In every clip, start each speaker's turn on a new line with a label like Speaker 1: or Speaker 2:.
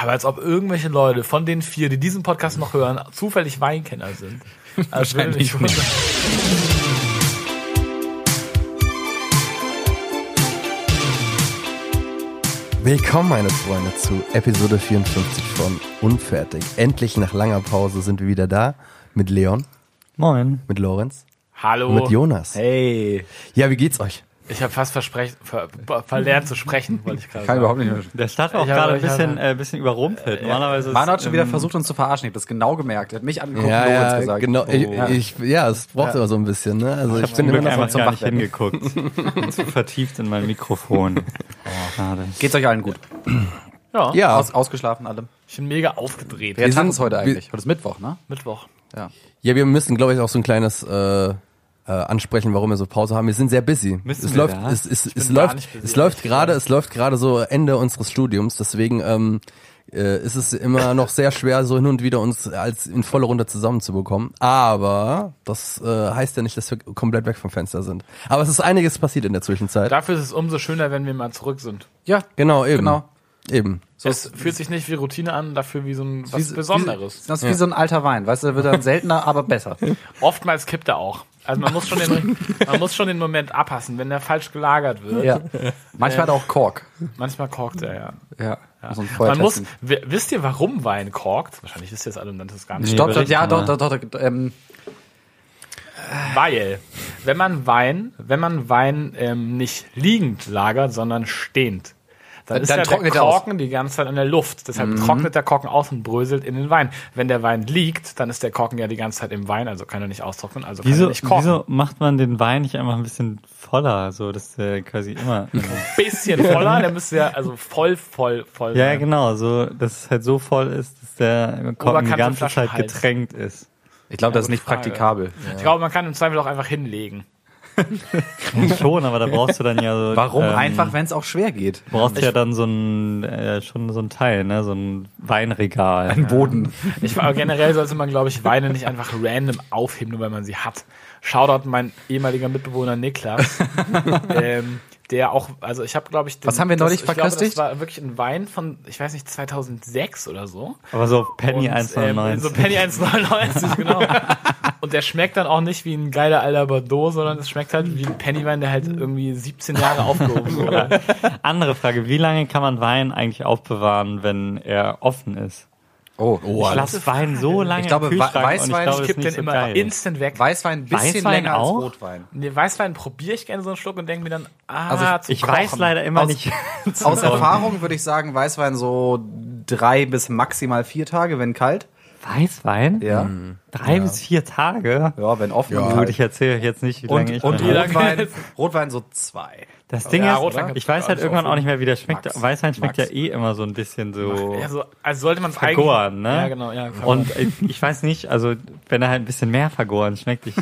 Speaker 1: Aber als ob irgendwelche Leute von den vier, die diesen Podcast noch hören, zufällig Weinkenner sind. Also würde mich
Speaker 2: Wahrscheinlich nicht.
Speaker 1: wundern.
Speaker 3: Willkommen, meine Freunde, zu Episode 54 von Unfertig. Endlich nach langer Pause sind wir wieder da mit Leon,
Speaker 2: Moin.
Speaker 3: mit Lorenz.
Speaker 1: Hallo.
Speaker 3: Mit Jonas.
Speaker 1: Oh. Hey.
Speaker 3: Ja, wie geht's euch?
Speaker 1: Ich habe fast versprech, ver, ver- verlernt zu sprechen, wollte ich gerade sagen.
Speaker 4: Kann überhaupt nicht mehr.
Speaker 2: Der Start war auch
Speaker 1: Ich hab-
Speaker 2: gerade ein
Speaker 1: ich hab-
Speaker 2: bisschen, äh, bisschen überrumpelt. Normalerweise
Speaker 4: Manu hat
Speaker 2: ist,
Speaker 4: schon wieder
Speaker 2: ähm,
Speaker 4: versucht, uns zu verarschen. Ich hab das genau gemerkt. Er hat mich angeguckt und Lorenz
Speaker 3: ja,
Speaker 4: gesagt.
Speaker 3: genau. Ich,
Speaker 4: Ja.
Speaker 3: ich, ja, es braucht immer so ein bisschen. Ne? Also ich,
Speaker 2: Ich
Speaker 3: bin
Speaker 2: bin
Speaker 3: immer
Speaker 2: Glück
Speaker 3: noch
Speaker 2: einfach
Speaker 3: so
Speaker 2: gar nicht
Speaker 3: wach.
Speaker 2: hingeguckt. Bin zu vertieft in mein Mikrofon. Oh, schade.
Speaker 4: Geht's euch allen gut?
Speaker 1: Ja.
Speaker 3: Ja,
Speaker 4: Aus, ausgeschlafen alle?
Speaker 1: Ich bin mega aufgedreht.
Speaker 4: Wer
Speaker 3: Wir
Speaker 4: tanzt
Speaker 3: sind-
Speaker 4: heute
Speaker 3: wir-
Speaker 4: eigentlich? Heute ist Mittwoch, ne?
Speaker 1: Mittwoch.
Speaker 4: Ja.
Speaker 3: ja, wir müssen, glaube ich, auch so ein kleines äh, äh, ansprechen, warum wir so Pause haben. Wir sind sehr busy.
Speaker 2: Müssen
Speaker 3: es
Speaker 2: wir
Speaker 3: läuft,
Speaker 2: da?
Speaker 3: es, es, es
Speaker 1: bin gar
Speaker 3: läuft,
Speaker 1: nicht busy,
Speaker 3: es läuft
Speaker 1: ehrlich
Speaker 3: gerade, es läuft gerade so Ende unseres Studiums. Deswegen ähm, äh, ist es immer noch sehr schwer, so hin und wieder uns als in volle Runde zusammenzubekommen. Aber das äh, heißt ja nicht, dass wir komplett weg vom Fenster sind. Aber es ist einiges passiert in der Zwischenzeit.
Speaker 1: Dafür ist es umso schöner, wenn wir mal zurück sind.
Speaker 4: Ja,
Speaker 3: Genau, eben.
Speaker 4: Genau.
Speaker 3: Eben.
Speaker 1: es fühlt sich nicht wie Routine an, dafür wie so ein was
Speaker 4: wie-
Speaker 1: Besonderes.
Speaker 4: Wie, das ist wie so ein alter Wein, weißt du, der wird dann seltener, aber besser.
Speaker 1: Oftmals kippt er auch. Also man muss schon den, man muss schon den Moment abpassen, wenn der falsch gelagert wird.
Speaker 4: Ja. Manchmal hat er auch Kork.
Speaker 1: Manchmal korkt er ja.
Speaker 4: Ja. Muss man vorher
Speaker 1: Man muss,
Speaker 4: testen.
Speaker 1: wi- wisst ihr, warum Wein korkt? Wahrscheinlich wisst ihr es alle und dann ist es gar nicht.
Speaker 4: Stopp,
Speaker 2: berichten
Speaker 4: ja, doch,
Speaker 2: mal.
Speaker 4: doch, doch, doch ähm,
Speaker 1: Weil, wenn man Wein, wenn man Wein ähm, nicht liegend lagert, sondern stehend, dann,
Speaker 4: Dann-
Speaker 1: ist
Speaker 4: dann
Speaker 1: ja der
Speaker 4: trocknet er aus. Mhm.
Speaker 1: Korken die ganze Zeit in der Luft. Deshalb trocknet der Korken aus und bröselt in den Wein. Wenn der Wein liegt, dann ist der Korken ja die ganze Zeit im Wein, also kann er nicht austrocknen, also kann er
Speaker 2: Wieso,
Speaker 1: nicht korken.
Speaker 2: wieso macht man den Wein nicht einfach ein bisschen voller, so dass der quasi immer.
Speaker 1: Bisschen voller, der müsste ja also voll, voll, voll.
Speaker 2: ja,
Speaker 1: sein.
Speaker 2: genau, so dass es halt so voll ist, dass der Korken die
Speaker 1: Oberkante
Speaker 2: ganze Zeit
Speaker 1: Flaschenhals.
Speaker 2: getränkt ist.
Speaker 4: ich glaube, das ist
Speaker 1: gute
Speaker 4: nicht
Speaker 1: Frage.
Speaker 4: praktikabel.
Speaker 1: Ich glaube, man kann im Zweifel auch einfach hinlegen.
Speaker 2: Schon, aber da brauchst du dann ja so.
Speaker 4: Warum?
Speaker 2: ähm,
Speaker 4: Einfach, wenn es auch schwer geht.
Speaker 2: brauchst du ja dann so ein äh, schon so ein Teil, ne, so ein Weinregal.
Speaker 4: Im Boden.
Speaker 1: Ich, aber generell sollte man, glaube ich, Weine nicht einfach random aufheben, nur weil man sie hat. Shoutout mein ehemaliger Mitbewohner Niklas, ähm, der auch, also ich habe, glaube ich, den,
Speaker 4: Was haben wir neulich
Speaker 1: das, ich
Speaker 4: verköstigt?
Speaker 1: Glaube, das war wirklich ein Wein von, ich weiß nicht, 2006 oder so.
Speaker 2: Aber so auf Penny
Speaker 1: Und,
Speaker 2: 1,99.
Speaker 1: ähm, so Penny 1,99, genau. Und der schmeckt dann auch nicht wie ein geiler Alter Bordeaux, sondern es schmeckt halt wie ein Pennywein, der halt irgendwie 17 Jahre aufgehoben wurde.
Speaker 2: Andere Frage, wie lange kann man Wein eigentlich aufbewahren, wenn er offen ist?
Speaker 4: Oh,
Speaker 2: Ich lasse Wein so lange
Speaker 4: Ich glaube,
Speaker 2: im Kühlschrank
Speaker 4: Wa-
Speaker 2: und
Speaker 4: Weißwein
Speaker 2: glaube,
Speaker 4: Das
Speaker 1: Kippt
Speaker 2: es
Speaker 1: den
Speaker 2: ist nicht
Speaker 1: immer
Speaker 2: so geil.
Speaker 1: instant weg.
Speaker 4: Weißwein ein bisschen
Speaker 2: Weißwein
Speaker 4: länger
Speaker 2: auch?
Speaker 4: als Rotwein.
Speaker 1: Nee, Weißwein probiere ich gerne so einen Schluck und denke mir dann, ah,
Speaker 4: Also ich-
Speaker 1: zum
Speaker 2: Ich weiß
Speaker 1: Kochen.
Speaker 2: leider immer
Speaker 4: Aus-
Speaker 2: nicht. zu
Speaker 4: Aus
Speaker 2: kochen.
Speaker 4: Erfahrung würde ich sagen, Weißwein so drei bis maximal vier Tage, wenn kalt.
Speaker 2: Weißwein?
Speaker 4: Ja.
Speaker 2: Drei bis vier Tage?
Speaker 4: Ja, wenn offen
Speaker 3: Ja.
Speaker 4: und
Speaker 2: Gut,
Speaker 4: kalt.
Speaker 2: ich erzähle euch jetzt nicht, wie lange
Speaker 4: Und,
Speaker 2: ich
Speaker 4: und
Speaker 2: mein-
Speaker 1: lange-
Speaker 4: Rotwein, Rotwein so zwei.
Speaker 2: Das Ding
Speaker 1: Ja,
Speaker 2: ist,
Speaker 1: Rotwein
Speaker 2: ich weiß halt
Speaker 1: kannst du
Speaker 2: irgendwann
Speaker 1: aufheben.
Speaker 2: auch nicht mehr, wie der schmeckt.
Speaker 4: Max.
Speaker 2: Weißwein schmeckt
Speaker 4: Max.
Speaker 2: ja eh immer so ein bisschen so.
Speaker 1: Ja, so, also sollte man es eigentlich.
Speaker 2: Vergoren, ne?
Speaker 1: Ja, genau, ja. kann man.
Speaker 2: Und ich, ich weiß nicht, also wenn er halt ein bisschen mehr vergoren schmeckt, ich,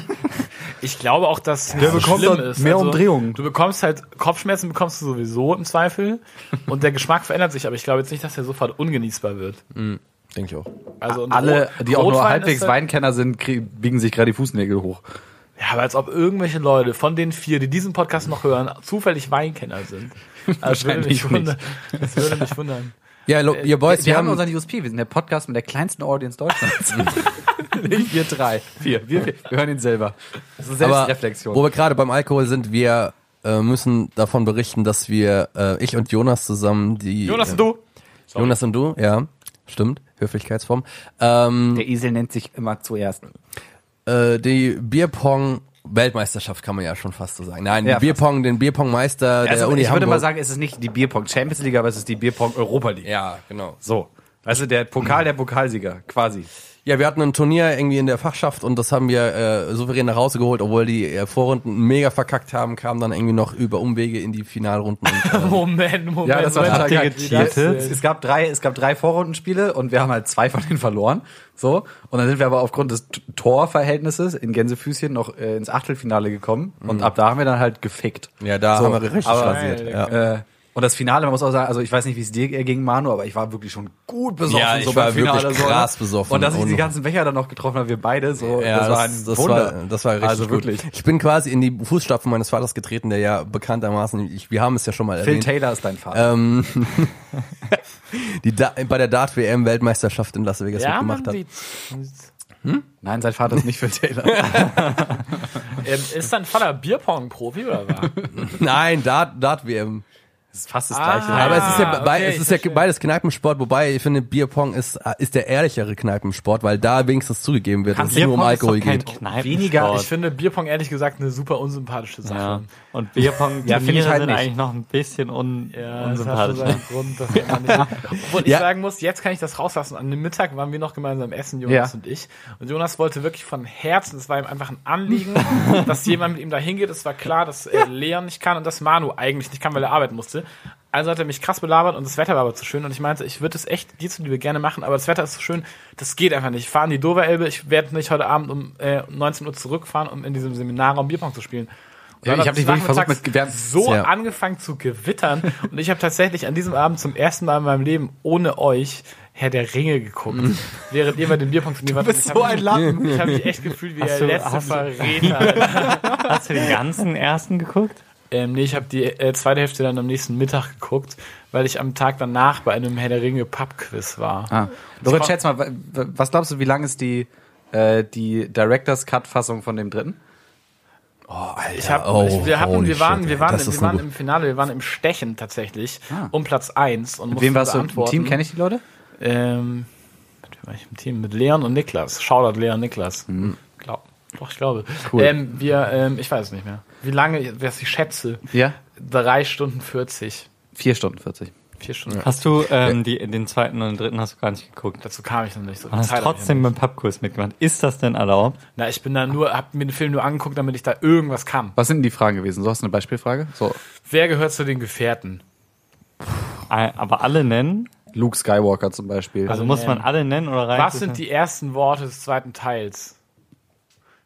Speaker 1: ich glaube auch, dass der
Speaker 4: bekommt
Speaker 1: schlimm
Speaker 4: dann
Speaker 1: ist.
Speaker 4: halt
Speaker 1: Also,
Speaker 4: mehr Umdrehungen.
Speaker 1: Du bekommst halt Kopfschmerzen, bekommst du sowieso im Zweifel. Und der Geschmack verändert sich, aber ich glaube jetzt nicht, dass der sofort ungenießbar wird.
Speaker 3: Denke ich auch.
Speaker 1: Also und
Speaker 4: Alle,
Speaker 1: Rot-
Speaker 4: die auch nur
Speaker 1: Rotwein
Speaker 4: halbwegs
Speaker 1: ist halt-
Speaker 4: Weinkenner sind, krie- biegen sich gerade die Fußnägel hoch.
Speaker 1: Ja, aber als ob irgendwelche Leute von den vier, die diesen Podcast noch hören, zufällig Weinkenner sind. Das würde mich
Speaker 4: Wahrscheinlich
Speaker 1: wundern. Das würde mich wundern.
Speaker 3: Ja, lo- ihr Boys,
Speaker 4: Äh, wir haben, unseren USP, wir sind der Podcast mit der kleinsten Audience Deutschlands. Nicht wir drei. Vier. Wir, wir, wir hören ihn selber. Das ist Selbstreflexion.
Speaker 3: Wo wir gerade beim Alkohol sind, wir äh, müssen davon berichten, dass wir, äh, ich und Jonas zusammen die.
Speaker 1: Jonas
Speaker 3: äh,
Speaker 1: und du?
Speaker 3: Jonas und du, ja, stimmt, Höflichkeitsform. Ähm,
Speaker 4: der Esel nennt sich immer zuerst.
Speaker 3: äh, die Bierpong. Weltmeisterschaft kann man ja schon fast so sagen. Nein, die
Speaker 4: Ja, fast.
Speaker 3: Bierpong, den Bierpongmeister der
Speaker 4: Also,
Speaker 3: Uni
Speaker 4: ich würde
Speaker 3: Hamburg.
Speaker 4: mal sagen, es ist nicht die Bierpong Champions League, aber es ist die Bierpong Europa League.
Speaker 3: ja, genau.
Speaker 4: So. Also der Pokal der Pokalsieger, quasi.
Speaker 3: Ja, wir hatten ein Turnier irgendwie in der Fachschaft und das haben wir äh, souverän nach Hause geholt, obwohl die äh, Vorrunden mega verkackt haben, kamen dann irgendwie noch über Umwege in die Finalrunden. Und, äh,
Speaker 1: Moment, Moment.
Speaker 4: Ja, das war
Speaker 1: Moment.
Speaker 4: total
Speaker 2: Habt ihr
Speaker 4: geil.
Speaker 2: getiertet?
Speaker 4: Ja, Es, es gab drei, es gab drei Vorrundenspiele und wir haben halt zwei von denen verloren. So. Und dann sind wir aber aufgrund des T- Torverhältnisses in Gänsefüßchen noch äh, ins Achtelfinale gekommen. Und ab da haben wir dann halt gefickt.
Speaker 3: Mhm. ja, da
Speaker 4: So,
Speaker 3: haben wir richtig
Speaker 4: aber-
Speaker 3: rasiert. Ja.
Speaker 4: Äh, Und das Finale, man muss auch sagen, also ich weiß nicht, wie es dir ging, Manu, aber ich war wirklich schon gut besoffen.
Speaker 3: Ja, ich
Speaker 4: so beim
Speaker 3: war wirklich
Speaker 4: Finale, so,
Speaker 3: krass
Speaker 4: ne?
Speaker 3: besoffen.
Speaker 4: Und dass ich
Speaker 3: Und-
Speaker 4: die ganzen Becher dann noch getroffen habe, wir beide, so,
Speaker 3: Ja,
Speaker 4: das war ein
Speaker 3: das
Speaker 4: Wunder.
Speaker 3: War, das war richtig
Speaker 4: Also wirklich.
Speaker 3: gut. Ich bin quasi in die Fußstapfen meines Vaters getreten, der ja bekanntermaßen, ich, wir haben es ja schon mal
Speaker 4: Phil
Speaker 3: erwähnt,
Speaker 4: Taylor ist dein Vater.
Speaker 3: ähm, die da bei der Dart WM Weltmeisterschaft in Las Vegas
Speaker 1: ja, man
Speaker 3: mitgemacht hat.
Speaker 1: sieht.
Speaker 4: Nein, sein Vater ist nicht Phil Taylor.
Speaker 1: Ähm, ist dein Vater Bierpong-Profi oder war?
Speaker 3: Nein, Dart, Dart WM.
Speaker 4: Das ist fast das
Speaker 1: Ah.
Speaker 4: Gleiche.
Speaker 3: Aber es ist ja,
Speaker 1: okay,
Speaker 3: bei,
Speaker 1: ich
Speaker 3: es ist ja
Speaker 1: verstehe.
Speaker 3: beides Kneipensport, wobei ich finde, Bierpong ist, ist der ehrlichere Kneipensport, weil da wenigstens zugegeben wird, dass es nur um
Speaker 2: Bierpong ist doch
Speaker 3: Alkohol
Speaker 2: kein
Speaker 3: geht.
Speaker 2: Kneipensport.
Speaker 4: Weniger,
Speaker 1: Ich finde Bierpong ehrlich gesagt eine super unsympathische Sache.
Speaker 2: ja. Und Bierpong
Speaker 4: Ja, find ich halt
Speaker 2: sind
Speaker 4: nicht.
Speaker 2: eigentlich noch ein bisschen un
Speaker 1: Ja, das hat schon seinen
Speaker 2: unsympathisch. Ne?
Speaker 1: Grund, dass man nicht, Obwohl ich
Speaker 3: Ja.
Speaker 1: sagen muss, jetzt kann ich das rauslassen. An dem Mittag waren wir noch gemeinsam essen, Jonas
Speaker 4: Ja.
Speaker 1: und ich. Und Jonas wollte wirklich von Herzen, es war ihm einfach ein Anliegen, dass jemand mit ihm da hingeht. Es war klar, dass äh, Leon nicht kann und dass Manu eigentlich nicht kann, weil er arbeiten musste. Also hat er mich krass belabert und das Wetter war aber zu schön. Und ich meinte, ich würde es echt dir zuliebe gerne machen, aber das Wetter ist so schön, das geht einfach nicht. Ich fahre in die Dover-Elbe, ich werde nicht heute Abend um äh, 19 Uhr zurückfahren, um in diesem Seminarraum Bierpong zu spielen. Und
Speaker 4: Ja,
Speaker 1: dann
Speaker 4: ich
Speaker 1: hat
Speaker 4: hab dich
Speaker 1: es
Speaker 4: wirklich versucht,
Speaker 1: nachmittags
Speaker 4: mit- wir haben-
Speaker 1: so
Speaker 3: Ja.
Speaker 1: angefangen zu gewittern und ich habe tatsächlich an diesem Abend zum ersten Mal in meinem Leben ohne euch Herr der Ringe geguckt, während ihr bei dem Bierpunkt von mir wart. Du
Speaker 4: Mhm. so ein Lappen.
Speaker 1: Ich habe mich echt gefühlt wie der
Speaker 2: du-
Speaker 1: letzte
Speaker 2: hast du-
Speaker 1: Verräter.
Speaker 2: Hast du den ganzen ersten geguckt?
Speaker 1: ähm, nee, ich habe die äh, zweite Hälfte dann am nächsten Mittag geguckt, weil ich am Tag danach bei einem Herr der Ringe Pub-Quiz war.
Speaker 4: Ah. Lorenz, schätz mal, wa- wa- was glaubst du, wie lang ist die, äh, die Directors Cut-Fassung von dem dritten?
Speaker 1: Ich hab,
Speaker 3: oh,
Speaker 1: ich, wir, hatten,
Speaker 3: holy
Speaker 1: wir waren,
Speaker 3: shit,
Speaker 1: wir
Speaker 3: ey,
Speaker 1: waren, im,
Speaker 3: das
Speaker 1: wir
Speaker 3: ist eine
Speaker 1: waren
Speaker 3: gute-
Speaker 1: im Finale, wir waren im Stechen tatsächlich
Speaker 4: Ah.
Speaker 1: um Platz 1 und
Speaker 4: Mit wem warst du? Im
Speaker 1: beantworten.
Speaker 4: Team kenne ich die Leute?
Speaker 1: Ähm, mit wem war ich im Team? Mit Leon und Niklas. Shoutout Leon und Niklas. Glaub, doch, ich glaube. Cool. Ähm, wir, ähm, ich weiß es nicht mehr. Wie lange, was ich schätze?
Speaker 4: Ja.
Speaker 1: Drei Stunden 40.
Speaker 4: Vier Stunden 40.
Speaker 1: Vier Stunden.
Speaker 2: Hast du ähm, die, den zweiten und den dritten hast du gar nicht geguckt?
Speaker 1: Dazu kam ich noch nicht. So viel
Speaker 2: Und hast
Speaker 1: Zeit hab ich
Speaker 2: trotzdem
Speaker 1: noch
Speaker 2: beim Pubquiz mitgemacht. Ist das denn erlaubt?
Speaker 1: nicht. Na, ich bin da nur, hab mir den Film nur angeguckt, damit ich da irgendwas kann.
Speaker 4: Was sind denn die Fragen gewesen? So hast du eine Beispielfrage? So,
Speaker 1: Wer gehört zu den Gefährten?
Speaker 2: Ei- Äh, Aber alle nennen?
Speaker 4: Luke Skywalker zum Beispiel.
Speaker 2: Also muss man
Speaker 1: nennen.
Speaker 2: alle nennen oder reicht
Speaker 1: Was
Speaker 2: es
Speaker 1: sind
Speaker 2: nicht?
Speaker 1: die ersten Worte des zweiten Teils?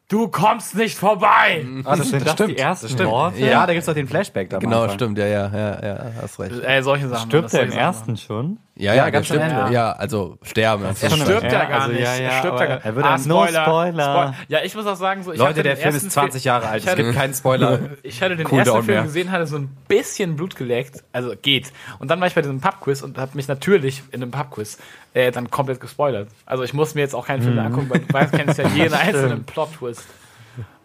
Speaker 1: Du kommst nicht vorbei!
Speaker 4: Mhm.
Speaker 2: Ah, das sind das die ersten Worte?
Speaker 4: ja, da gibt's doch den Flashback da. am
Speaker 3: Genau,
Speaker 4: Anfang.
Speaker 3: stimmt, ja, ja, ja, ja, hast recht.
Speaker 1: Äh, solche Sachen.
Speaker 2: Stirbt
Speaker 1: das soll
Speaker 2: er im
Speaker 1: ich sagen.
Speaker 2: ersten schon?
Speaker 3: Ja, ja,
Speaker 4: ganz
Speaker 3: ganz
Speaker 4: am
Speaker 3: stimmt.
Speaker 1: Ende.
Speaker 3: Ja, also sterben.
Speaker 2: schon
Speaker 1: Stirbt
Speaker 2: Ja,
Speaker 1: er gar
Speaker 2: also,
Speaker 1: nicht.
Speaker 2: ja, ja,
Speaker 1: er stirbt
Speaker 2: aber
Speaker 1: er gar nicht. Ah,
Speaker 2: er würde- No Spoiler.
Speaker 1: Ja, ich muss auch sagen, so, ich hatte
Speaker 4: Leute,
Speaker 1: den
Speaker 4: der Film
Speaker 1: ersten
Speaker 4: ist 20 Jahre alt.
Speaker 1: Ich
Speaker 4: Es
Speaker 1: hatte,
Speaker 4: gibt keinen Spoiler.
Speaker 1: ich hatte den
Speaker 4: Cool
Speaker 1: ersten
Speaker 4: down
Speaker 1: Film
Speaker 4: mehr.
Speaker 1: gesehen, hatte so ein bisschen Blut geleckt. Also geht. Und dann war ich bei diesem Pubquiz und habe mich natürlich in dem Pubquiz äh, dann komplett gespoilert. Also ich muss mir jetzt auch keinen
Speaker 2: Mhm.
Speaker 1: Film mehr angucken, weil du weißt, kennst ja jeden einzelnen Plot-Twist.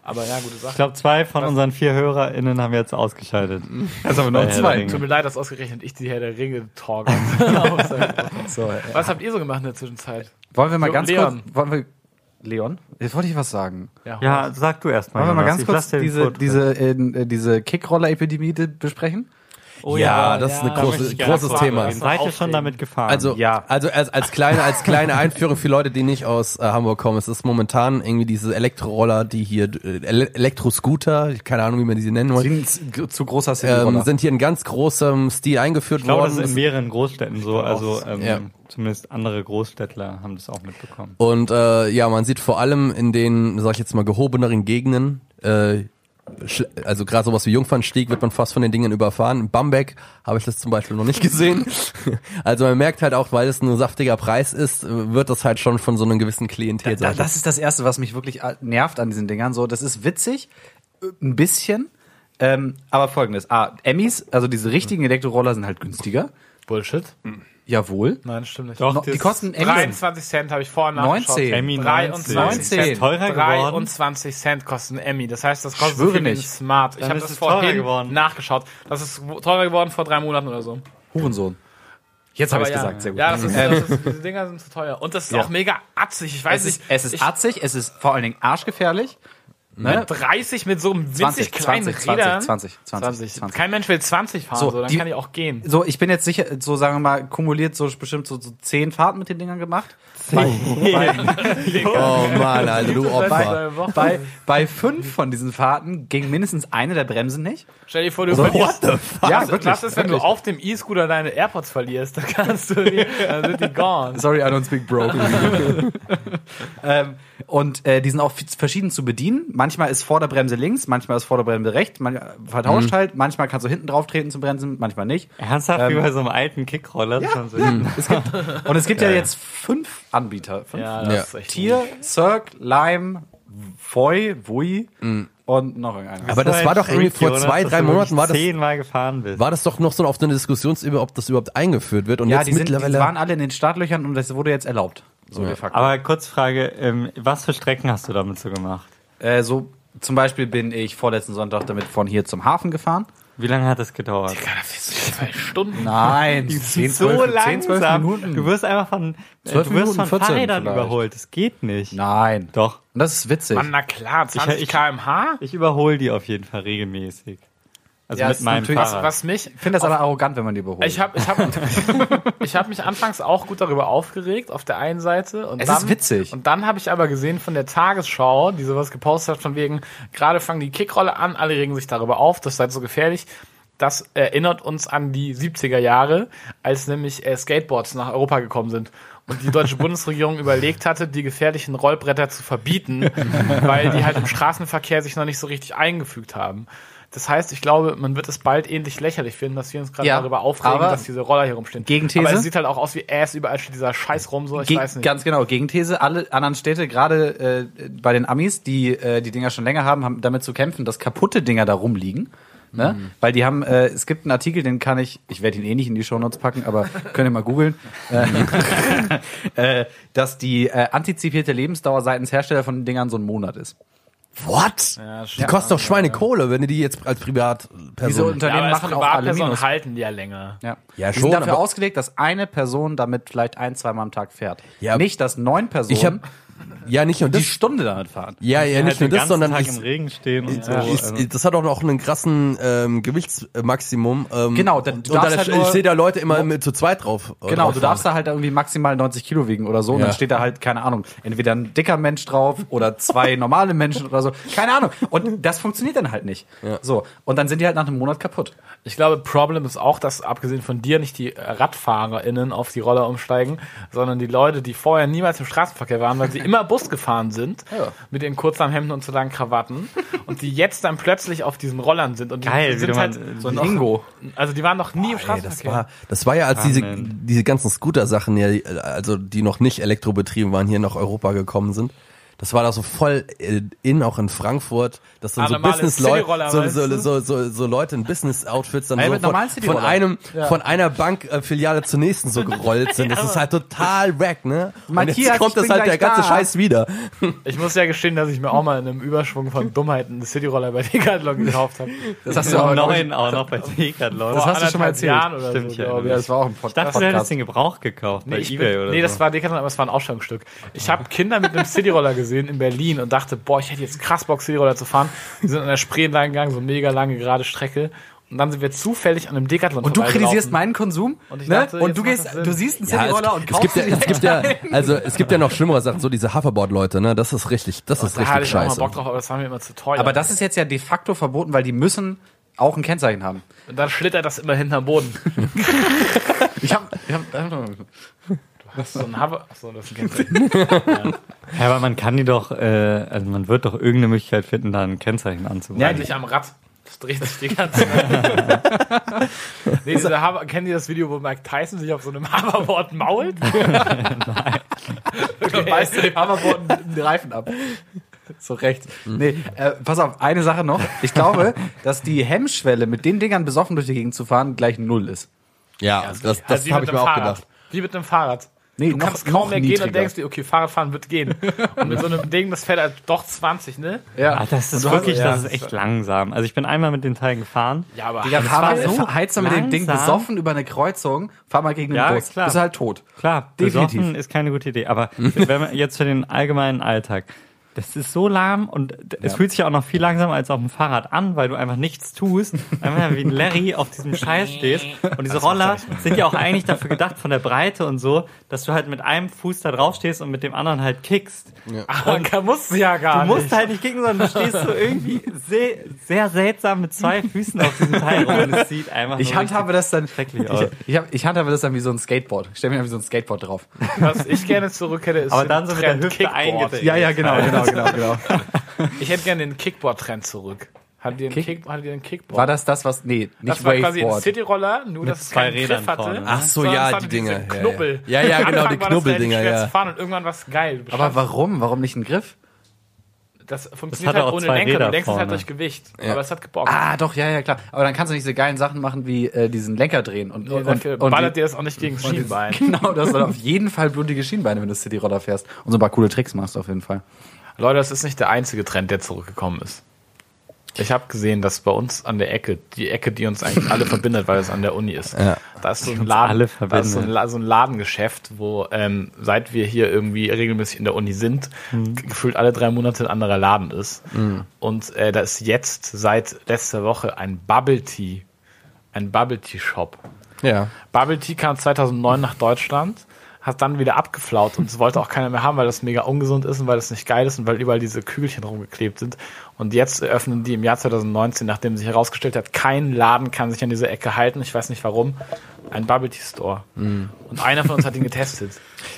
Speaker 1: Aber ja, gute
Speaker 2: Ich
Speaker 1: Sache.
Speaker 2: glaube, zwei von unseren vier HörerInnen haben wir jetzt ausgeschaltet.
Speaker 4: Also aber noch
Speaker 2: Herr
Speaker 4: zwei.
Speaker 2: Ringe.
Speaker 1: Tut mir leid, dass ausgerechnet ich die Herr der Ringe talk.
Speaker 4: So, äh,
Speaker 1: Was habt ihr so gemacht in der Zwischenzeit?
Speaker 4: wollen wir mal
Speaker 1: So,
Speaker 4: ganz
Speaker 1: Leon.
Speaker 4: kurz. Wollen wir, Leon? Jetzt wollte ich was sagen.
Speaker 2: Ja, sag du erst mal.
Speaker 4: Wollen wir mal
Speaker 2: Jonas.
Speaker 4: ganz
Speaker 2: Ich
Speaker 4: kurz
Speaker 2: lass dir den
Speaker 4: diese,
Speaker 2: Vortritt.
Speaker 4: diese, äh, diese Kickroller-Epidemie de- besprechen?
Speaker 2: Oh
Speaker 3: Ja, das ist ein
Speaker 2: da möchte
Speaker 3: großes,
Speaker 2: ich gerne
Speaker 3: großes
Speaker 2: fragen.
Speaker 3: Thema.
Speaker 1: reden.
Speaker 2: Seid ihr schon damit gefahren?
Speaker 3: Also,
Speaker 4: Ja.
Speaker 3: also als, als kleine, als kleine Einführung für Leute, die nicht aus äh, Hamburg kommen. Es ist momentan irgendwie diese Elektroroller, die hier, äh, Ele Elektroscooter, keine Ahnung, wie man diese nennen
Speaker 4: Sie
Speaker 3: wollte,
Speaker 4: sind z- zu großer Cityroller.
Speaker 3: ähm, sind hier in ganz großem Stil eingeführt
Speaker 2: ich glaube, das
Speaker 3: worden.
Speaker 2: ist in mehreren Großstädten so. Also ähm,
Speaker 3: Ja.
Speaker 2: zumindest andere Großstädtler haben das auch mitbekommen.
Speaker 3: Und äh, ja, man sieht vor allem in den, sag ich jetzt mal, gehobeneren Gegenden, äh, schl- also gerade sowas wie Jungfernstieg wird man fast von den Dingen überfahren. In Bamberg habe ich das zum Beispiel noch nicht gesehen. Also man merkt halt auch, weil es ein saftiger Preis ist, äh, wird das halt schon von so einem gewissen Klientel.
Speaker 1: Also
Speaker 4: Da,
Speaker 3: sag ich
Speaker 4: das ist das Erste, was mich wirklich a- nervt an diesen Dingern. So, das ist witzig, äh, ein bisschen. Ähm, aber folgendes: A, Emmys, also diese richtigen
Speaker 1: Hm.
Speaker 4: Elektroroller sind halt günstiger.
Speaker 1: Bullshit.
Speaker 4: Jawohl.
Speaker 1: Nein, stimmt nicht.
Speaker 2: Doch,
Speaker 4: No,
Speaker 2: das
Speaker 4: die kosten Emmys.
Speaker 1: 23 Cent habe ich vorhin
Speaker 4: 19.
Speaker 1: nachgeschaut.
Speaker 2: Emmy
Speaker 1: 23.
Speaker 2: 19. Ist teurer geworden.
Speaker 1: 23 Cent kostet ein Emmy. Das heißt, das kostet
Speaker 4: Schwöre
Speaker 1: so viel wie ein
Speaker 4: nicht.
Speaker 1: Smart. Ich
Speaker 2: Dann
Speaker 1: habe
Speaker 2: ist
Speaker 1: das
Speaker 2: es teurer
Speaker 1: vorhin
Speaker 2: geworden.
Speaker 1: nachgeschaut. Das ist teurer geworden vor drei Monaten oder so.
Speaker 4: Hurensohn. Jetzt habe ich
Speaker 1: ja,
Speaker 4: gesagt, sehr gut.
Speaker 1: ja das ist,
Speaker 4: Ähm,
Speaker 1: das ist, diese Dinger sind zu teuer. Und das ist
Speaker 4: Ja.
Speaker 1: auch mega atzig. Ich weiß
Speaker 4: es ist,
Speaker 1: nicht.
Speaker 4: es ist
Speaker 1: ich,
Speaker 4: atzig, es ist vor allen Dingen arschgefährlich. Ne?
Speaker 1: 30 mit so einem winzig
Speaker 4: 20,
Speaker 1: kleinen
Speaker 4: 20, 20,
Speaker 1: Rädern.
Speaker 4: 20, 20, 20.
Speaker 1: Kein Mensch will 20 fahren, so,
Speaker 4: So,
Speaker 1: dann
Speaker 4: die-
Speaker 1: kann ich auch gehen.
Speaker 4: So, ich bin jetzt sicher, so sagen wir mal, kumuliert so bestimmt so, so zehn Fahrten mit den Dingern gemacht.
Speaker 3: Oh Mann, Alter, du Opfer.
Speaker 1: Zwei Wochen.
Speaker 4: Bei, bei fünf von diesen Fahrten ging mindestens eine der Bremsen nicht.
Speaker 1: Stell dir vor, du verlierst.
Speaker 4: Ja,
Speaker 1: Was- Was ist, wenn du auf dem E-Scooter deine AirPods verlierst? Dann kannst du die, dann sind die gone.
Speaker 4: Sorry, I don't speak broken. ähm, und äh, die sind auch f- verschieden zu bedienen. manchmal ist Vorderbremse links, manchmal ist Vorderbremse rechts, man vertauscht halt, manchmal kannst du hinten drauf treten zum Bremsen, manchmal nicht.
Speaker 2: Ernsthaft
Speaker 4: Ähm,
Speaker 2: wie bei so einem alten Kickroller. Das ist schon so-
Speaker 4: Und es gibt ja jetzt fünf Anbieter. Fünf.
Speaker 1: Ja,
Speaker 3: Ja.
Speaker 1: das ist echt.
Speaker 4: Tier, Cirque, Lime, Voy, Vui und noch irgendeiner.
Speaker 3: Aber das
Speaker 2: ein
Speaker 3: war doch irgendwie vor
Speaker 2: Freak,
Speaker 3: zwei,
Speaker 2: Jonas,
Speaker 3: drei
Speaker 2: dass du
Speaker 3: Monaten war das,
Speaker 2: zehnmal gefahren bist.
Speaker 3: war das doch noch so auf so eine Diskussion, ob das überhaupt eingeführt wird. Und
Speaker 4: ja,
Speaker 3: jetzt
Speaker 4: die, sind, die
Speaker 3: mittlerweile.
Speaker 4: waren alle in den Startlöchern und das wurde jetzt erlaubt. So de facto.
Speaker 2: Aber Kurzfrage, ähm, was für Strecken hast du damit so gemacht?
Speaker 4: Äh, so zum Beispiel bin ich vorletzten Sonntag damit von hier zum Hafen gefahren.
Speaker 2: Wie lange hat das gedauert?
Speaker 1: Ja, das ist zwei Stunden.
Speaker 4: Nein, die
Speaker 2: sind Du wirst einfach von, äh,
Speaker 4: Zwölf
Speaker 2: du wirst
Speaker 4: Minuten,
Speaker 2: von
Speaker 4: 14
Speaker 2: Fahrrädern
Speaker 4: vielleicht.
Speaker 2: überholt. Das geht nicht.
Speaker 4: Nein.
Speaker 2: Doch.
Speaker 4: Und das ist witzig.
Speaker 1: Mann, na klar, 20
Speaker 2: ich-
Speaker 1: km/h.
Speaker 2: Ich überhole die auf jeden Fall regelmäßig. Also
Speaker 4: Ja,
Speaker 2: mit
Speaker 4: ist
Speaker 2: meinem
Speaker 4: natürlich-
Speaker 2: Fahrrad.
Speaker 1: Was mich
Speaker 4: Ich finde das aber arrogant, wenn man die überholt.
Speaker 1: Ich habe ich hab, ich hab mich anfangs auch gut darüber aufgeregt, auf der einen Seite. Und
Speaker 4: Es
Speaker 1: dann,
Speaker 4: ist witzig.
Speaker 1: Und dann habe ich aber gesehen von der Tagesschau, die sowas gepostet hat, von wegen, gerade fangen die Kickrolle an, alle regen sich darüber auf, das sei so gefährlich. Das erinnert uns an die 70er Jahre, als nämlich äh, Skateboards nach Europa gekommen sind. Und die deutsche Bundesregierung überlegt hatte, die gefährlichen Rollbretter zu verbieten, weil die halt im Straßenverkehr sich noch nicht so richtig eingefügt haben. Das heißt, ich glaube, man wird es bald ähnlich lächerlich finden, dass wir uns gerade
Speaker 4: Ja,
Speaker 1: darüber aufregen,
Speaker 4: aber-
Speaker 1: dass diese Roller hier rumstehen.
Speaker 4: Gegenthese?
Speaker 1: Aber es sieht halt auch aus wie Ass, überall steht dieser Scheiß rum, so, ich
Speaker 4: Ge-
Speaker 1: weiß nicht.
Speaker 4: Ganz genau, Gegenthese. Alle anderen Städte, gerade äh, bei den Amis, die äh, die Dinger schon länger haben, haben damit zu kämpfen, dass kaputte Dinger da rumliegen. Ne?
Speaker 1: Mhm.
Speaker 4: Weil die haben, äh, es gibt einen Artikel, den kann ich, ich werde ihn eh nicht in die Shownotes packen, aber könnt ihr mal googeln, äh, äh, dass die äh, antizipierte Lebensdauer seitens Hersteller von den Dingern so ein Monat ist.
Speaker 3: What? die kosten doch Schweinekohle, wenn du die jetzt als
Speaker 4: Diese
Speaker 3: Privatperson.
Speaker 1: Also Ja,
Speaker 4: Unternehmen
Speaker 1: aber als
Speaker 4: machen auch alle
Speaker 1: Privatperson
Speaker 4: Minus.
Speaker 1: halten die ja länger.
Speaker 4: Ja,
Speaker 3: Ja,
Speaker 4: die
Speaker 3: schon,
Speaker 4: sind dafür
Speaker 3: aber-
Speaker 4: ausgelegt, dass eine Person damit vielleicht ein, zweimal am Tag fährt.
Speaker 3: Ja.
Speaker 4: Nicht, dass neun Personen
Speaker 3: Ich hab, ja, nicht nur
Speaker 4: die
Speaker 3: die,
Speaker 4: Stunde damit fahren.
Speaker 3: ja, ja, nicht
Speaker 2: halt
Speaker 3: nur
Speaker 2: den
Speaker 3: das,
Speaker 2: ganzen
Speaker 3: sondern
Speaker 2: Tag
Speaker 3: ich,
Speaker 2: im Regen stehen und so.
Speaker 3: Ist,
Speaker 2: Also,
Speaker 3: das hat auch noch einen krassen ähm, Gewichtsmaximum. Ähm,
Speaker 4: Genau, da- du
Speaker 3: und
Speaker 4: darfst
Speaker 3: da,
Speaker 4: halt
Speaker 3: ich
Speaker 4: nur-
Speaker 3: sehe da Leute immer mit zu zweit drauf. äh,
Speaker 4: Genau,
Speaker 3: drauf
Speaker 4: du darfst
Speaker 3: fahren.
Speaker 4: da halt irgendwie maximal 90 Kilo wiegen oder so. Und
Speaker 3: Ja.
Speaker 4: dann steht da halt, keine Ahnung, entweder ein dicker Mensch drauf oder zwei normale Menschen oder so. Keine Ahnung. Und das funktioniert dann halt nicht. So. Und dann sind die halt nach einem Monat kaputt.
Speaker 1: Ich glaube, Problem ist auch, dass abgesehen von dir nicht die äh, RadfahrerInnen auf die Roller umsteigen, sondern die Leute, die vorher niemals im Straßenverkehr waren, weil sie immer Bus gefahren sind, mit ihren kurzen Hemden und zu langen Krawatten, und die jetzt dann plötzlich auf diesen Rollern sind. Und die
Speaker 2: Geil, wie
Speaker 1: sind
Speaker 2: du
Speaker 1: halt,
Speaker 2: meinst,
Speaker 1: so
Speaker 2: so ein
Speaker 1: noch,
Speaker 4: Ingo.
Speaker 1: also die waren noch nie im
Speaker 3: Ey, das
Speaker 1: Straßenverkehr.
Speaker 3: war, das war ja als diese,
Speaker 2: Amen.
Speaker 3: diese ganzen Scooter-Sachen, die, also die noch nicht elektrobetrieben waren, hier nach Europa gekommen sind. Das war da so voll äh, in, auch in Frankfurt, dass dann
Speaker 1: Ah,
Speaker 3: so
Speaker 1: normale
Speaker 3: Business-Leute,
Speaker 1: Cityroller,
Speaker 3: so,
Speaker 1: meinst
Speaker 3: so,
Speaker 1: du?
Speaker 3: so, so, so Leute in Business-Outfits dann
Speaker 4: Ey,
Speaker 3: so
Speaker 4: mit normalen
Speaker 3: von, von
Speaker 4: Cityroller.
Speaker 3: einem, von einer Bankfiliale zur nächsten so gerollt sind. Das ist halt total wack, ne? Und
Speaker 4: Matthias,
Speaker 3: jetzt kommt
Speaker 4: ich
Speaker 3: das
Speaker 4: bin
Speaker 3: halt der
Speaker 4: gleich
Speaker 3: ganze
Speaker 4: da.
Speaker 3: Scheiß wieder.
Speaker 1: Ich muss ja gestehen, dass ich mir auch mal in einem Überschwung von Dummheiten einen Cityroller bei Decathlon gekauft habe.
Speaker 4: Das hast
Speaker 2: um neun auch noch bei Decathlon.
Speaker 4: Das hast du schon
Speaker 1: anderthalb
Speaker 4: mal erzählt.
Speaker 1: Jahren oder
Speaker 2: Stimmt,
Speaker 1: so,
Speaker 2: ja,
Speaker 1: glaube
Speaker 4: ja, das war auch ein Pod
Speaker 2: ich dachte, du hättest
Speaker 4: Podcast.
Speaker 2: den gebraucht gekauft bei
Speaker 1: ich
Speaker 2: Ebay
Speaker 1: bin,
Speaker 2: oder
Speaker 1: nee,
Speaker 2: so.
Speaker 1: das war Decathlon, aber es war ein Ausstellungsstück. Ich habe Kinder mit einem Cityroller gesehen in Berlin und dachte, boah, ich hätte jetzt krass Bock, Cityroller zu fahren. Wir sind an der Spree entlang gegangen, so mega lange gerade Strecke. Und dann sind wir zufällig an einem Decathlon
Speaker 4: Und du
Speaker 1: vorbeigelaufen.
Speaker 4: kritisierst meinen Konsum.
Speaker 1: Und ich
Speaker 4: ne?
Speaker 1: dachte,
Speaker 4: und
Speaker 1: jetzt
Speaker 4: du
Speaker 1: macht
Speaker 4: gehst,
Speaker 1: das Sinn.
Speaker 4: du siehst einen
Speaker 3: Ja, es,
Speaker 4: Cityroller und
Speaker 3: es gibt
Speaker 4: kaufst
Speaker 3: ja,
Speaker 4: dir
Speaker 3: es gibt ja, also es gibt ja noch schlimmere Sachen, so diese Hoverboard-Leute, ne? Das ist richtig, das ist
Speaker 1: Oh, Da hatte
Speaker 3: richtig
Speaker 1: ich auch mal
Speaker 3: scheiße.
Speaker 1: Bock drauf, aber das war mir immer zu teuer.
Speaker 4: Aber das ist jetzt ja de facto verboten, weil die müssen auch ein Kennzeichen haben.
Speaker 1: und dann schlittert das immer hinterm Boden.
Speaker 4: Ich hab, ich hab,
Speaker 1: So ein Hover. Achso, das ist ein
Speaker 2: ja, aber man kann die doch, äh, also man wird doch irgendeine Möglichkeit finden, da ein Kennzeichen anzubringen.
Speaker 1: Ja, nicht am Rad. Das dreht sich die ganze Zeit. nee, diese Hover kennt ihr das Video, wo Mike Tyson sich auf so einem Hoverboard mault? Nein. Dann beißt du dem Hoverboard
Speaker 4: Hoverboard den Reifen ab. So rechts. Nee, äh, pass auf, eine Sache noch. Ich glaube, dass die Hemmschwelle, mit den Dingern besoffen durch die Gegend zu fahren, gleich null ist.
Speaker 3: Ja, das, das
Speaker 1: Also wie
Speaker 3: habe
Speaker 1: mit
Speaker 3: ich mir
Speaker 1: einem
Speaker 3: auch
Speaker 1: Fahrrad.
Speaker 3: gedacht.
Speaker 1: Wie mit einem Fahrrad.
Speaker 4: Nee,
Speaker 1: du
Speaker 4: noch-
Speaker 1: kannst
Speaker 4: noch
Speaker 1: kaum mehr gehen
Speaker 4: niedriger.
Speaker 1: und denkst dir, okay, Fahrradfahren wird gehen. Und mit so einem Ding, das fährt halt doch 20, ne?
Speaker 2: Ah, das ist
Speaker 4: Und du hast-
Speaker 2: wirklich,
Speaker 4: ja.
Speaker 2: das ist echt langsam. Also ich bin einmal mit den Teilen gefahren.
Speaker 1: Ja, aber
Speaker 4: Digga, fahr mal
Speaker 2: war so
Speaker 4: so heizer mit dem Ding
Speaker 2: langsam.
Speaker 4: besoffen über eine Kreuzung, fahr mal gegen den
Speaker 2: Ja,
Speaker 4: Bus,
Speaker 2: klar.
Speaker 4: bist halt tot.
Speaker 2: Klar,
Speaker 4: Definitiv.
Speaker 2: besoffen ist keine gute Idee. Aber wenn man jetzt für den allgemeinen Alltag. Das ist so lahm und d- es fühlt sich auch noch viel langsamer als auf dem Fahrrad an, weil du einfach nichts tust, einfach wie ein Larry auf diesem Scheiß stehst. Und diese Roller sind ja auch eigentlich dafür gedacht, von der Breite und so, dass du halt mit einem Fuß da drauf stehst und mit dem anderen halt kickst.
Speaker 1: man muss ja gar
Speaker 2: Du
Speaker 1: nicht.
Speaker 2: musst halt nicht kicken, sondern du stehst so irgendwie sehr, sehr seltsam mit zwei Füßen auf diesem Teil rum und es sieht einfach
Speaker 4: Ich
Speaker 2: nur richtig
Speaker 4: handhabe das dann,
Speaker 2: schrecklich
Speaker 4: ich,
Speaker 2: aus.
Speaker 4: ich, hab, ich handhabe das dann wie so ein Skateboard. Ich stell mir dann wie so ein Skateboard drauf.
Speaker 1: Was ich gerne zurück hätte, ist
Speaker 2: Aber
Speaker 1: ein
Speaker 2: dann so mit der
Speaker 1: Trend
Speaker 2: Hüfte
Speaker 1: Kickboard.
Speaker 2: eingedeckt.
Speaker 4: Ja, ja, genau, genau, genau, genau.
Speaker 1: Ich hätte gerne den Kickboard-Trend zurück. Hattet ihr einen, Kick hattet ihr einen Kickboard?
Speaker 4: War das das, was. Nee, nicht
Speaker 1: das war quasi ein
Speaker 4: Waveboard.
Speaker 1: Cityroller, nur dass es
Speaker 2: zwei
Speaker 1: keinen Griff
Speaker 2: Rädern
Speaker 1: hatte.
Speaker 2: vorne.
Speaker 3: Ach so,
Speaker 1: sondern
Speaker 3: ja,
Speaker 1: es
Speaker 3: die
Speaker 1: hatte diese
Speaker 3: Dinger, ja, ja.
Speaker 1: Knubbel.
Speaker 3: Ja, ja,
Speaker 1: Am
Speaker 3: genau,
Speaker 1: Anfang
Speaker 3: die
Speaker 1: war das relativ
Speaker 3: Knubbeldinger,
Speaker 1: schwer
Speaker 3: ja.
Speaker 1: zu fahren und irgendwann war es geil. Du
Speaker 4: Aber warum? Warum nicht ein Griff?
Speaker 1: Das
Speaker 2: hatte
Speaker 1: funktioniert halt
Speaker 2: auch
Speaker 1: ohne
Speaker 2: zwei
Speaker 1: Lenker,
Speaker 2: Räder
Speaker 1: du lenkst es halt
Speaker 2: vorne.
Speaker 1: durch Gewicht. Aber es hat gebockt.
Speaker 4: Ah, doch, ja, ja, klar. Aber dann kannst du nicht diese geilen Sachen machen wie äh, diesen Lenker drehen und,
Speaker 1: und,
Speaker 4: und, und,
Speaker 1: dafür ballert
Speaker 4: die-
Speaker 1: dir das auch nicht gegen das Schienbein.
Speaker 4: Genau, du hast dann auf jeden Fall blutige Schienbeine, wenn du Cityroller fährst. Und so ein paar coole Tricks machst du auf jeden Fall.
Speaker 1: Leute, das ist nicht der einzige Trend, der zurückgekommen ist. Ich habe gesehen, dass bei uns an der Ecke, die Ecke, die uns eigentlich alle verbindet, weil es an der Uni ist, da ist so ein
Speaker 2: alle
Speaker 1: Laden, da
Speaker 2: verbindet.
Speaker 1: ist so ein, La so ein Ladengeschäft, wo ähm, seit wir hier irgendwie regelmäßig in der Uni sind,
Speaker 2: Mhm.
Speaker 1: ge- gefühlt alle drei Monate ein anderer Laden ist. Und äh, da ist jetzt seit letzter Woche ein Bubble Tea, ein Bubble Tea Shop.
Speaker 3: Ja.
Speaker 1: Bubble Tea kam 2009 nach Deutschland, hat dann wieder abgeflaut und es wollte auch keiner mehr haben, weil das mega ungesund ist und weil das nicht geil ist und weil überall diese Kügelchen rumgeklebt sind. Und jetzt öffnen die im Jahr 2019, nachdem sich herausgestellt hat, kein Laden kann sich an diese Ecke halten, ich weiß nicht warum, ein Bubble Tea Store.
Speaker 3: Mm.
Speaker 1: Und einer von uns hat ihn getestet.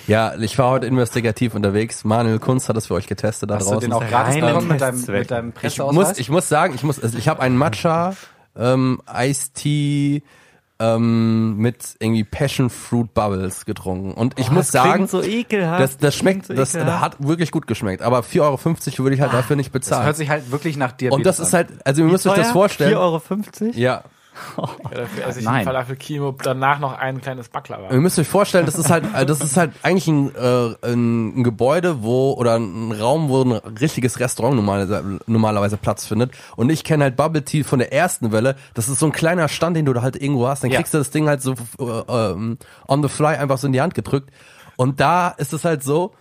Speaker 3: Ja, ich war heute investigativ unterwegs. Manuel Kunz hat das für euch getestet da
Speaker 4: Hast
Speaker 3: draußen.
Speaker 4: du den auch gratis
Speaker 2: reiner
Speaker 4: bekommen mit deinem,
Speaker 2: Testzweck.
Speaker 4: mit deinem
Speaker 3: ich
Speaker 4: Presseausweis?
Speaker 3: muss, ich muss sagen, ich muss, also ich habe einen Matcha, ähm, Iced Tea ähm, mit irgendwie Passion Fruit Bubbles getrunken. Und
Speaker 4: Oh,
Speaker 3: ich muss sagen,
Speaker 2: so ekelhaft.
Speaker 3: das, das schmeckt,
Speaker 2: so
Speaker 3: das
Speaker 2: ekelhaft.
Speaker 3: hat wirklich gut geschmeckt. Aber 4,50 Euro würde ich halt dafür nicht
Speaker 4: Ah, das hört
Speaker 3: bezahlen.
Speaker 4: sich halt wirklich nach dir
Speaker 3: Und das ist halt, also ihr müsst euch das vorstellen.
Speaker 2: 4,50 Euro?
Speaker 3: Ja.
Speaker 1: Ja, dafür esse also ich
Speaker 4: Nein.
Speaker 1: im Falafel Kimo danach noch ein kleines Baklava.
Speaker 3: Ihr müsst euch vorstellen, das ist halt, äh, das ist halt eigentlich ein, äh, ein, ein Gebäude, wo oder ein Raum, wo ein richtiges Restaurant normalerweise, normalerweise Platz findet. Und ich kenne halt Bubble Tea von der ersten Welle. Das ist so ein kleiner Stand, den du da halt irgendwo hast. Dann
Speaker 4: Ja.
Speaker 3: kriegst du das Ding halt so äh, ähm, on the fly einfach so in die Hand gedrückt. Und da ist es halt so.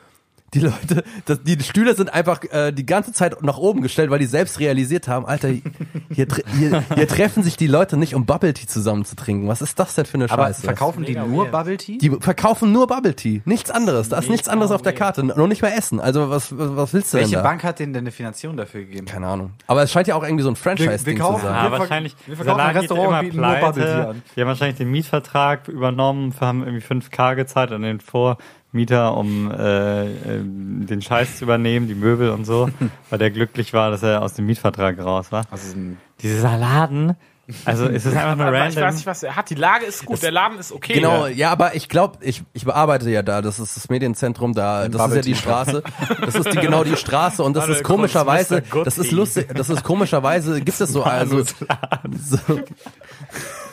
Speaker 3: Die Leute, das, die Stühle sind einfach äh, die ganze Zeit nach oben gestellt, weil die selbst realisiert haben, Alter, hier, tre- hier, hier treffen sich die Leute nicht, um Bubble Tea zusammen zu trinken. Was ist das denn für eine
Speaker 4: Aber
Speaker 3: Scheiße?
Speaker 4: verkaufen die
Speaker 1: Mega
Speaker 4: nur
Speaker 1: weird.
Speaker 4: Bubble Tea?
Speaker 3: Die verkaufen nur Bubble Tea, nichts anderes. Da ist nichts anderes auf der Karte, noch nicht mal Essen. Also was, was was willst du
Speaker 4: genau, Welche
Speaker 3: denn da?
Speaker 4: Bank hat denen denn eine Finanzierung dafür gegeben?
Speaker 3: Keine Ahnung. Aber es scheint ja auch irgendwie so ein Franchise-Ding zu
Speaker 4: kaufen-
Speaker 3: sein.
Speaker 2: Ja,
Speaker 4: Wir verk-
Speaker 2: Ah, wahrscheinlich.
Speaker 4: wir verkaufen
Speaker 2: Salat
Speaker 4: ein
Speaker 2: geht
Speaker 4: Restaurant und bieten nur Bubble Tea an.
Speaker 2: Die haben wahrscheinlich den Mietvertrag übernommen, haben irgendwie 5K gezahlt an den Vormieter, um äh, äh, den Scheiß zu übernehmen, die Möbel und so, weil der glücklich war, dass er aus dem Mietvertrag raus war.
Speaker 4: Das ist ein-
Speaker 2: Diese Saladen, also es ist einfach nur
Speaker 1: Aber ich weiß
Speaker 2: random.
Speaker 1: nicht, was er hat. Die Lage ist gut, der Laden ist okay.
Speaker 3: Genau, ja, aber ich glaube, ich, ich bearbeite ja da. Das ist das Medienzentrum da. Das ist
Speaker 4: Bubble
Speaker 3: ja die
Speaker 4: Tea.
Speaker 3: Straße. Das ist die, genau die Straße und das
Speaker 1: Manuel
Speaker 3: ist komischerweise,
Speaker 1: Kunz, Mr. Good
Speaker 3: das ist
Speaker 1: Tea.
Speaker 3: lustig, das ist komischerweise gibt es so also so,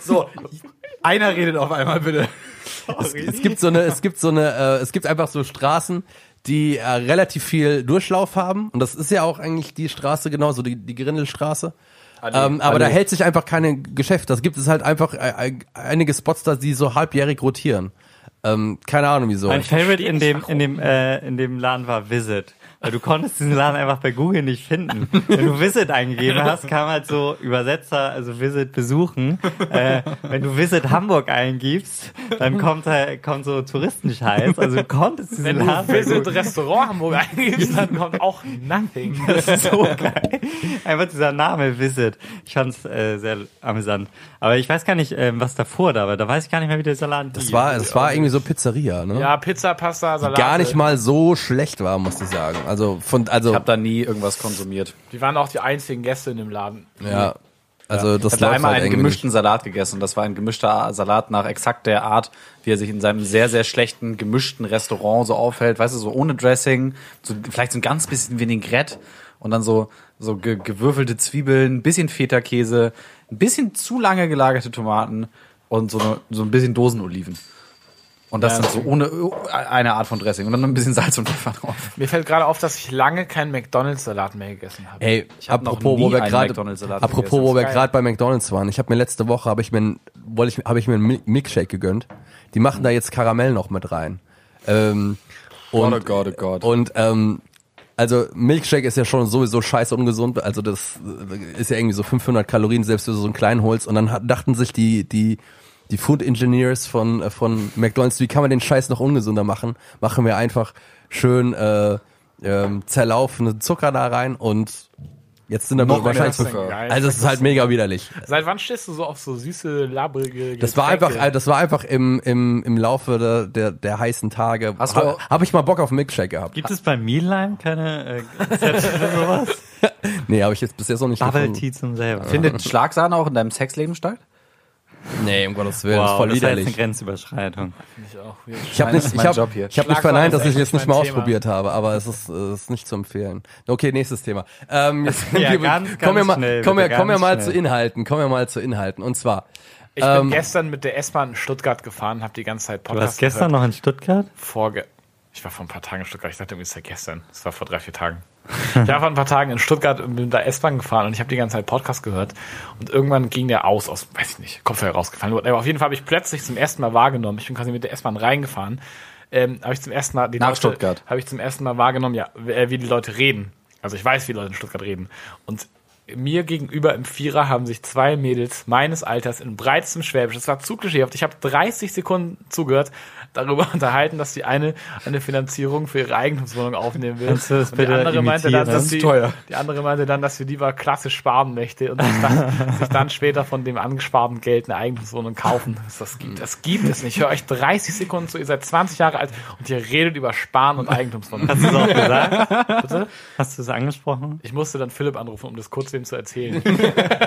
Speaker 4: So, einer redet auf einmal bitte.
Speaker 3: es gibt so eine, es gibt so eine, äh, es gibt einfach so Straßen, die äh, relativ viel Durchlauf haben. Und das ist ja auch eigentlich die Straße genauso, die, die Grindelstraße.
Speaker 4: Ah,
Speaker 3: Ähm, aber da
Speaker 4: Allee.
Speaker 3: hält sich einfach keine Geschäft. Das gibt es halt einfach äh, äh, einige Spots da, die so halbjährig rotieren. Ähm, keine Ahnung wieso.
Speaker 2: Mein Favorite in
Speaker 1: verstehe
Speaker 2: dem, in dem, äh, in dem Laden war Visit. Weil du konntest diesen Laden einfach bei Google nicht finden. Wenn du Visit eingegeben hast, kam halt so Übersetzer, also Visit besuchen. Äh, wenn du Visit Hamburg eingibst, dann kommt, halt, kommt so Touristenscheiß. Also du konntest diesen
Speaker 1: Wenn
Speaker 2: Laden
Speaker 1: du
Speaker 2: bei
Speaker 1: Visit
Speaker 2: Google-
Speaker 1: Restaurant Hamburg eingibst, dann kommt auch nothing.
Speaker 2: das ist so geil. Einfach dieser Name Visit. Ich fand's äh, sehr amüsant. Aber ich weiß gar nicht, ähm, was davor da war. Da weiß ich gar nicht mehr, wie der Salat
Speaker 3: das war, das war irgendwie so Pizzeria, ne?
Speaker 1: Ja, Pizza, Pasta, Salat.
Speaker 3: Gar nicht mal so schlecht war, muss ich sagen. Also von, also
Speaker 4: Hab da nie irgendwas konsumiert.
Speaker 1: Die waren auch die einzigen Gäste in dem Laden.
Speaker 3: ja, also
Speaker 4: Ich
Speaker 3: das
Speaker 4: habe
Speaker 3: läuft
Speaker 4: einmal
Speaker 3: halt
Speaker 4: einen
Speaker 3: irgendwie. Nicht.
Speaker 4: gemischten Salat gegessen und das war ein gemischter Salat nach exakt der Art, wie er sich in seinem sehr, sehr schlechten, gemischten Restaurant so aufhält, weißt du, so ohne Dressing, so, vielleicht so ein ganz bisschen Vinaigrette und dann so, so ge gewürfelte Zwiebeln, ein bisschen Feta-Käse, ein bisschen zu lange gelagerte Tomaten und so, eine, so ein bisschen Dosenoliven. Und das dann so ohne äh, eine Art von Dressing und dann noch ein bisschen Salz und Pfeffer drauf.
Speaker 1: Mir fällt gerade auf, dass ich lange keinen McDonalds-Salat mehr gegessen habe.
Speaker 3: Ey,
Speaker 4: hab noch
Speaker 3: apropos,
Speaker 4: nie
Speaker 3: wo wir
Speaker 4: einen
Speaker 3: gerade,
Speaker 4: McDonald's-Salat
Speaker 3: apropos,
Speaker 4: gegessen.
Speaker 3: wo wir
Speaker 1: Geil.
Speaker 3: gerade bei McDonald's waren. Ich habe mir letzte Woche habe ich mir, einen- wollte ich, habe ich mir einen Mil- Milkshake gegönnt. Die machen da jetzt Karamell noch mit rein. Ähm, und,
Speaker 4: Gott, oh Gott.
Speaker 3: Und ähm, also Milkshake ist ja schon sowieso scheiße ungesund. Also das äh, ist ja irgendwie so 500 Kalorien, selbst wenn du so einen kleinen holst. Und dann hat, dachten sich die die die Food Engineers von äh, von McDonald's, wie kann man den Scheiß noch ungesünder machen? Machen wir einfach schön äh, ähm, zerlaufenden Zucker da rein und jetzt sind da
Speaker 4: Noch mehr
Speaker 3: wahrscheinlich.
Speaker 4: Zucker.
Speaker 1: Geil.
Speaker 3: Also es ist halt mega widerlich.
Speaker 1: Seit wann stehst du so auf so süße, labbrige
Speaker 3: Das war
Speaker 1: Getränke?
Speaker 3: einfach, äh, das war einfach im, im, im Laufe der, der, der heißen Tage.
Speaker 4: Hast du-
Speaker 3: Habe hab ich mal Bock auf Milkshake gehabt.
Speaker 2: Gibt es bei Mealime keine äh, Rezepte oder sowas?
Speaker 3: Nee, habe ich jetzt bis jetzt noch nicht
Speaker 2: Bubble
Speaker 3: gefunden.
Speaker 2: Tea zum selber.
Speaker 4: Findet Schlagsahne auch in deinem Sexleben statt?
Speaker 3: Nee, um Gottes Willen, das ist
Speaker 2: wow,
Speaker 3: voll
Speaker 2: das war jetzt eine
Speaker 3: widerlich.
Speaker 2: Grenzüberschreitung.
Speaker 1: Finde ich auch weird.
Speaker 3: Ich habe
Speaker 4: Nein,
Speaker 3: nicht,
Speaker 4: das ist
Speaker 3: ich
Speaker 4: mein
Speaker 3: hab,
Speaker 4: Job hier.
Speaker 3: ich hab nicht
Speaker 1: Schlagsahne
Speaker 3: verneint,
Speaker 1: ist
Speaker 3: dass ich
Speaker 1: echt
Speaker 3: es nicht
Speaker 1: mein
Speaker 3: mal
Speaker 1: Thema.
Speaker 3: ausprobiert habe, aber es ist, es ist nicht zu empfehlen. Okay, nächstes Thema. Ähm, jetzt
Speaker 2: Ja,
Speaker 3: wir-
Speaker 2: ganz, ganz
Speaker 3: kommen wir mal,
Speaker 2: schnell,
Speaker 3: kommen wir,
Speaker 2: bitte,
Speaker 3: kommen wir
Speaker 2: ganz
Speaker 3: mal
Speaker 2: schnell.
Speaker 3: zu Inhalten. Kommen wir mal zu Inhalten. Und zwar,
Speaker 1: Ich
Speaker 3: Ähm,
Speaker 1: bin gestern mit der S-Bahn in Stuttgart gefahren, habe die ganze Zeit
Speaker 2: Du warst
Speaker 1: Podcast
Speaker 2: gestern
Speaker 1: gehört.
Speaker 2: noch in Stuttgart?
Speaker 1: Vorge ich war vor ein paar Tagen in Stuttgart. Ich dachte, irgendwie ist ja gestern. Es war vor drei, vier Tagen. Ich war vor ein paar Tagen in Stuttgart und bin da S-Bahn gefahren und ich habe die ganze Zeit Podcast gehört. Und irgendwann ging der aus, aus, weiß ich nicht, Kopfhörer rausgefallen. Aber auf jeden Fall habe ich plötzlich zum ersten Mal wahrgenommen. Ich bin quasi mit der S-Bahn reingefahren. Ähm, habe ich zum ersten Mal die
Speaker 4: Nach
Speaker 1: Leute-
Speaker 4: Stuttgart.
Speaker 1: Habe ich zum ersten Mal wahrgenommen, ja, w- äh, wie die Leute reden. Also ich weiß, wie die Leute in Stuttgart reden. Und mir gegenüber im Vierer haben sich zwei Mädels meines Alters in breitestem Schwäbisch, das war zu klischeehaft, ich habe 30 Sekunden zugehört, darüber unterhalten, dass die eine eine Finanzierung für ihre Eigentumswohnung aufnehmen will.
Speaker 2: Kannst du das
Speaker 1: Und die
Speaker 2: bitte
Speaker 1: andere meinte
Speaker 2: imitieren?
Speaker 1: dann, dass
Speaker 2: Das ist
Speaker 1: sie,
Speaker 4: teuer.
Speaker 1: die andere meinte dann, dass sie lieber klassisch sparen möchte und sich dann, sich dann später von dem angesparten Geld eine Eigentumswohnung kaufen. Das, das, gibt, das gibt es nicht. Ich höre euch 30 Sekunden zu, ihr seid 20 Jahre alt und ihr redet über Sparen und Eigentumswohnung.
Speaker 2: Hast du es auch gesagt? Hast du es angesprochen?
Speaker 1: Ich musste dann Philipp anrufen, um das kurz dem zu erzählen.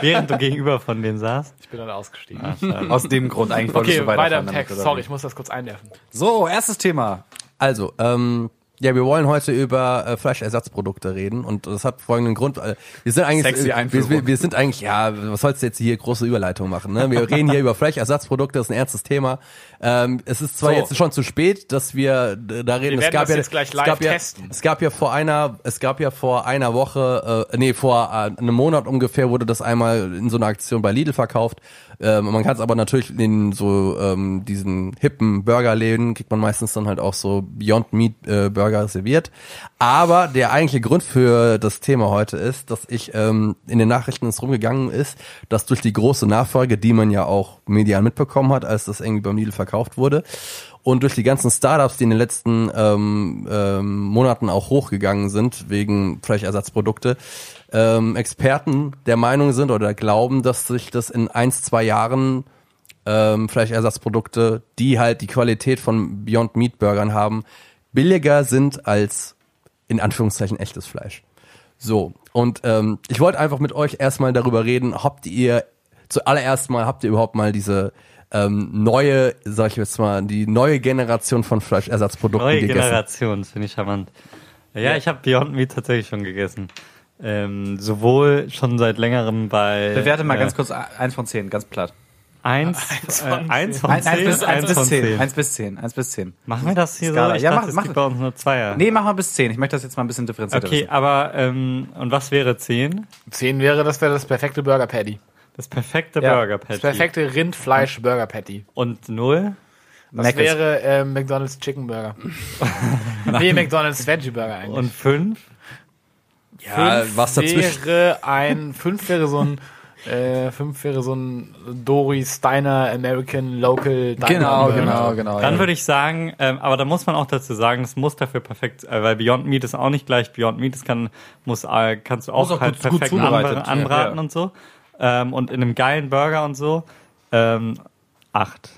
Speaker 2: Während du gegenüber von denen saßt?
Speaker 1: Ich bin dann ausgestiegen.
Speaker 4: Aus dem Grund eigentlich wolltest
Speaker 1: Okay,
Speaker 4: du
Speaker 1: weiter im
Speaker 4: weiterfahren damit,
Speaker 1: Text.
Speaker 4: oder
Speaker 1: Sorry,
Speaker 4: wie?
Speaker 1: ich muss das kurz einwerfen.
Speaker 4: So, erstes Thema.
Speaker 3: Also, ähm, ja, wir wollen heute über äh, Fleischersatzprodukte reden und das hat folgenden Grund. Äh, wir sind eigentlich,
Speaker 4: Sexy
Speaker 3: äh, wir,
Speaker 4: Einführung.
Speaker 3: wir, wir sind eigentlich, ja, was sollst du jetzt hier große Überleitung machen? Ne? Wir reden hier über Fleischersatzprodukte, das ist ein ernstes Thema. Ähm, es ist zwar
Speaker 4: So.
Speaker 3: jetzt schon zu spät, dass wir äh, da reden. es
Speaker 1: werden
Speaker 3: gab
Speaker 1: das
Speaker 3: ja,
Speaker 1: jetzt gleich
Speaker 3: es
Speaker 1: live
Speaker 3: gab ja,
Speaker 1: testen.
Speaker 3: Es gab ja vor einer, es gab ja vor einer Woche, äh, nee, vor äh, einem Monat ungefähr wurde das einmal in so einer Aktion bei Lidl verkauft. Ähm, man kann es aber natürlich in so ähm, diesen hippen Burgerläden kriegt man meistens dann halt auch so Beyond Meat äh, Burger serviert. Aber der eigentliche Grund für das Thema heute ist, dass ich ähm, in den Nachrichten es rumgegangen ist, dass durch die große Nachfrage, die man ja auch medial mitbekommen hat, als das irgendwie beim Lidl verkauft wurde, und durch die ganzen Startups, die in den letzten ähm, ähm, Monaten auch hochgegangen sind, wegen Fleischersatzprodukte, ähm, Experten der Meinung sind oder glauben, dass sich das in eins, zwei Jahren ähm, Fleischersatzprodukte, die halt die Qualität von Beyond Meat Burgern haben, billiger sind als in Anführungszeichen echtes Fleisch. So, und ähm, ich wollte einfach mit euch erstmal darüber reden, habt ihr zuallererst mal, habt ihr überhaupt mal diese ähm, neue, sag ich jetzt mal, die neue Generation von Fleischersatzprodukten
Speaker 2: Neue
Speaker 3: gegessen?
Speaker 2: Generation, das finde ich charmant. Ja, ich habe Beyond Meat tatsächlich schon gegessen. Ähm, sowohl schon seit längerem bei.
Speaker 4: Bewerte mal
Speaker 2: äh,
Speaker 4: ganz kurz eins von zehn, ganz platt.
Speaker 2: Eins, äh, eins von
Speaker 4: Eins, eins,
Speaker 2: zehn.
Speaker 4: bis, eins, bis
Speaker 2: von
Speaker 4: zehn. Eins bis zehn. Eins bis zehn.
Speaker 2: Machen wir das hier
Speaker 4: Skala.
Speaker 2: so? Ich
Speaker 4: Ja,
Speaker 2: dachte,
Speaker 4: mach-
Speaker 2: es
Speaker 4: mach-
Speaker 2: gibt bei uns nur Zweier.
Speaker 4: Nee, mach mal bis zehn. Ich möchte das jetzt mal ein bisschen differenzierter
Speaker 2: Okay,
Speaker 4: wissen.
Speaker 2: aber ähm, und was wäre 10?
Speaker 1: 10 Um wäre, das wäre das perfekte Burger Patty.
Speaker 2: Das perfekte
Speaker 4: Ja,
Speaker 2: Burger Patty.
Speaker 1: Das perfekte Rindfleisch Burger Patty.
Speaker 2: Und 0?
Speaker 1: Das
Speaker 4: Meckes.
Speaker 1: wäre ähm, McDonald's Chicken Burger. nee, McDonald's Veggie Burger eigentlich.
Speaker 2: Und 5?
Speaker 3: Ja,
Speaker 1: Fünf
Speaker 3: was dazwischen.
Speaker 1: wäre ein fünf wäre so ein äh, fünf wäre so ein Dory Steiner American Local Diner
Speaker 4: Genau,
Speaker 1: Burger.
Speaker 4: genau, genau.
Speaker 2: Dann
Speaker 4: ja.
Speaker 2: würde ich sagen, ähm, aber da muss man auch dazu sagen, es muss dafür perfekt, äh, weil Beyond Meat ist auch nicht gleich Beyond Meat, das kann, muss, äh, kannst du auch,
Speaker 4: Muss auch
Speaker 2: halt
Speaker 4: gut- gut
Speaker 2: perfekt
Speaker 4: zubereitet,
Speaker 2: anbra-
Speaker 4: ja.
Speaker 2: anbraten
Speaker 4: Ja.
Speaker 2: und so. Ähm, und in einem geilen Burger und so. Ähm, acht,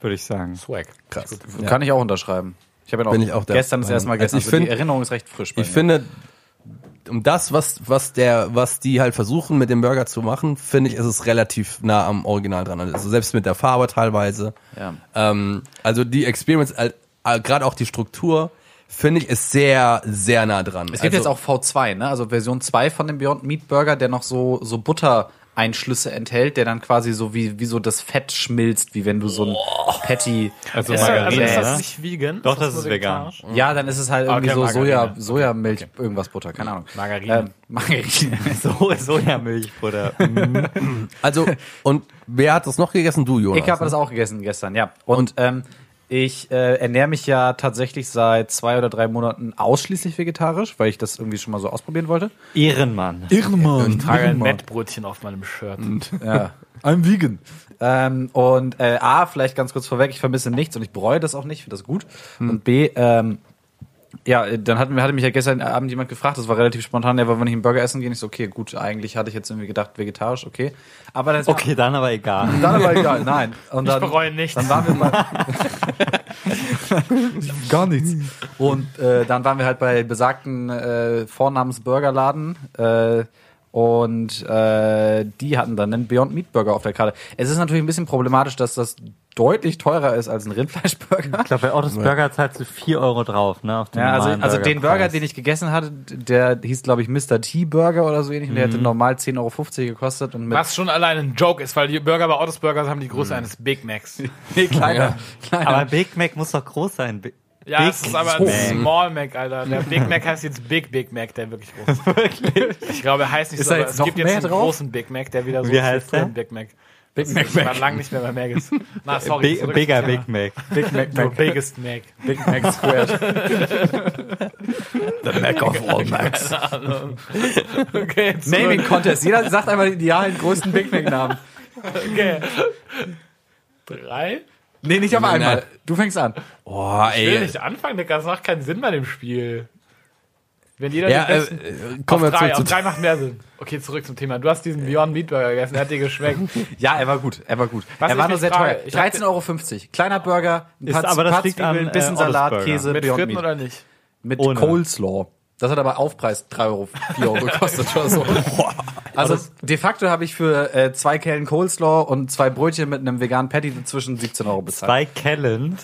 Speaker 2: würde ich sagen.
Speaker 1: Swag.
Speaker 3: Krass.
Speaker 4: Kann ich auch unterschreiben. Ich habe ja noch
Speaker 3: Bin ich auch der
Speaker 4: gestern das erste Mal
Speaker 3: Meinung.
Speaker 4: gegessen.
Speaker 3: Also ich
Speaker 4: Also die
Speaker 3: find-
Speaker 4: Erinnerung ist recht frisch. bei
Speaker 3: Ich
Speaker 4: mir.
Speaker 3: finde, um das, was, was der, was die halt versuchen, mit dem Burger zu machen, finde ich, ist es relativ nah am Original dran. Also selbst mit der Farbe teilweise.
Speaker 4: Ja.
Speaker 3: Ähm, also die Experience, äh, äh, gerade auch die Struktur, finde ich, ist sehr, sehr nah dran.
Speaker 4: Es gibt
Speaker 3: also,
Speaker 4: jetzt auch V2, ne? Also Version 2 von dem Beyond Meat Burger, der noch so, so Butter-Einschlüsse enthält, der dann quasi so wie, wie so das Fett schmilzt, wie wenn du so ein Patty.
Speaker 2: Also
Speaker 1: Ist das- also
Speaker 2: Margarine,
Speaker 1: ist
Speaker 2: oder?
Speaker 1: das nicht vegan?
Speaker 2: Doch, das
Speaker 1: nur
Speaker 2: ist vegan.
Speaker 1: vegetarisch?
Speaker 4: Ja, dann ist es halt irgendwie
Speaker 1: Okay,
Speaker 4: so
Speaker 1: Margarine.
Speaker 4: Soja,
Speaker 1: Okay.
Speaker 4: Sojamilch, irgendwas Butter, keine Ahnung.
Speaker 1: Margarine.
Speaker 4: Ähm, Margarine.
Speaker 2: So, Sojamilch, Bruder.
Speaker 3: also, und wer hat das noch gegessen? Du, Jonas.
Speaker 4: Ich habe das auch gegessen gestern, ja. Und, ähm, ich äh, ernähre mich ja tatsächlich seit zwei oder drei Monaten ausschließlich vegetarisch, weil ich das irgendwie schon mal so ausprobieren wollte.
Speaker 2: Ehrenmann.
Speaker 4: Irrenmann.
Speaker 1: Ich trage ein Mettbrötchen auf meinem Shirt.
Speaker 4: Ja. I'm vegan. Ähm, und äh, A, vielleicht ganz kurz vorweg, ich vermisse nichts und ich bereue das auch nicht, finde das gut.
Speaker 1: Hm.
Speaker 4: Und B, ähm, ja, äh, dann hatten wir, hatte mich ja gestern Abend jemand gefragt, das war relativ spontan, ja, wollen wir nicht einen Burger essen gehen? Ich so, okay, gut, eigentlich hatte ich jetzt irgendwie gedacht, vegetarisch, okay. Aber dann ist
Speaker 2: Okay, dann aber egal.
Speaker 4: dann aber egal, nein. Und dann,
Speaker 1: bereue nichts.
Speaker 4: Dann waren wir bei, Gar nichts. Und äh, dann waren wir halt bei besagten äh, Vornamensburgerladen äh, und äh, die hatten dann einen Beyond Meat Burger auf der Karte. Es ist natürlich ein bisschen problematisch, dass das deutlich teurer ist als ein Rindfleischburger.
Speaker 2: Ich glaube, bei Autos Burger zahlst du 4 Euro drauf, ne? Auf den
Speaker 4: Ja, also,
Speaker 2: normalen
Speaker 4: also den Burger,
Speaker 2: Burgerpreis.
Speaker 4: den ich gegessen hatte, der hieß, glaube ich, Mr. T Burger oder so ähnlich. Und der hätte normal 10,50 Euro gekostet. Und mit
Speaker 1: Was schon allein ein Joke ist, weil die Burger bei Autos Burgers haben die Größe eines Big Macs.
Speaker 4: Nee, kleiner. kleiner.
Speaker 2: Aber Big Mac muss doch groß sein. Bi-
Speaker 1: Ja, es ist aber
Speaker 2: Mac.
Speaker 1: ein Small Mac, Alter. Der Big Mac heißt jetzt Big Big Mac, der wirklich groß ist. Ich glaube, er heißt nicht
Speaker 4: Ist
Speaker 1: so,
Speaker 4: da
Speaker 1: aber
Speaker 4: jetzt
Speaker 1: es
Speaker 4: noch
Speaker 1: gibt
Speaker 4: mehr
Speaker 1: jetzt einen
Speaker 4: drauf?
Speaker 1: großen Big Mac, der wieder so
Speaker 2: Wie
Speaker 1: ist
Speaker 2: heißt
Speaker 1: Full
Speaker 2: der?
Speaker 1: Big Mac.
Speaker 4: Big
Speaker 1: Das ist- Ich war lang nicht mehr bei Maggis. Na, sorry.
Speaker 2: Bi-
Speaker 1: zurück
Speaker 2: Bigger
Speaker 1: zum Thema.
Speaker 2: Big Mac.
Speaker 4: Big Mac,
Speaker 1: The biggest Mac.
Speaker 4: Big Mac Squared.
Speaker 3: The Mac of all Macs.
Speaker 1: Okay, jetzt
Speaker 4: Naming Contest. Jeder sagt einmal den idealen größten Big Mac Namen.
Speaker 1: okay. Drei?
Speaker 4: Nee, nicht auf
Speaker 3: Nein,
Speaker 4: einmal.
Speaker 3: nein.
Speaker 4: Du fängst an.
Speaker 3: Boah,
Speaker 1: Ich will
Speaker 3: ey.
Speaker 1: nicht anfangen, Digga. Das macht keinen Sinn bei dem Spiel. Wenn jeder
Speaker 3: Ja,
Speaker 1: den
Speaker 3: äh,
Speaker 1: besten
Speaker 3: äh,
Speaker 1: Auf
Speaker 3: kommen wir
Speaker 1: drei,
Speaker 3: zurück
Speaker 1: auf
Speaker 3: zu
Speaker 1: drei macht mehr Sinn. Okay, zurück zum Thema. Du hast diesen Beyond Meat Burger gegessen, der hat dir geschmeckt.
Speaker 4: Ja, er war gut. Er war gut.
Speaker 1: Was
Speaker 4: er war
Speaker 1: ich
Speaker 4: nur
Speaker 1: mich
Speaker 4: sehr
Speaker 1: frage,
Speaker 4: teuer.
Speaker 1: ich hab-
Speaker 4: 13,50 Euro. Kleiner Burger, ein paar,
Speaker 2: aber das
Speaker 4: paar
Speaker 2: liegt
Speaker 4: Zwiebeln,
Speaker 2: an, äh,
Speaker 4: bisschen Salat,
Speaker 2: Autos Burger.
Speaker 4: Käse,
Speaker 1: Mit
Speaker 4: Beyond
Speaker 1: Fritten
Speaker 4: Meat.
Speaker 1: oder nicht?
Speaker 4: mit
Speaker 2: Ohne.
Speaker 4: Coleslaw. Das hat aber Aufpreis 3 Euro, 4 Euro gekostet oder so. Also de facto habe ich für äh, zwei Kellen Coleslaw und zwei Brötchen mit einem veganen Patty dazwischen 17 Euro bezahlt.
Speaker 2: Bei Kellen.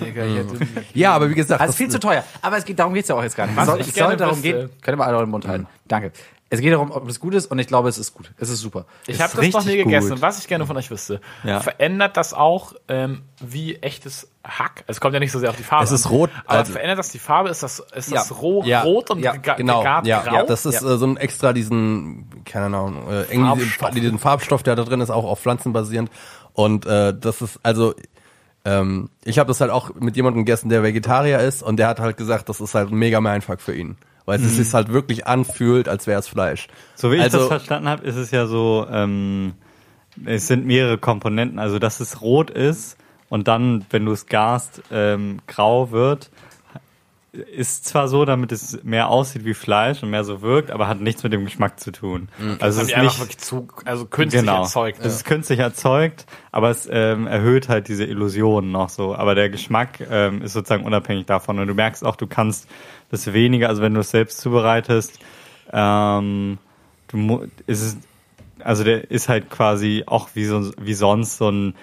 Speaker 3: Ja, aber wie gesagt,
Speaker 4: Das
Speaker 3: das
Speaker 4: ist Also viel zu teuer. Aber es geht, darum geht's ja auch jetzt gar nicht. Es soll,
Speaker 1: ich
Speaker 4: es soll
Speaker 1: gerne
Speaker 4: darum
Speaker 1: wüsste.
Speaker 4: gehen. Könnt ihr mal alle euren Mund halten. Danke. Es geht darum, ob es gut ist und ich glaube, es ist gut. Es ist super.
Speaker 1: Ich
Speaker 2: Ist
Speaker 1: habe das noch nie
Speaker 2: richtig
Speaker 1: gegessen.
Speaker 2: gut.
Speaker 1: Und was ich gerne von euch wüsste,
Speaker 2: Ja.
Speaker 1: verändert das auch ähm, wie echtes Hack? Also, Es kommt ja nicht so sehr auf die Farbe.
Speaker 3: Es ist
Speaker 1: an.
Speaker 3: rot,
Speaker 1: Aber
Speaker 3: also-
Speaker 1: verändert das die Farbe? Ist das, ist das
Speaker 4: Ja.
Speaker 1: roh,
Speaker 3: Ja.
Speaker 1: rot und
Speaker 4: Ja,
Speaker 1: gega-
Speaker 3: genau,
Speaker 1: gegart
Speaker 3: ja,
Speaker 1: grau?
Speaker 3: ja, das ist äh, so ein extra diesen, keine Ahnung, äh, irgendwie
Speaker 1: Farbstoff.
Speaker 3: diesen, diesen Farbstoff, der da drin ist, auch auf Pflanzen basierend. Und äh, das ist also, ähm, ich habe das halt auch mit jemandem gegessen, der Vegetarier ist, und der hat halt gesagt, das ist halt ein mega Mindfuck für ihn, weil
Speaker 1: Mhm.
Speaker 3: es sich halt wirklich anfühlt, als wäre es Fleisch.
Speaker 2: So wie ich
Speaker 3: also,
Speaker 2: das verstanden habe, ist es ja so, ähm, es sind mehrere Komponenten. Also, dass es rot ist und dann, wenn du es garst, ähm, grau wird. Ist zwar so, damit es mehr aussieht wie Fleisch und mehr so wirkt, aber hat nichts mit dem Geschmack zu tun. Also, es
Speaker 1: Mhm. Haben die einfach
Speaker 2: ist nicht,
Speaker 1: wirklich zu, also künstlich
Speaker 4: Genau.
Speaker 1: erzeugt.
Speaker 2: Genau. es ist künstlich erzeugt, aber es ähm, erhöht halt diese Illusion noch so. Aber der Geschmack ähm, ist sozusagen unabhängig davon. Und du merkst auch, du kannst das weniger, also wenn du es selbst zubereitest, ähm, du mu- ist es, also der ist halt quasi auch wie, so, wie sonst so ein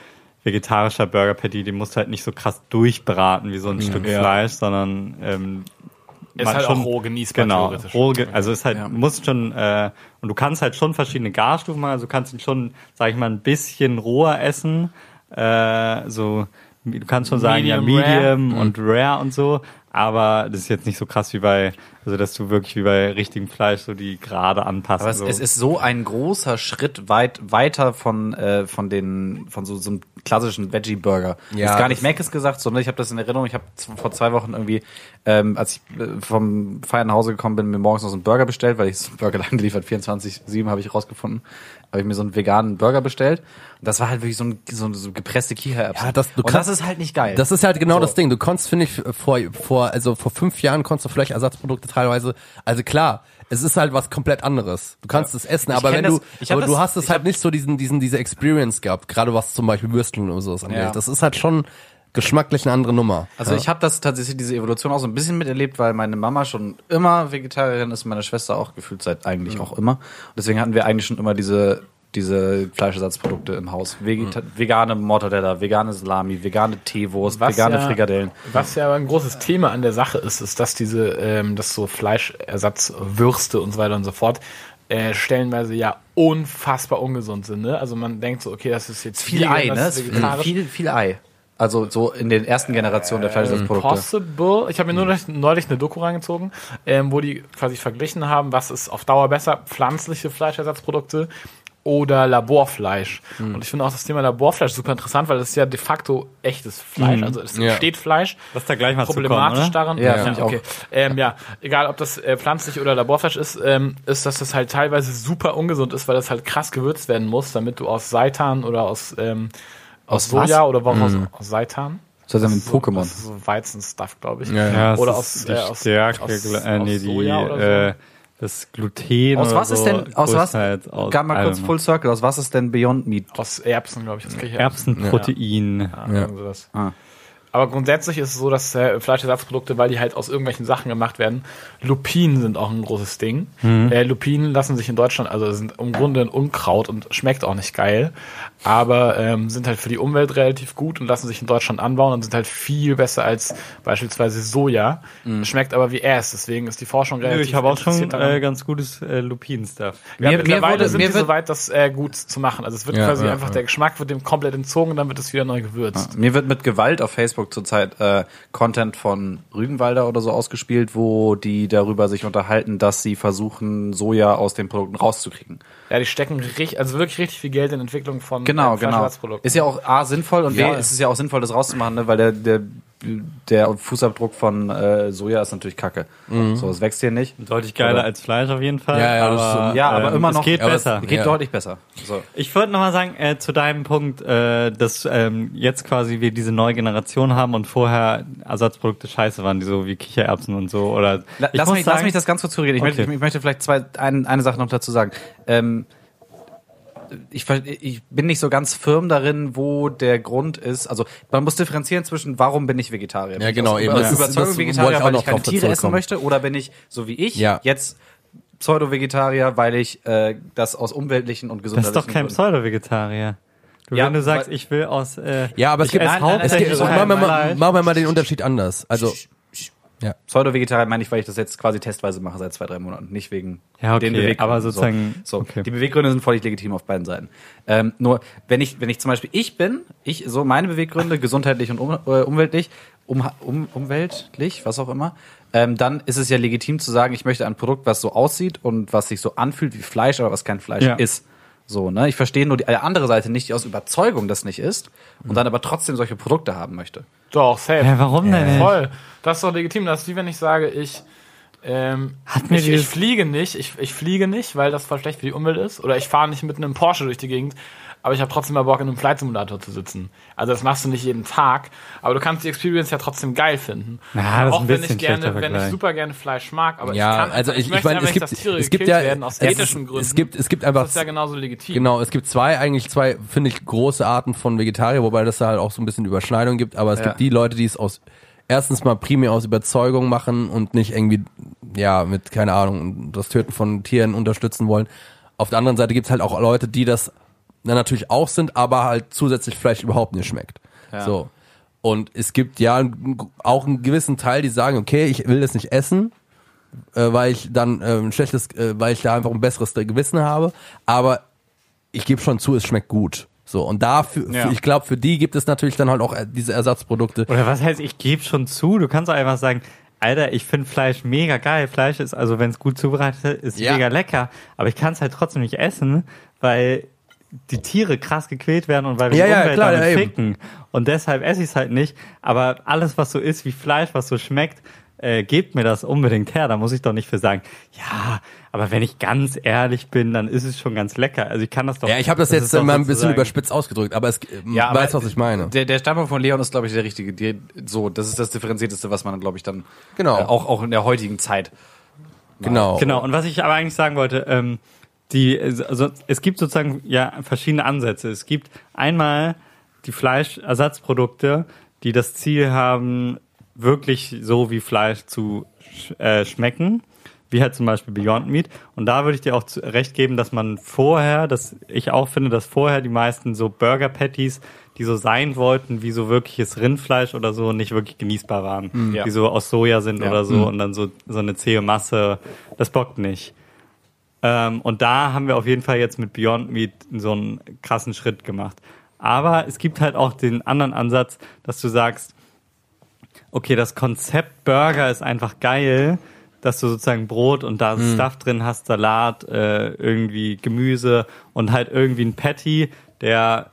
Speaker 2: vegetarischer Burger Patty, den musst du halt nicht so krass durchbraten wie so ein Stück Fleisch, sondern ähm,
Speaker 1: Ist
Speaker 2: man
Speaker 1: halt auch roh genießbar
Speaker 2: Genau,
Speaker 1: theoretisch.
Speaker 2: roh, ge- also ist halt, muss schon, äh, und du kannst halt schon verschiedene Garstufen machen, also du kannst ihn schon, sag ich mal, ein bisschen roher essen, äh, so, du kannst schon sagen,
Speaker 1: Medium,
Speaker 2: ja,
Speaker 1: rare.
Speaker 2: medium
Speaker 4: Mhm.
Speaker 2: und rare und so, aber das ist jetzt nicht so krass wie bei, also dass du wirklich wie bei richtigem Fleisch so die gerade anpasst.
Speaker 4: Aber es,
Speaker 2: so.
Speaker 4: es ist so ein großer Schritt weit weiter von äh, von den von so, so einem klassischen Veggie Burger.
Speaker 3: Ja,
Speaker 4: ist gar nicht
Speaker 3: das-
Speaker 4: Mac ist gesagt, sondern ich habe das in Erinnerung. Ich habe z- vor zwei Wochen irgendwie, ähm, als ich äh, vom Feiern nach Hause gekommen bin, mir morgens noch so einen Burger bestellt, weil ich so einen Burgerladen liefert 24/7 habe ich rausgefunden, habe ich mir so einen veganen Burger bestellt. Und das war halt wirklich so ein so, so gepresste Kichererbsen.
Speaker 3: Ja, das- du
Speaker 4: Und das
Speaker 3: kannst-
Speaker 4: ist halt nicht geil.
Speaker 3: Das ist halt genau das Ding. Du konntest, finde ich, vor, vor, also vor fünf Jahren konntest du Fleischersatzprodukte teilweise, also klar, es ist halt was komplett anderes. Du kannst es essen, aber
Speaker 4: kenn
Speaker 3: wenn du,
Speaker 4: das- ich hab
Speaker 3: aber du
Speaker 4: das-
Speaker 3: hast es halt nicht so diesen, diesen, diese Experience gehabt, gerade was zum Beispiel Würsteln oder sowas angeht.
Speaker 4: Ja.
Speaker 3: Das ist halt schon geschmacklich eine andere Nummer.
Speaker 4: Also ich habe das tatsächlich diese Evolution auch so ein bisschen miterlebt, weil meine Mama schon immer Vegetarierin ist und meine Schwester auch gefühlt seit eigentlich auch immer. Und deswegen hatten wir eigentlich schon immer diese diese Fleischersatzprodukte im Haus. Vegeta
Speaker 1: Mhm.
Speaker 4: Vegane Mortadella, vegane Salami, vegane Teewurst,
Speaker 1: Was
Speaker 4: vegane
Speaker 1: ja-
Speaker 4: Frikadellen.
Speaker 1: Was ja aber ein großes Thema an der Sache ist, ist, dass diese, ähm, dass so Fleischersatzwürste und so weiter und so fort äh, stellenweise ja unfassbar ungesund sind. Ne? Also man denkt so, okay, das ist jetzt
Speaker 4: Viel Ei, ne?
Speaker 1: das
Speaker 4: Es
Speaker 1: ist
Speaker 4: ist
Speaker 1: vegetarisch. Äh,
Speaker 4: Viel, viel Ei. Also so in den ersten Generationen der Fleischersatzprodukte.
Speaker 1: Possible. Ich habe
Speaker 4: Mhm.
Speaker 1: mir nur neulich- neulich eine Doku reingezogen, ähm, wo die quasi verglichen haben, was ist auf Dauer besser, pflanzliche Fleischersatzprodukte oder Laborfleisch.
Speaker 4: Mhm.
Speaker 1: Und ich finde auch das Thema Laborfleisch super interessant, weil das ist ja de facto echtes Fleisch. Also es
Speaker 3: Ja.
Speaker 1: steht Fleisch.
Speaker 2: Lass da gleich mal zu
Speaker 1: Problematisch
Speaker 2: kommen, oder?
Speaker 1: daran,
Speaker 4: Mhm. Ja, finde ich auch.
Speaker 1: Ähm, ja, egal ob das äh, pflanzlich oder Laborfleisch ist, ähm, ist, dass das halt teilweise super ungesund ist, weil das halt krass gewürzt werden muss, damit du aus Seitan oder aus, ähm, aus,
Speaker 4: Aus Mhm.
Speaker 1: Soja oder warum aus, aus Seitan?
Speaker 4: Zusammen mit Pokémon.
Speaker 1: Das ist so Weizenstuff, glaube ich.
Speaker 2: ja,
Speaker 1: Oder
Speaker 2: es
Speaker 1: aus-
Speaker 2: ist
Speaker 1: äh,
Speaker 2: die
Speaker 1: aus-
Speaker 2: Stärke,
Speaker 1: aus-
Speaker 2: gl- äh, nee,
Speaker 1: aus
Speaker 2: die,
Speaker 1: Soja oder so.
Speaker 2: äh, das Gluten
Speaker 4: Aus
Speaker 2: oder
Speaker 4: was ist
Speaker 2: so
Speaker 4: denn, aus was,
Speaker 2: größtenteils aus
Speaker 4: gab mal kurz
Speaker 2: allem.
Speaker 4: Full Circle, aus was ist denn Beyond Meat?
Speaker 1: Aus Erbsen, glaube ich. Das kriege ich
Speaker 2: Erbsenprotein.
Speaker 1: Ja, irgend sowas. Aber grundsätzlich ist es so, dass äh, Fleischersatzprodukte, weil die halt aus irgendwelchen Sachen gemacht werden, Lupinen sind auch ein großes Ding.
Speaker 2: Mhm.
Speaker 1: Äh, Lupinen lassen sich in Deutschland, also sind im Grunde ein Unkraut und schmeckt auch nicht geil, aber ähm, sind halt für die Umwelt relativ gut und lassen sich in Deutschland anbauen und sind halt viel besser als beispielsweise Soja.
Speaker 2: Mhm.
Speaker 1: Schmeckt aber wie Ass, deswegen ist die Forschung
Speaker 2: Nö,
Speaker 1: relativ
Speaker 2: ich habe auch schon
Speaker 1: interessiert daran.
Speaker 2: äh, ganz gutes äh, Lupin-Stuff.
Speaker 1: Ja,
Speaker 4: Mir- mir
Speaker 1: mittlerweile
Speaker 4: wurde-
Speaker 1: sind
Speaker 4: mir
Speaker 1: die
Speaker 4: wird-
Speaker 1: so weit, das äh, gut zu machen. Also es wird
Speaker 3: Ja,
Speaker 1: quasi
Speaker 3: ja,
Speaker 1: einfach
Speaker 3: ja.
Speaker 1: der Geschmack wird dem komplett entzogen und dann wird es wieder neu gewürzt.
Speaker 4: Mir wird mit Gewalt auf Facebook zurzeit äh, Content von Rügenwalder oder so ausgespielt, wo die darüber sich unterhalten, dass sie versuchen, Soja aus den Produkten rauszukriegen.
Speaker 1: Ja, die stecken richtig, also wirklich richtig viel Geld in Entwicklung von
Speaker 4: Genau,
Speaker 1: äh,
Speaker 4: genau.
Speaker 1: Fleischersatzprodukten.
Speaker 4: Ist ja auch A sinnvoll und
Speaker 3: Ja.
Speaker 4: B ist es ja auch sinnvoll, das rauszumachen, ne? weil der, der, der Fußabdruck von äh, Soja ist natürlich kacke. So, es wächst hier nicht.
Speaker 2: Deutlich geiler als Fleisch auf jeden Fall.
Speaker 3: Ja, ja, das
Speaker 2: aber,
Speaker 3: stimmt.
Speaker 4: Ja, aber
Speaker 2: ähm,
Speaker 4: immer noch.
Speaker 2: Es geht
Speaker 4: aber
Speaker 2: besser.
Speaker 4: Es geht
Speaker 3: Ja.
Speaker 4: deutlich besser. So.
Speaker 2: Ich würde nochmal sagen, äh, zu deinem Punkt, äh, dass ähm, jetzt quasi wir diese neue Generation haben und vorher Ersatzprodukte scheiße waren, die so wie Kichererbsen und so. Oder
Speaker 4: La-
Speaker 2: ich
Speaker 4: lass,
Speaker 2: muss
Speaker 4: mich,
Speaker 2: sagen,
Speaker 4: lass mich das ganz kurz korrigieren. Ich,
Speaker 2: Okay.
Speaker 4: möchte, ich möchte vielleicht zwei, ein, eine Sache noch dazu sagen. Ähm, ich, ver- ich bin nicht so ganz firm darin, wo der Grund ist. Also man muss differenzieren zwischen, warum bin ich Vegetarier?
Speaker 3: Ja,
Speaker 4: bin
Speaker 3: genau,
Speaker 4: Ich
Speaker 3: eben.
Speaker 4: aus
Speaker 3: Das
Speaker 4: Über
Speaker 3: ist- das
Speaker 4: Überzeugung
Speaker 3: wollte ich
Speaker 4: Vegetarier,
Speaker 3: auch
Speaker 4: weil
Speaker 3: noch
Speaker 4: ich keine
Speaker 3: drauf
Speaker 4: Tiere essen
Speaker 3: zurückkommen.
Speaker 4: möchte? Oder bin ich, so wie ich,
Speaker 3: Ja.
Speaker 4: jetzt Pseudo-Vegetarier, weil ich äh, das aus umweltlichen und
Speaker 2: das
Speaker 4: gesundheitlichen
Speaker 2: ist doch kein
Speaker 4: Gründen-
Speaker 2: Pseudo-Vegetarier. Du,
Speaker 4: Ja,
Speaker 2: wenn du sagst,
Speaker 4: weil-
Speaker 2: ich will aus... Äh,
Speaker 3: Ja, aber es
Speaker 2: ich
Speaker 3: gibt-
Speaker 2: esse
Speaker 3: Nein,
Speaker 4: nein, nein,
Speaker 3: Es
Speaker 2: hauptsächlich
Speaker 3: geht,
Speaker 4: Das ist
Speaker 3: machen, wir mal,
Speaker 2: Fleisch.
Speaker 3: machen wir mal den Unterschied anders. Also,
Speaker 4: Pseudo-Vegetarier meine ich, weil ich das jetzt quasi testweise mache seit zwei, drei Monaten, nicht wegen
Speaker 2: Ja, okay,
Speaker 4: den Beweggründen.
Speaker 2: aber sozusagen-
Speaker 4: so. So.
Speaker 2: okay.
Speaker 4: Die Beweggründe sind völlig legitim auf beiden Seiten. Ähm, nur, wenn ich, wenn ich zum Beispiel ich bin, ich, so meine Beweggründe, gesundheitlich und um, äh, umweltlich, um, um, umweltlich, was auch immer, ähm, dann ist es ja legitim zu sagen, ich möchte ein Produkt, was so aussieht und was sich so anfühlt wie Fleisch, aber was kein Fleisch
Speaker 2: Ja.
Speaker 4: ist. So, ne? Ich verstehe nur die äh, andere Seite nicht, die aus Überzeugung das nicht ist und
Speaker 2: Mhm.
Speaker 4: dann aber trotzdem solche Produkte haben möchte.
Speaker 1: Doch, safe.
Speaker 2: Hä, warum denn nicht?
Speaker 1: Voll. Das ist doch legitim. Das ist wie wenn ich sage, ich, ähm,
Speaker 2: Hat mir
Speaker 1: ich, ich
Speaker 2: dieses-
Speaker 1: fliege nicht, ich, ich fliege nicht, weil das voll schlecht für die Umwelt ist. Oder ich fahre nicht mit einem Porsche durch die Gegend, aber ich habe trotzdem mal Bock, in einem Flight Simulator zu sitzen. Also das machst du nicht jeden Tag, aber du kannst die Experience ja trotzdem geil finden.
Speaker 2: Na, das ist
Speaker 1: Auch
Speaker 2: ein
Speaker 1: wenn ich
Speaker 2: bisschen
Speaker 1: gerne,
Speaker 2: schlechter
Speaker 1: wenn ich
Speaker 2: Vergleich.
Speaker 1: super gerne Fleisch mag, aber
Speaker 3: ja,
Speaker 1: ich kann
Speaker 3: also
Speaker 1: einfach-
Speaker 3: ich, ich,
Speaker 1: möchte
Speaker 3: meine,
Speaker 1: einfach nicht,
Speaker 3: es gibt,
Speaker 1: dass Tiere
Speaker 3: es gibt
Speaker 1: gekillt
Speaker 3: ja,
Speaker 1: werden aus
Speaker 3: es,
Speaker 1: ethischen Gründen.
Speaker 3: es gibt, es gibt einfach,
Speaker 1: das ist ja genauso legitim.
Speaker 3: genau, es gibt zwei, eigentlich zwei, finde ich, große Arten von Vegetarier, wobei das da halt auch so ein bisschen Überschneidung gibt, aber es
Speaker 4: Ja.
Speaker 3: gibt die Leute, die es aus, erstens mal primär aus Überzeugung machen und nicht irgendwie, ja, mit, keine Ahnung, das Töten von Tieren unterstützen wollen. Auf der anderen Seite gibt's halt auch Leute, die das na, natürlich auch sind, aber halt zusätzlich vielleicht überhaupt nicht schmeckt. So. Und es gibt ja einen- auch einen gewissen Teil, die sagen, okay, ich will das nicht essen, äh, weil ich dann äh, ein schlechtes, äh, weil ich da einfach ein besseres Gewissen habe. Aber ich gebe schon zu, es schmeckt gut. So und dafür,
Speaker 2: Ja.
Speaker 3: ich glaube, für die gibt es natürlich dann halt auch äh, diese Ersatzprodukte.
Speaker 2: Oder was heißt, ich gebe schon zu? Du kannst doch einfach sagen, Alter, ich finde Fleisch mega geil. Fleisch ist, also wenn es gut zubereitet ist, ist
Speaker 3: Ja.
Speaker 2: mega lecker. Aber ich kann es halt trotzdem nicht essen, weil die Tiere krass gequält werden und weil wir
Speaker 3: Ja,
Speaker 2: die
Speaker 3: ja,
Speaker 2: Umwelt
Speaker 3: klar,
Speaker 2: damit
Speaker 3: ja, eben.
Speaker 2: ficken. Und deshalb esse ich es halt nicht. Aber alles, was so ist wie Fleisch, was so schmeckt, äh, gebt mir das unbedingt her. Da muss ich doch nicht für sagen, ja, aber wenn ich ganz ehrlich bin, dann ist es schon ganz lecker. Also ich kann das doch.
Speaker 3: Ja, ich habe das,
Speaker 2: ist
Speaker 3: jetzt
Speaker 2: doch
Speaker 3: mal ein bisschen
Speaker 2: sozusagen-
Speaker 3: überspitzt ausgedrückt, aber es
Speaker 4: Ja,
Speaker 3: ja,
Speaker 4: aber
Speaker 3: weiß, was ich meine.
Speaker 4: Der, der Stammbaum von Leon ist, glaube ich, der richtige. Die, so, das ist das Differenzierteste, was man, glaube ich, dann
Speaker 3: Genau.
Speaker 4: äh, auch, auch in der heutigen Zeit.
Speaker 3: Genau.
Speaker 2: Genau, und was ich aber eigentlich sagen wollte, ähm, die, also es gibt sozusagen ja verschiedene Ansätze. Es gibt einmal die Fleischersatzprodukte, die das Ziel haben, wirklich so wie Fleisch zu sch äh, schmecken, wie halt zum Beispiel Beyond Meat. Und da würde ich dir auch zu- recht geben, dass man vorher, dass ich auch finde, dass vorher die meisten so Burger Patties, die so sein wollten, wie so wirkliches Rindfleisch oder so, nicht wirklich genießbar waren.
Speaker 4: Ja.
Speaker 2: Die so aus Soja sind
Speaker 4: Ja.
Speaker 2: oder so und dann so, so eine zähe Masse. Das bockt nicht. Ähm, und da haben wir auf jeden Fall jetzt mit Beyond Meat so einen krassen Schritt gemacht. Aber es gibt halt auch den anderen Ansatz, dass du sagst, okay, das Konzept Burger ist einfach geil, dass du sozusagen Brot und da Stuff drin hast, Salat, äh, irgendwie Gemüse und halt irgendwie ein Patty, der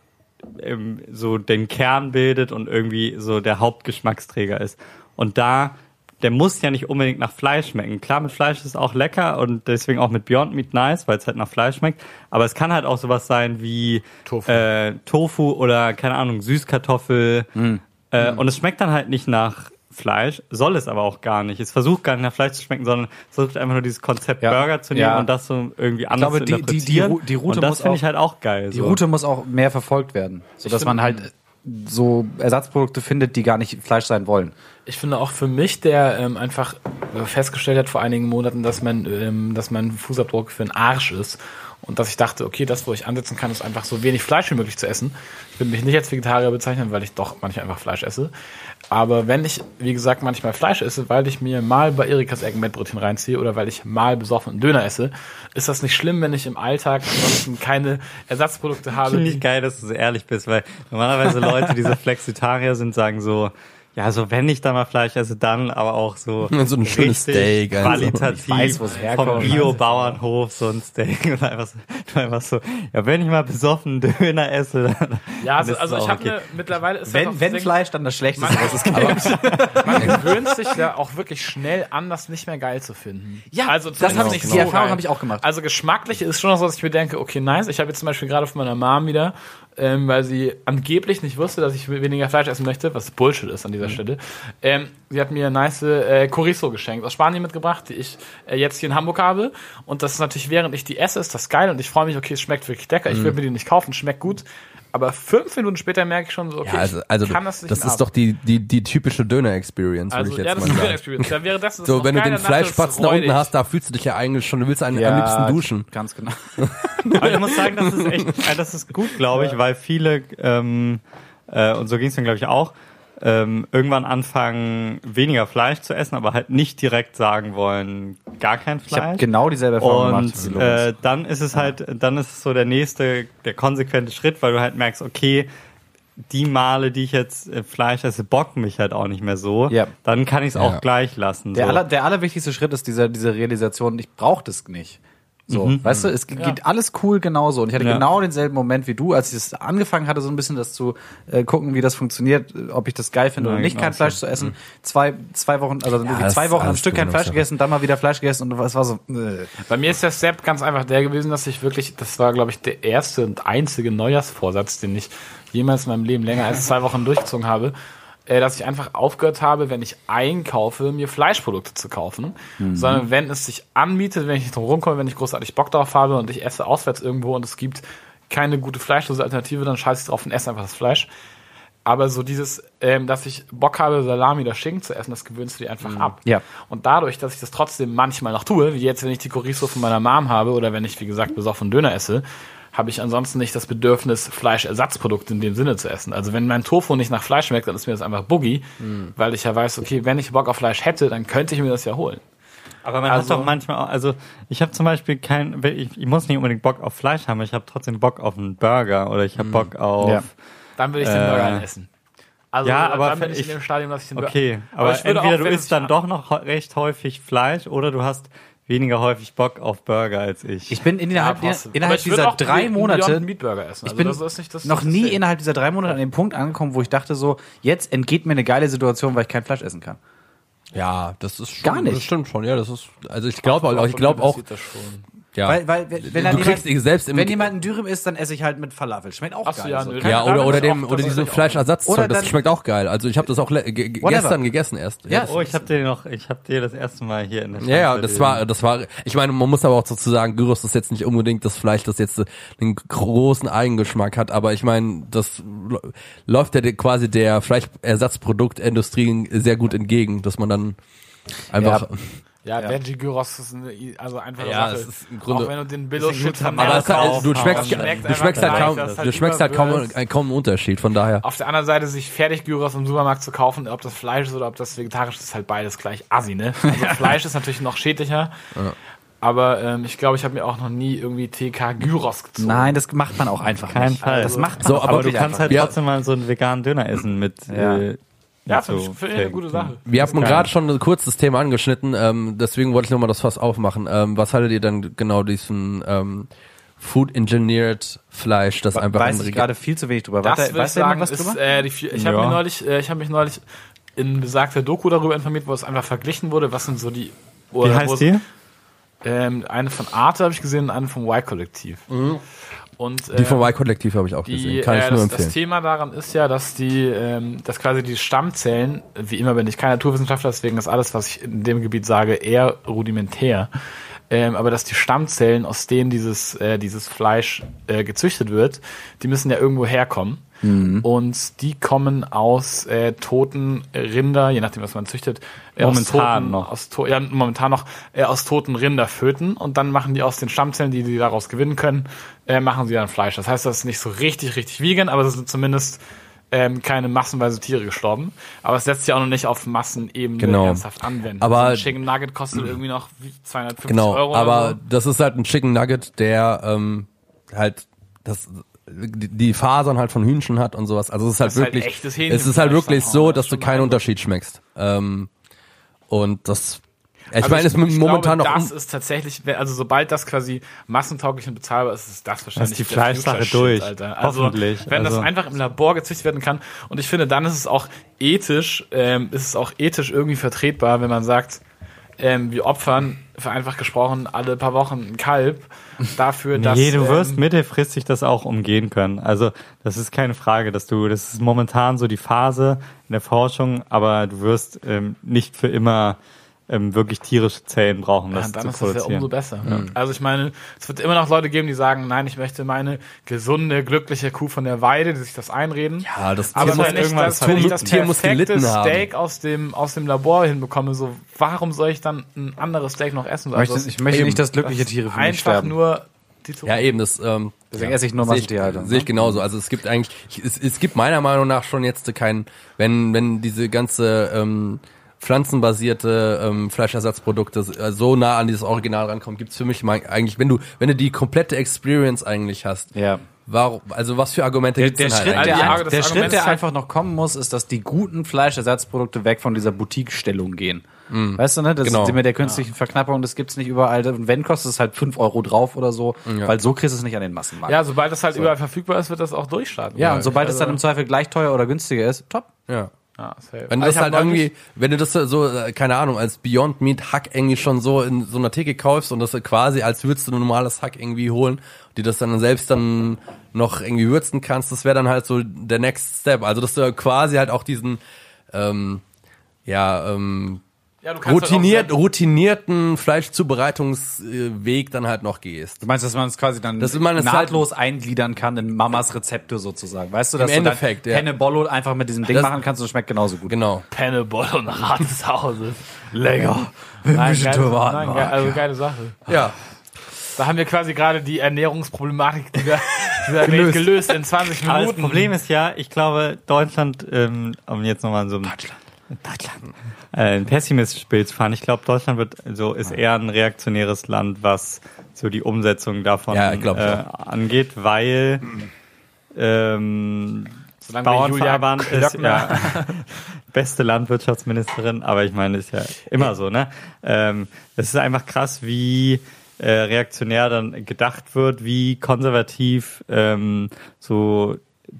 Speaker 2: ähm, so den Kern bildet und irgendwie so der Hauptgeschmacksträger ist. Und da, der muss ja nicht unbedingt nach Fleisch schmecken. Klar, mit Fleisch ist es auch lecker und deswegen auch mit Beyond Meat nice, weil es halt nach Fleisch schmeckt. Aber es kann halt auch sowas sein wie
Speaker 1: Tofu.
Speaker 2: äh, Tofu oder, keine Ahnung, Süßkartoffel.
Speaker 4: Mhm.
Speaker 2: Äh, Und es schmeckt dann halt nicht nach Fleisch, soll es aber auch gar nicht. Es versucht gar nicht nach Fleisch zu schmecken, sondern es versucht einfach nur dieses Konzept
Speaker 4: Ja.
Speaker 2: Burger zu nehmen
Speaker 4: Ja.
Speaker 2: und das so irgendwie anders zu
Speaker 4: glaube, die- die- die
Speaker 2: interpretieren.
Speaker 4: Ru- die Route
Speaker 2: und das
Speaker 4: muss
Speaker 2: finde ich
Speaker 4: auch-
Speaker 2: halt auch geil.
Speaker 4: Die
Speaker 2: so.
Speaker 4: Route muss auch mehr verfolgt werden, sodass man halt so Ersatzprodukte findet, die gar nicht Fleisch sein wollen.
Speaker 1: Ich finde auch für mich, der ähm, einfach festgestellt hat vor einigen Monaten, dass mein, ähm, dass mein Fußabdruck für einen Arsch ist. Und dass ich dachte, okay, das, wo ich ansetzen kann, ist einfach so wenig Fleisch wie möglich zu essen. Ich würde mich nicht als Vegetarier bezeichnen, weil ich doch manchmal einfach Fleisch esse. Aber wenn ich, wie gesagt, manchmal Fleisch esse, weil ich mir mal bei Erikas Eggenmettbrötchen reinziehe oder weil ich mal besoffen einen Döner esse, ist das nicht schlimm, wenn ich im Alltag ansonsten keine Ersatzprodukte habe.
Speaker 2: Finde
Speaker 1: die-
Speaker 2: ich geil, dass du so ehrlich bist, weil normalerweise Leute, die so Flexitarier sind, sagen so, ja, so wenn ich da mal Fleisch esse, dann aber auch so,
Speaker 3: So ein schönes
Speaker 2: richtig
Speaker 3: Steak, also.
Speaker 2: qualitativ
Speaker 4: Ich weiß, wo es
Speaker 2: vom
Speaker 4: herkommt.
Speaker 2: Bio-Bauernhof so ein Steak und einfach so, einfach so, ja, wenn ich mal besoffen einen Döner esse, dann
Speaker 1: Ja, also,
Speaker 2: dann ist
Speaker 1: also
Speaker 2: es
Speaker 1: ich
Speaker 2: auch
Speaker 1: habe mir mittlerweile ist das auch
Speaker 4: Wenn, wenn
Speaker 1: deswegen-
Speaker 4: Fleisch, dann das Schlechteste,
Speaker 1: Man-
Speaker 4: was es gibt.
Speaker 1: Man gewöhnt sich ja auch wirklich schnell an, das nicht mehr geil zu finden. Also
Speaker 4: Ja, das
Speaker 1: zumindest
Speaker 4: hab ich- die
Speaker 1: geil.
Speaker 4: Erfahrung hab ich auch gemacht.
Speaker 1: Also geschmacklich ist schon noch so, dass ich mir denke, okay, nice. Ich habe jetzt zum Beispiel gerade von meiner Mom wieder, ähm, weil sie angeblich nicht wusste, dass ich weniger Fleisch essen möchte, was Bullshit ist an dieser
Speaker 4: Mhm.
Speaker 1: Stelle. Ähm, sie hat mir nice äh, Chorizo geschenkt, aus Spanien mitgebracht, die ich äh, jetzt hier in Hamburg habe. Und das ist natürlich, während ich die esse, ist das geil und ich freue mich, okay, es schmeckt wirklich lecker.
Speaker 4: Mhm.
Speaker 1: Ich will mir die nicht kaufen, schmeckt gut. Aber fünf Minuten später merke ich schon so, okay,
Speaker 3: Ja, also, also
Speaker 1: ich kann das nicht
Speaker 3: das
Speaker 1: in
Speaker 3: ist
Speaker 1: Abend.
Speaker 3: doch die, die, die typische Döner-Experience, würde
Speaker 1: Also,
Speaker 3: ich jetzt
Speaker 1: ja, das
Speaker 3: mal
Speaker 1: ist eine
Speaker 3: sagen.
Speaker 1: Experience. Da wäre das das ist
Speaker 3: So,
Speaker 1: noch
Speaker 3: wenn du
Speaker 1: geiler, danach ist
Speaker 3: den
Speaker 1: es
Speaker 3: Fleischspatzen da unten
Speaker 1: räudig.
Speaker 3: hast, da fühlst du dich ja eigentlich schon, du willst einen, am liebsten duschen.
Speaker 4: Ganz genau.
Speaker 2: Aber ich muss sagen, das ist echt, äh, das ist gut, glaube ich, weil viele, ähm, äh, und so ging es mir, glaube ich, auch, ähm, irgendwann anfangen, weniger Fleisch zu essen, aber halt nicht direkt sagen wollen, gar kein
Speaker 4: Ich habe
Speaker 2: Fleisch.
Speaker 4: genau dieselbe Erfahrung gemacht.
Speaker 2: und äh, dann ist es halt, dann ist es so der nächste, der konsequente Schritt, weil du halt merkst, okay, die Male, die ich jetzt äh, Fleisch esse, bocken mich halt auch nicht mehr so.
Speaker 4: Ja.
Speaker 2: Dann kann ich es
Speaker 3: Ja.
Speaker 2: auch gleich lassen.
Speaker 4: Der,
Speaker 2: so.
Speaker 4: aller, der allerwichtigste Schritt ist dieser, diese Realisation, ich brauche das nicht. So, weißt du, es
Speaker 1: Mhm.
Speaker 4: geht alles cool genauso. Und ich hatte
Speaker 2: Ja.
Speaker 4: genau denselben Moment wie du, als ich das angefangen hatte, so ein bisschen das zu äh, gucken, wie das funktioniert, äh, ob ich das mhm. geil finde
Speaker 2: Ja,
Speaker 4: oder nicht,
Speaker 2: genau
Speaker 4: kein
Speaker 2: so.
Speaker 4: Fleisch zu essen. Zwei, zwei Wochen, also irgendwie
Speaker 3: das
Speaker 4: zwei
Speaker 3: ist
Speaker 4: Wochen am
Speaker 3: alles
Speaker 4: Stück kein Fleisch
Speaker 3: Gewöhnungssache.
Speaker 4: gegessen, dann mal wieder Fleisch gegessen und es war so. Äh.
Speaker 1: Bei mir ist der Step ganz einfach der gewesen, dass ich wirklich, das war, glaube ich, der erste und einzige Neujahrsvorsatz, den ich jemals in meinem Leben länger als zwei Wochen durchgezogen habe, äh, dass ich einfach aufgehört habe, wenn ich einkaufe, mir Fleischprodukte zu kaufen,
Speaker 3: Mhm.
Speaker 1: sondern wenn es sich anbietet, wenn ich nicht drum rumkomme, wenn ich großartig Bock drauf habe und ich esse auswärts irgendwo und es gibt keine gute fleischlose Alternative, dann scheiße ich drauf und esse einfach das Fleisch. Aber so dieses, ähm, dass ich Bock habe, Salami oder Schinken zu essen, das gewöhnst du dir einfach
Speaker 2: Mhm.
Speaker 1: ab.
Speaker 4: Ja.
Speaker 1: Und dadurch, dass ich das trotzdem manchmal noch tue, wie jetzt, wenn ich die Chorizo von meiner Mom habe oder wenn ich, wie gesagt, besoffen Döner esse, habe ich ansonsten nicht das Bedürfnis, Fleischersatzprodukte in dem Sinne zu essen. Also wenn mein Tofu nicht nach Fleisch schmeckt, dann ist mir das einfach Boogie,
Speaker 2: Mhm.
Speaker 1: weil ich ja weiß, okay, wenn ich Bock auf Fleisch hätte, dann könnte ich mir das ja holen.
Speaker 2: Aber man
Speaker 1: Also-
Speaker 2: hat doch manchmal auch, also ich habe zum Beispiel kein, ich, ich muss nicht unbedingt Bock auf Fleisch haben, aber ich habe trotzdem Bock auf einen Burger oder ich habe Bock auf.
Speaker 4: Ja.
Speaker 1: Dann will ich den
Speaker 2: Äh.
Speaker 1: Burger halt essen. Also
Speaker 2: Ja, aber
Speaker 1: dann bin ich,
Speaker 2: ich-
Speaker 1: in dem Stadium, dass ich den Burger-
Speaker 2: Okay, aber,
Speaker 1: ich würde
Speaker 2: entweder
Speaker 1: auch,
Speaker 2: du
Speaker 1: wenn
Speaker 2: isst
Speaker 1: ich-
Speaker 2: dann doch noch hä- recht häufig Fleisch oder du hast weniger häufig Bock auf Burger als ich.
Speaker 4: Ich bin innerhalb,
Speaker 1: passt. Aber
Speaker 4: innerhalb
Speaker 1: ich würde
Speaker 4: dieser
Speaker 1: auch
Speaker 4: drei
Speaker 1: Beyond
Speaker 4: Monate
Speaker 1: Meat Burger essen.
Speaker 4: Ich
Speaker 1: Also
Speaker 4: bin
Speaker 1: das ist nicht das-
Speaker 4: noch
Speaker 1: das
Speaker 4: nie
Speaker 1: Ding.
Speaker 4: innerhalb dieser drei Monate an den Punkt angekommen, wo ich dachte so, jetzt entgeht mir eine geile Situation, weil ich kein Fleisch essen kann.
Speaker 3: Ja, das ist schon,
Speaker 4: Gar nicht.
Speaker 3: Das stimmt schon, ja, das ist, also ich glaube
Speaker 1: halt
Speaker 3: auch, ich glaube auch,
Speaker 1: Das schon.
Speaker 3: ja.
Speaker 4: Weil, weil wenn, wenn
Speaker 3: du
Speaker 4: dann
Speaker 3: kriegst
Speaker 4: jemand,
Speaker 3: selbst im,
Speaker 4: wenn jemand ein Dürüm isst, dann esse ich halt mit Falafel. Schmeckt auch
Speaker 1: Ach so,
Speaker 4: geil.
Speaker 1: ja,
Speaker 4: so.
Speaker 1: nö.
Speaker 4: Keine-
Speaker 3: ja,
Speaker 1: Dann
Speaker 3: oder,
Speaker 1: ist
Speaker 3: oder
Speaker 1: auch-
Speaker 3: dem,
Speaker 1: das
Speaker 3: oder
Speaker 1: ist
Speaker 3: diesem
Speaker 1: auch-
Speaker 4: Oder
Speaker 3: Fleischersatzzeug, das
Speaker 4: dann-
Speaker 3: schmeckt auch geil. Also ich habe das auch le- ge- ge-
Speaker 4: Whatever.
Speaker 3: gestern gegessen erst.
Speaker 4: Ja,
Speaker 3: das-
Speaker 2: oh, ich habe dir noch, ich habe dir das erste Mal hier in der
Speaker 3: Ja, ja,
Speaker 2: Schanze
Speaker 3: das
Speaker 2: den-
Speaker 3: war, das war, ich meine, man muss aber auch dazu sagen, Gyros ist jetzt nicht unbedingt das Fleisch, das jetzt äh, einen großen Eigengeschmack hat, aber ich meine, das lo- läuft ja de- quasi der Fleischersatzproduktindustrie sehr gut entgegen, dass man dann einfach,
Speaker 1: Ja, Veggie Gyros ist eine, I- also einfach
Speaker 3: Ja,
Speaker 1: Sache.
Speaker 3: es ist im Grunde-
Speaker 1: auch wenn du den Billo
Speaker 2: Ist ein
Speaker 1: schützt,
Speaker 2: guter
Speaker 3: aber
Speaker 2: Ja,
Speaker 3: es ist halt,
Speaker 2: kaum.
Speaker 3: du schmeckst,
Speaker 2: Aber schmeckt
Speaker 3: du schmeckst halt
Speaker 2: einfach
Speaker 3: kaum,
Speaker 2: gleich, dass
Speaker 3: du schmeckst halt kaum, äh, kaum einen Unterschied, von daher.
Speaker 1: Auf der anderen Seite sich fertig Gyros im Supermarkt zu kaufen, ob das Fleisch ist oder ob das vegetarisch ist, ist halt beides gleich assi, ne? Also Fleisch ist natürlich noch schädlicher. Aber ähm, ich glaube, ich habe mir auch noch nie irgendwie TK Gyros gezogen.
Speaker 4: Nein, das macht man auch einfach
Speaker 2: Kein
Speaker 4: nicht.
Speaker 2: Fall.
Speaker 4: Das macht man
Speaker 3: So,
Speaker 4: auch
Speaker 3: aber
Speaker 2: Aber du
Speaker 4: wirklich
Speaker 2: kannst
Speaker 4: einfach
Speaker 2: halt
Speaker 3: Ja.
Speaker 2: trotzdem mal so einen veganen Döner essen mit.
Speaker 4: Ja.
Speaker 2: äh,
Speaker 1: ja,
Speaker 2: mit
Speaker 1: finde ich,
Speaker 2: so
Speaker 1: finde ich eine gute
Speaker 2: Felgen.
Speaker 1: Sache.
Speaker 3: Wir haben
Speaker 2: geil.
Speaker 3: gerade schon kurz das Thema angeschnitten, ähm, deswegen wollte ich nochmal das Fass aufmachen. Ähm, was haltet ihr denn genau diesen ähm, Food Engineered Fleisch,
Speaker 2: halt
Speaker 3: das einfach
Speaker 4: Weiß
Speaker 3: ein
Speaker 4: ich
Speaker 3: Reg-
Speaker 4: gerade viel zu wenig drüber.
Speaker 1: Das
Speaker 4: Warte,
Speaker 1: würde ich
Speaker 4: weißt du jemand
Speaker 1: sagen,
Speaker 4: was
Speaker 1: ist,
Speaker 4: drüber?
Speaker 1: äh, die, vier- ich habe
Speaker 2: Ja.
Speaker 1: mich neulich, äh, ich habe mich neulich in besagter Doku darüber informiert, wo es einfach verglichen wurde, was sind so die
Speaker 2: Wie
Speaker 1: oder wo es-
Speaker 2: heißt die?
Speaker 1: Ähm, eine von Arte habe ich gesehen und eine vom Y-Kollektiv.
Speaker 2: Mhm.
Speaker 1: Und äh,
Speaker 3: Die vom Y-Kollektiv habe ich auch
Speaker 1: die,
Speaker 3: gesehen. Kann
Speaker 1: äh,
Speaker 3: ich nur
Speaker 1: das,
Speaker 3: empfehlen.
Speaker 1: das Thema daran ist ja, dass die, ähm, dass quasi die Stammzellen, wie immer bin ich kein Naturwissenschaftler, deswegen ist alles, was ich in dem Gebiet sage, eher rudimentär. Ähm, aber dass die Stammzellen, aus denen dieses, äh, dieses Fleisch äh, gezüchtet wird, die müssen ja irgendwo herkommen.
Speaker 3: Mhm.
Speaker 1: Und die kommen aus äh, toten Rinder, je nachdem, was man züchtet. äh, aus
Speaker 2: Momentan
Speaker 1: toten,
Speaker 2: noch.
Speaker 1: Aus to ja, momentan noch äh, aus toten Rinderföten. Und dann machen die aus den Stammzellen, die die daraus gewinnen können, äh, machen sie dann Fleisch. Das heißt, das ist nicht so richtig, richtig vegan, aber es sind zumindest ähm, keine massenweise Tiere gestorben. Aber es lässt sich auch noch nicht auf Massenebene
Speaker 3: Genau.
Speaker 1: ernsthaft anwenden.
Speaker 3: Aber-
Speaker 1: so ein Chicken Nugget kostet irgendwie noch wie 250
Speaker 3: Genau,
Speaker 1: Euro.
Speaker 3: aber
Speaker 1: oder so.
Speaker 3: das ist halt ein Chicken Nugget, der ähm, halt das die die Fasern halt von Hühnchen hat und sowas. Also es ist halt
Speaker 1: Das ist halt
Speaker 3: wirklich,
Speaker 1: echtes
Speaker 3: es ist halt
Speaker 1: Hähnchenfleisch
Speaker 3: wirklich
Speaker 1: dann auch,
Speaker 3: so,
Speaker 1: ne?
Speaker 3: dass du
Speaker 1: Schon
Speaker 3: keinen
Speaker 1: mal.
Speaker 3: Unterschied schmeckst. Ähm, und das, ja, ich
Speaker 1: Also
Speaker 3: meine, es ist
Speaker 1: glaube,
Speaker 3: momentan noch
Speaker 1: Das
Speaker 2: um-
Speaker 3: un-
Speaker 1: ist tatsächlich, wenn- also sobald das quasi massentauglich und bezahlbar ist, ist das wahrscheinlich
Speaker 2: die
Speaker 1: der
Speaker 2: Fleischsache
Speaker 1: Future-Shit,
Speaker 2: durch.
Speaker 1: Alter. Also,
Speaker 2: Hoffentlich.
Speaker 1: Wenn das
Speaker 2: Also-
Speaker 1: einfach im Labor gezüchtet werden kann. Und ich finde, dann ist es auch ethisch, ähm, ist es auch ethisch irgendwie vertretbar, wenn man sagt, ähm, wir opfern, vereinfacht gesprochen, alle paar Wochen ein Kalb dafür, dass.
Speaker 2: nee, du wirst
Speaker 1: ähm,
Speaker 2: mittelfristig das auch umgehen können. Also das ist keine Frage, dass du, das ist momentan so die Phase in der Forschung, aber du wirst ähm, nicht für immer ähm, wirklich tierische Zellen brauchen, um
Speaker 1: Ja,
Speaker 2: das
Speaker 1: dann
Speaker 2: zu
Speaker 1: ist das ja
Speaker 2: produzieren. Hm.
Speaker 1: umso besser. Also ich meine, es wird immer noch Leute geben, die sagen, nein, ich möchte meine gesunde, glückliche Kuh von der Weide, die sich das einreden.
Speaker 3: Ja, das Tier
Speaker 1: aber
Speaker 3: muss
Speaker 1: wenn ich
Speaker 2: irgendwann
Speaker 1: das,
Speaker 2: das
Speaker 1: wenn ich
Speaker 2: Tier
Speaker 1: das
Speaker 3: muss
Speaker 1: perfekte
Speaker 3: gelitten haben.
Speaker 1: Steak aus dem, aus dem Labor hinbekomme, so warum soll ich dann ein anderes Steak noch essen?
Speaker 4: möchte,
Speaker 1: Also,
Speaker 4: ich möchte
Speaker 3: eben,
Speaker 4: nicht, dass glückliche Tiere für
Speaker 1: einfach
Speaker 4: mich sterben.
Speaker 1: nur die
Speaker 3: ja
Speaker 1: Zukunft.
Speaker 3: eben das. Ähm,
Speaker 4: Deswegen
Speaker 3: ja.
Speaker 4: esse ich nur ne?
Speaker 3: Sehe ich,
Speaker 4: Massentierhaltung.
Speaker 3: sehe ich genauso. Also es gibt eigentlich, ich- es, es gibt meiner Meinung nach schon jetzt keinen, wenn wenn diese ganze ähm, pflanzenbasierte ähm, Fleischersatzprodukte äh, so nah an dieses Original rankommen, gibt's für mich mein, eigentlich, wenn du wenn du die komplette Experience eigentlich hast,
Speaker 4: Ja.
Speaker 3: warum, also was für Argumente gibt's
Speaker 4: Der
Speaker 3: denn halt
Speaker 4: Schritt,
Speaker 3: eigentlich?
Speaker 1: Die
Speaker 4: der,
Speaker 1: Frage
Speaker 4: der,
Speaker 1: des
Speaker 4: Schritt,
Speaker 1: Arguments
Speaker 4: der
Speaker 1: ist halt-
Speaker 4: einfach noch kommen muss, ist, dass die guten Fleischersatzprodukte weg von dieser Boutique-Stellung gehen.
Speaker 2: Mhm.
Speaker 4: Weißt du, ne? Das
Speaker 3: Genau.
Speaker 4: ist mit der künstlichen Verknappung, das gibt's nicht überall. Und wenn, kostet es halt 5 Euro drauf oder so, weil so kriegst du es nicht an den Massenmarkt.
Speaker 1: Ja, sobald das halt überall verfügbar ist, wird das auch durchstarten.
Speaker 4: Ja, und sobald
Speaker 1: also,
Speaker 4: es dann im Zweifel gleich teuer oder günstiger ist, top.
Speaker 3: ja.
Speaker 1: ja, safe.
Speaker 3: Wenn du
Speaker 1: Also ich
Speaker 3: das
Speaker 1: hab
Speaker 3: halt
Speaker 1: neulich-
Speaker 3: irgendwie, wenn du das so, äh, keine Ahnung, als Beyond Meat Hack irgendwie schon so in so einer Theke kaufst und das quasi als würdest du ein normales Hack irgendwie holen, die das dann selbst dann noch irgendwie würzen kannst, das wäre dann halt so der Next Step. Also dass du quasi halt auch diesen, ähm, ja, ähm,
Speaker 1: ja, du kannst halt auch
Speaker 3: routiniert, routinierten Fleischzubereitungsweg dann halt noch gehst.
Speaker 4: Du meinst, dass man es quasi dann
Speaker 3: Dass man es halt
Speaker 4: nahtlos eingliedern kann in Mamas Rezepte sozusagen. Weißt du, dass
Speaker 3: Im
Speaker 4: du
Speaker 3: Endeffekt,
Speaker 4: dann
Speaker 3: ja.
Speaker 4: Penne Bollo einfach mit diesem Ding
Speaker 3: Das-
Speaker 4: machen kannst und es schmeckt genauso gut.
Speaker 3: Genau.
Speaker 1: Penne, Boll und Rat des Hauses.
Speaker 4: Lecker.
Speaker 1: Nein,
Speaker 4: Nein,
Speaker 1: geile,
Speaker 4: Tomaten.
Speaker 1: nein, ge also geile Sache.
Speaker 3: Ja.
Speaker 1: Da haben wir quasi gerade die Ernährungsproblematik dieser, dieser gelöst. Welt gelöst in 20
Speaker 2: Aber das
Speaker 1: Minuten.
Speaker 2: Problem ist ja, ich glaube, Deutschland, ähm, um jetzt nochmal so ein Deutschland. Deutschland. Äh, ein pessimistisches Bild zu fahren. Ich glaube, Deutschland wird so ist eher ein reaktionäres Land, was so die Umsetzung davon
Speaker 3: Ja, ich glaub,
Speaker 2: äh,
Speaker 3: ja.
Speaker 2: angeht, weil ähm,
Speaker 1: Solange wir Julia
Speaker 2: Bauernverband ist
Speaker 1: Klöckner-
Speaker 2: ja beste Landwirtschaftsministerin, aber ich meine, ist ja immer so, ne? Ähm, es ist einfach krass, wie äh, reaktionär dann gedacht wird, wie konservativ ähm, so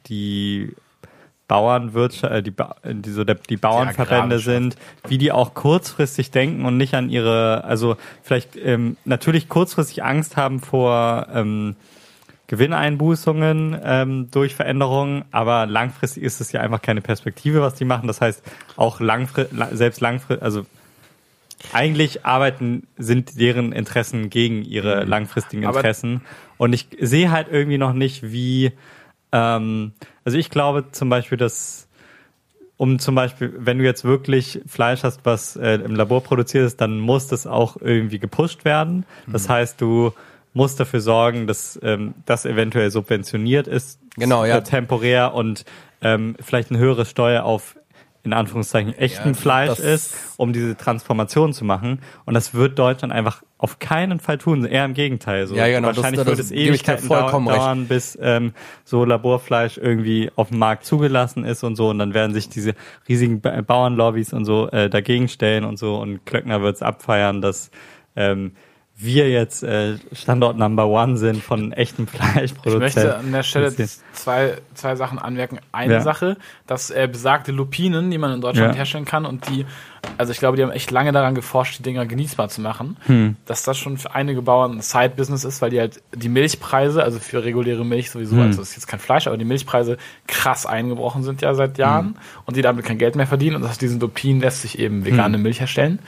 Speaker 2: die Bauernwirtschaft, äh, die, ba äh, die, so der, die Bauernverbände
Speaker 1: Agrarwirtschaft.
Speaker 2: sind, wie die auch kurzfristig denken und nicht an ihre, also vielleicht ähm, natürlich kurzfristig Angst haben vor ähm, Gewinneinbußungen ähm, durch Veränderungen, aber langfristig ist es ja einfach keine Perspektive, was die machen. Das heißt, auch langfristig, selbst langfristig, also eigentlich arbeiten, sind deren Interessen gegen ihre langfristigen
Speaker 1: Aber-
Speaker 2: Interessen. Und ich sehe halt irgendwie noch nicht, wie, ähm, also ich glaube zum Beispiel, dass um zum Beispiel, wenn du jetzt wirklich Fleisch hast, was äh, im Labor produziert ist, dann muss das auch irgendwie gepusht werden. Das
Speaker 3: Mhm.
Speaker 2: heißt, du musst dafür sorgen, dass ähm, das eventuell subventioniert ist,
Speaker 3: Genau, ja.
Speaker 2: äh, temporär und ähm, vielleicht eine höhere Steuer auf in Anführungszeichen echten
Speaker 3: Ja,
Speaker 2: Fleisch
Speaker 3: das-
Speaker 2: ist, um diese Transformation zu machen. Und das wird Deutschland einfach auf keinen Fall tun, eher im Gegenteil. So.
Speaker 3: Ja, genau, das-
Speaker 2: Wahrscheinlich
Speaker 3: das
Speaker 2: wird es
Speaker 3: gebe ich dir
Speaker 2: Ewigkeiten
Speaker 3: vollkommen
Speaker 2: dau
Speaker 3: recht.
Speaker 2: dauern, bis ähm, so Laborfleisch irgendwie auf dem Markt zugelassen ist und so. Und dann werden sich diese riesigen ba Bauernlobbys und so äh, dagegen stellen und so. Und Klöckner wird es abfeiern, dass ähm, wir jetzt äh, Standort Number One sind von echtem
Speaker 1: Ich
Speaker 2: Fleischproduzenten.
Speaker 1: möchte an der Stelle
Speaker 2: Das ist-
Speaker 1: zwei, zwei Sachen anmerken. Eine
Speaker 2: Ja.
Speaker 1: Sache, dass äh, besagte Lupinen, die man in Deutschland
Speaker 2: Ja.
Speaker 1: herstellen kann und die, also ich glaube, die haben echt lange daran geforscht, die Dinger genießbar zu machen,
Speaker 2: Hm.
Speaker 1: dass das schon für einige Bauern ein Side-Business ist, weil die halt die Milchpreise, also für reguläre Milch sowieso,
Speaker 2: Hm.
Speaker 1: also es ist jetzt kein Fleisch, aber die Milchpreise krass eingebrochen sind ja seit Jahren
Speaker 2: Hm.
Speaker 1: und die damit kein Geld mehr verdienen und aus diesen Lupinen lässt sich eben vegane
Speaker 2: Hm.
Speaker 1: Milch herstellen.